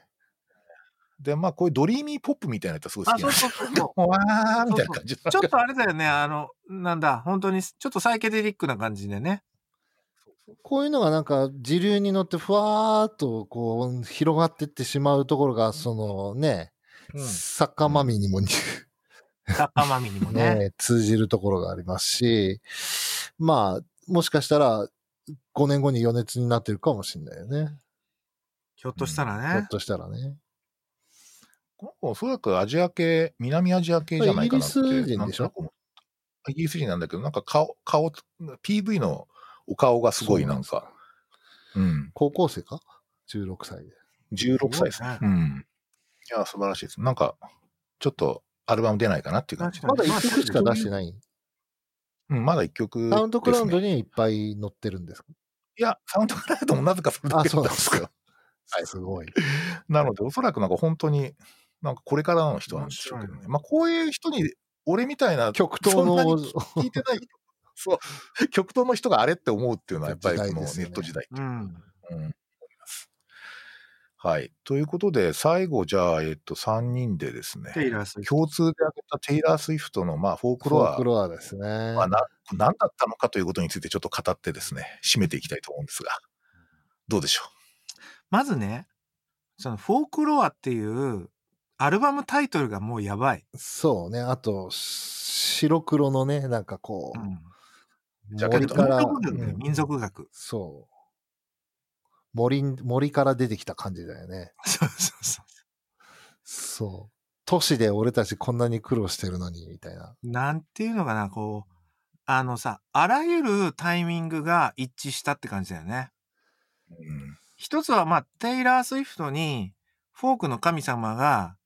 で、まあ、こういうドリーミーポップみたいなやつはすごい好
あ、
きな
そ
んですよ。
うそうそうそう。
もうわーみたいな感じ。
ちょっとあれだよね、あの、なんだ、本当に、ちょっとサイケデリックな感じでね。
こういうのがなんか時流に乗ってふわーっとこう広がってってしまうところが、そのね、
うん
サッカーマミーにもに
タカマミにもね。
*laughs* ね、通じるところがありますし、まあ、もしかしたら5年後に余熱になってるかもしれないよね。
ひょっとしたら
ひょ
ね
っ。としたらね。
この子おそらくアジア系、南アジア系じゃないかなって。
イギリス人でし
な
ょ
んとなく思ったイギリス人なんだけど、なんか顔、顔、PV のお顔がすごいなん
そう
か、うん、
高校生か ?16 歳で。
16歳ですね。
う
うん。いや、素晴らしいです。なんか、ちょっとアルバム出ないかなっていう感じ。
確か
まだ
に
1曲しか出してない。
うん、まだ一曲です、ね。
サウンドクラウンドにいっぱい載ってるんですか
いや、サウンドクラウドもなぜかそれだけだったんです
あそう
よ。はい
すごい。
なので、おそらくなんか本当に、なんかこれからの人なんでしょうけどね。まあ、こういう人に、俺みたいな、
極東
そんな
の
に聞いてない人、 *laughs* そう、極東の人があれって思うっていうのは、やっぱりこ
時
の
代
ネ
ですよね
ット時代。
うん。
うん思いますはい。ということで、最後、じゃあ、えっと、3人でですね、
テイラースウィフト
共通で挙げたテイラー・スウィフトの、まあ、フォーク
フォ
ロ
ー
ア
クロアですね。
まあ、な何だったのかということについてちょっと語ってですね、締めていきたいと思うんですが、どうでしょ
まずね、そのフォークロアっていうアルバムタイトルがもうやばい。
そうね。あと、白黒のね、なんかこ
う
う、
ん。
ジャケッ
森
ト
民
か
族
ら、
学ね、
うん
民族学。 *laughs*
そう。森、森から出てきた感じだよね。
そうそうそう。
そう。都市で俺たちこんなに苦労してるのに、みたいな。
なんていうのかな、こう、あのさ、あらゆるタイミングが一致したって感じだよね。
う。うん
一つは、まあ、テイラー・スウィフトに、フォークの神様が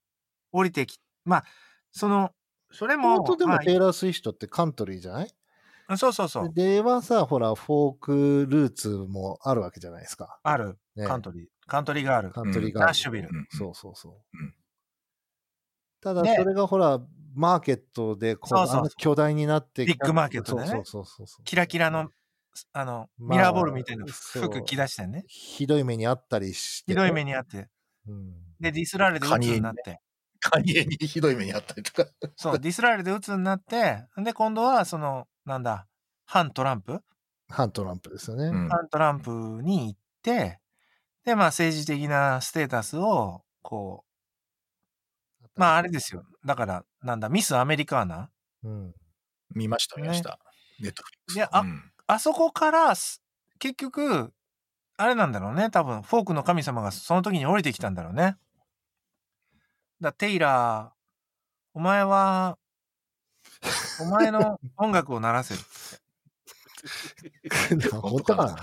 降りてき、まあ、その、それも、
本当で
ま
も
あ
テイラー・スウィフトってカントリーじゃない
あそうそうそう、
ではさ、ほら、フォークルーツもあるわけじゃないですか。
ある、
ね、
カントリー、カントリーがある、
カントリーがあ
ナ
る
ッシュビル
う。ん
そうそうそう。
うん
ただ、
ね
それがほら、マーケットでこう、
そうそうそう
あの巨大になって
ビッグマーケットでね
そうそうそうそう。
キラキラの、あの、
ま
ミ
あ
ラーボールみたいな
そう
服着出してね。
ひどい目にあったりして
ひ
ね、
どい目にあって。
うん。
で、ディスられて
カニ
鬱になっ
*laughs*
て。
カニエにひどい目にあったりとか。
そう、ディスられて鬱になって、で、今度は、その、なんだ、反トランプ
反トランプですよね。
うん
反トランプに行って、で、まあ、政治的なステータスを、こう、まあ、あれですよ。だから、なんだ、ミスアメリカーナ
*laughs*
うん。
見ました、見ました。ネットフリックス。
いやあ
うん
あそこからす、結局、あれなんだろうね。多分、フォークの神様がその時に降りてきたんだろうね。だ、テイラー、お前は、お前の音楽を鳴らせる。
本当かな
い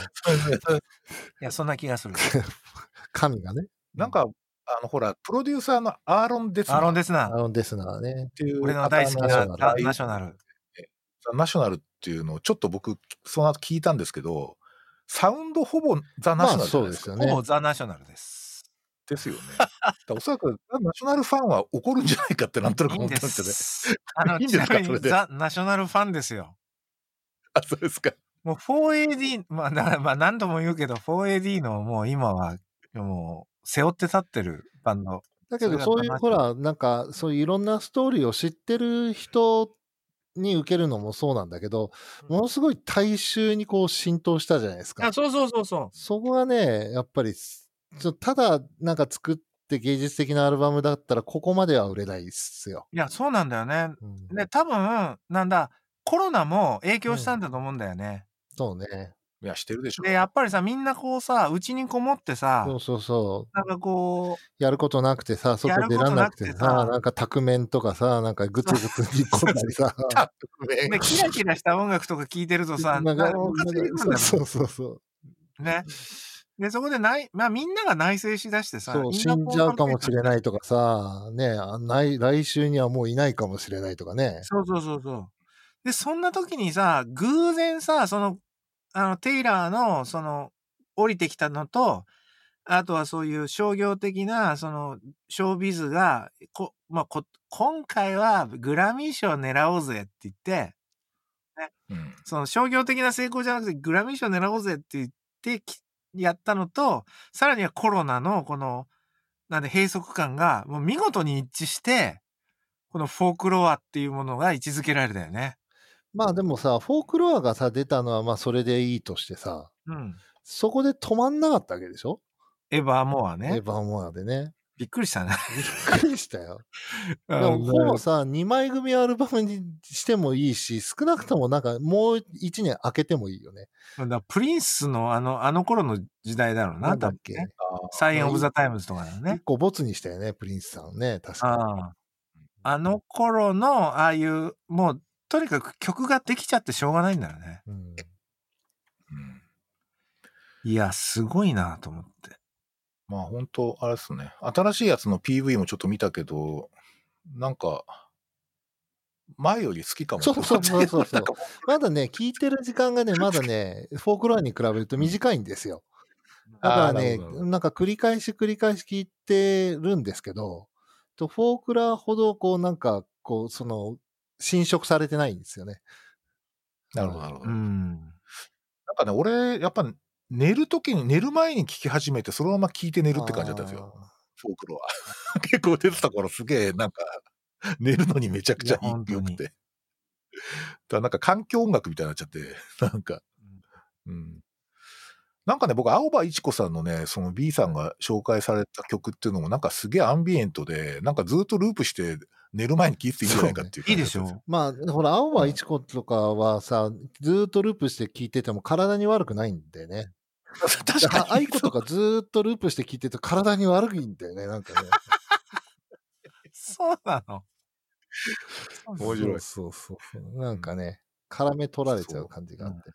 や、そんな気がす
*laughs*
る。
神がね。
なんか、あの、ほら、プロデューサーのアーロン・デス
アーロ
ナー
ン・
っ
デスナ
ア
ー、
ロン・デスナーね。
ていう、
俺の大好き
あ
な
の
ナナショナル。
ザ・ナショナルっていうのをちょっと僕、その後聞いたんですけど、サウンドほぼザ・ナ
ま
ショ
あ
ナルじゃ
そ
な
う
い
で
です
す
か。
よ
ほ
ね
ぼ。ザ・ナショナルです。
ですよね。 *laughs* だからおそらくザ・ナショナルファンは怒るんじゃないかってなんとなく
いい
思
ん
った
で
ん *laughs* ですよ
*laughs*
ね。
す。あの、
いいん
ち
です
な
か
み
そ
に
れで
ザ・ナショナルファンですよ。
あ、そうですか。
もう 4AD、まあ、なまあ何度も言うけど、4AD のもう今は、もう背負って立ってるバンド。
だけど、
そ
そう
れ
いう、
が
ほら、なんか、そういういろんなストーリーを知ってる人に受けるのもそうなんだけど、ものすごい大衆にこう浸透したじゃないですか。
そうそうそうそ
そこがね、やっぱり、ちょただ、なんか作って芸術的なアルバムだったら、ここまでは売れないっすよ。
う。いや、そうなんだよね。
うん
で、多分、なんだ、コロナも影響したんだと思うんだよね。
そうね。
いや、してるでしょ。
で、やっぱりさ、みんなこうさ、うちにこもってさ、
そうそうそう。
なんかこう、
やることなくてさ、
やる
外
こと
出らんなくて
な
さ、
くてさ
ななんか卓面とかさ、なんかグツグツ煮込んだりさ、
たごめん
でキラキラした音楽とか聴いてると
*laughs*
さ、
な
なんん
か
かムカついてくるんだ
そ
よ
うそうそうそう。
ね。で、そこでない、まあみんなが内省しだしてさ、
そう、死んじゃうかもしれないとかさ、ねあない、来週にはもういないかもしれないとかね。
そうそうそうそう。で、そんな時にさ、偶然さ、その、あの、テイラーの、その、降りてきたのと、あとはそういう商業的な、その、ショービズが、こ、まあ、こ、今回はグラミー賞狙おうぜって言って、
うん
その商業的な成功じゃなくてグラミー賞狙おうぜって言ってきやったのと、さらにはコロナのこの、なんで閉塞感がもう見事に一致して、このフォークロアっていうものが位置づけられたよね。
まあでもさ、フォークロアがさ、出たのはまあそれでいいとしてさ、
うん。
そこで止まんなかったわけでしょ
エヴァーモア
エ
ね
ヴ。ァモア
*laughs*
でね。
びっくりしたね。 *laughs*
びっくりしたよ。でもほぼさ、2枚組アルバムにしてもいいし、少なくともなんかもう1年空けてもいいよね。
だからプリンスのあの、あの頃の時代だろうな、
なんだ
多
っ
分
け、
ね。サイエン・オブ・ザ・タイムズとかだよね
結。構ボツにしたよね、プリンスさんね、確か
あああの頃の、ああいう、もう、とにかく曲ができちゃってしょうがないんだよね。
に。うん
うん
いや、すごいなと思って。
まあ本当あれですね。新しいやつの PV もちょっと見たけど、なんか、前より好きかも。
そうそうそうそう
*laughs* なんか
まだね、聴いてる時
*laughs*
間がね、まだね、フォークロアに比べると短いんですよ。だから
あ
ね、
ーなるほどなるほど
なんか繰り返し繰り返し聴いてるんですけど、とフォークロアほど、こうなんか、こう、その、侵食されてないんですよね。
なるほど、なるほど。な
う
ん
ん。
かね、俺、やっぱ寝るときに、寝る前に聞き始めて、そのまま聞いて寝
い
るって感じだったんですよ。。フォークロア。 *laughs* 結構出てた頃すげえ、なんか、寝るのにめちゃくちゃ
いや本
い
当に
よくて。だからなんか環境音楽みたいになっちゃって、 *laughs* なんか、うん。なんかね、僕、青葉一子さんのね、その B さんが紹介された曲っていうのも、なんかすげえアンビエントで、なんかずっとループして寝る前に聴いてていいんじゃないかっていう
いい
感じ
で
だっんす
した
よ
ょ
まあ、ほら、青葉一子とかはさ、ずーっとループして聴いてても体に悪くないんだよね。
*laughs* 確かに。
あ愛子とかずーっとループして聴いてると体に悪いんだよね、なんかね。
そうなの。
面白い
そうそうそう。なんかね、絡め取られちゃう感じがあって。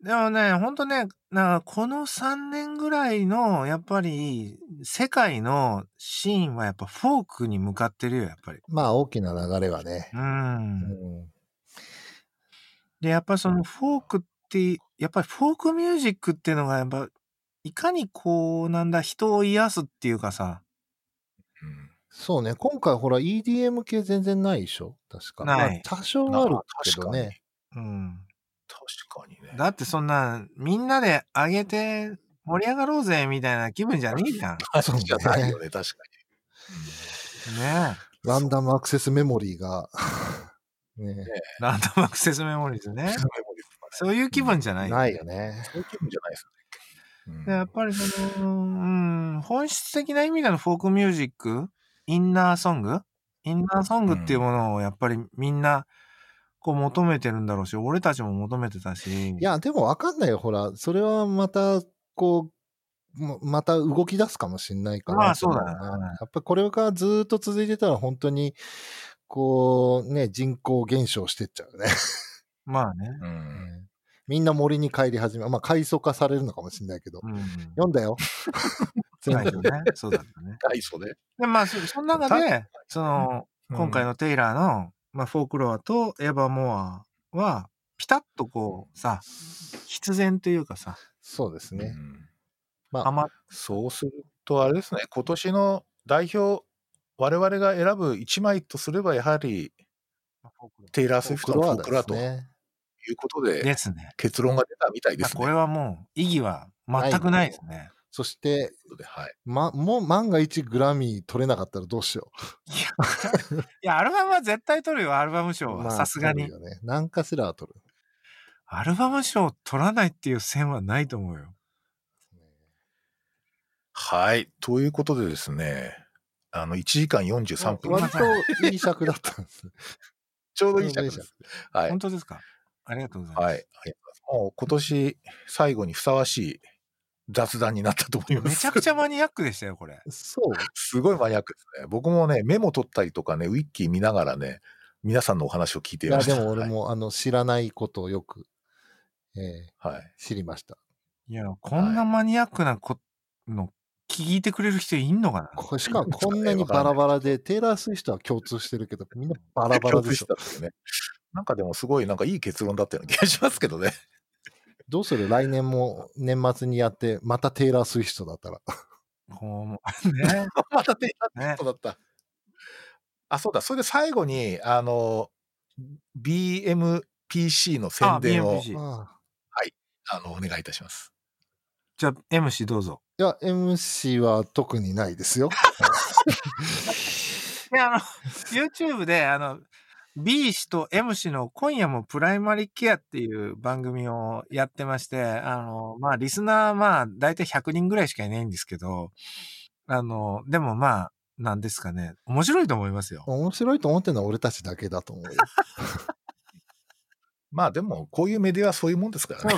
でもね、ほんとね、なんかこの3年ぐらいの、やっぱり、世界のシーンはやっぱフォークに向かってるよ、やっぱり。
まあ、大きな流れはね。
うん。
うん
で、やっぱりそのフォークって、やっぱりフォークミュージックっていうのが、やっぱ、いかにこう、なんだ、人を癒すっていうかさ、
うん
そうね、今回ほら EDM 系全然ないでしょ確か。
ない
まあ多少あるけど
確かに
ね。
うん。
確かにね。
だってそんな、みんなで上げて盛り上がろうぜ、みたいな気分じゃねえじゃん。
確かじゃないよね、確か
ね
ランダムアクセスメモリーが。 *laughs* ね
え。ランダムアクセスメモリーズ
に。
ね。
*laughs* そ
そういう気分じゃない。
ないよね。
ういう気分じゃないですよね。
でやっぱりその、うん、本質的な意味でのフォークミュージック、インナーソングインナーソングっていうものをやっぱりみんな、こう求めてるんだろうし、俺たちも求めてたし。
いや、でもわかんないよ。ほら、それはまた、こう、もまた動き出すかもしんないから。
まあそうだね
やっぱりこれがずーっと続いてたら本当に、こう、ね、人口減少してっちゃうね。
まあね。
うん。うん
ね *laughs* みんな森に帰り始め、まあ、階層化されるのかもしれないけど。
うん。
読んだよ。 *laughs* 全
ない
部。
*laughs* よね。そうだったね。
大層ね。
で、まあ、そその中で、その、今回
の。
のテイラーの、まあ、フォークロアとエヴァモアは、ピタッとこう、さ、必然というかさ、
そうです
う
ね。
ん
ま
あ
あ、
ま、
そうすると、あれですね、今年の代表、我々が選ぶ1枚とすれば、やはりテイラー・スウィフトのフォークラと
です
い
ね。
うことで、
ですね。
結論が出たみたいで
まあ
すね。
これはもう、意義は全くないですね。
そして、
ということではい
ま、もう万が一グラミー取れなかったらどうしよ
いや、いやア *laughs* ルバムは絶対取るよ、アルバム
う。
賞は。
まあ
さすがに
取。るよね。何かしらは取る。
アルバム賞取らないっていう線はないと思うよ。
はい。ということでですね、あの、1時間43分。
割といい尺だったんです。
ちょうどいいじゃない
ち
で
ょうどいい
すか。はい
本。当ですかありがとうございます。
はい。ありがとうございますもう今年最後にふさわしい雑談になったと思います。
めちゃくちゃ
マ
マニアックでしたよ、これ。
そう。
*laughs* すごいマニアックですね。僕もね、メモ取ったりとかね、ウィッキー見ながらね、皆さんのお話を聞いて
い
いま
や、
した。
でも俺
はい
も、あの、知らないことをよく、えー
はい
知りました。
いや、こんなマニアックなこの聞いてくれる人いんのかな
こしかもこんなにバラバラで、テイラー・スウィフトは共通してるけど、みんな
*laughs*
バラバラでしょ
共通。したっていうね。なんかでもすごい、なんかいい結論だったような気がしますけどね。
どうする来年も年末にやって、またテイラー・スウィフトだったら。
こう、 *laughs* ね。
またテイラー・
ね
スウィフトだった。あ、そうだ。それで最後に、あの、BMPC の宣伝
あ
を
BMPC
ああ
あのお願いいたします。
じゃあ、MC どうぞ。
いや、MC は特にないですよ。
で、あの、YouTube で、あの、B 氏と M 氏の今夜もプライマリケアっていう番組をやってまして、あの、まあ、リスナー、まあ、だいたい100人ぐらいしかいないんですけど、あの、でもまあ、なんですかね、面白いと思いますよ。
面白いと思ってるのは俺たちだけだと思うよ。
まあでも、こういうメディアはそういうもんですからね。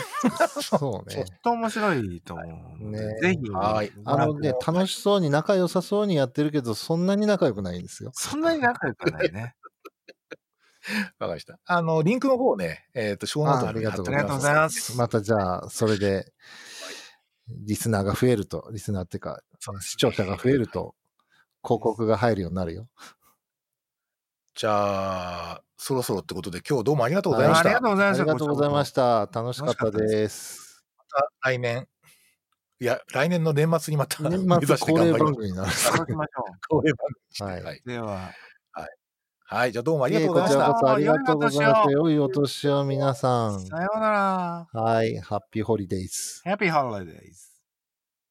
そう
ちょ
ね
っ。と面白いと思うので、
ね
ぜひ、
はい
ご
あ
覧
のね
くだ、さい
楽しそうに仲良さそうにやってるけど、そんなに仲良くないんですよ。
そんなに仲良くないね。
わかりました。あの、リンクの方をね、えっ、と、小ノート
ああり
に
が
貼
と
っ
う
て
ご
お
あ
き
りがとう
ま
ご
す
ざい。ます。
またじゃあ、それで、リスナーが増えると、リスナーっていうか、
そうですね
視聴者が増えると、広告が入るようになるよ。
じゃあ、そろそろってことで、今日どうもありがとうございま
あ
し
り
た。
がとうござい
あ
まし
り
た。
がとうございました。楽しかったです。
また来年。いや、来年の年末にまた
年
目
末
指して
恒
頑張り
例
ま
番
す。
組になる。
た。楽しましょ
恒例番組にして
はい
はい。
う。では。
はい、じゃあどうもありがとうございまし
え
た
えこちら。こそありがとうございました。良いお年を皆さん。
さようなら。
はい、ハッピーホリデイズ。
Happy holidays.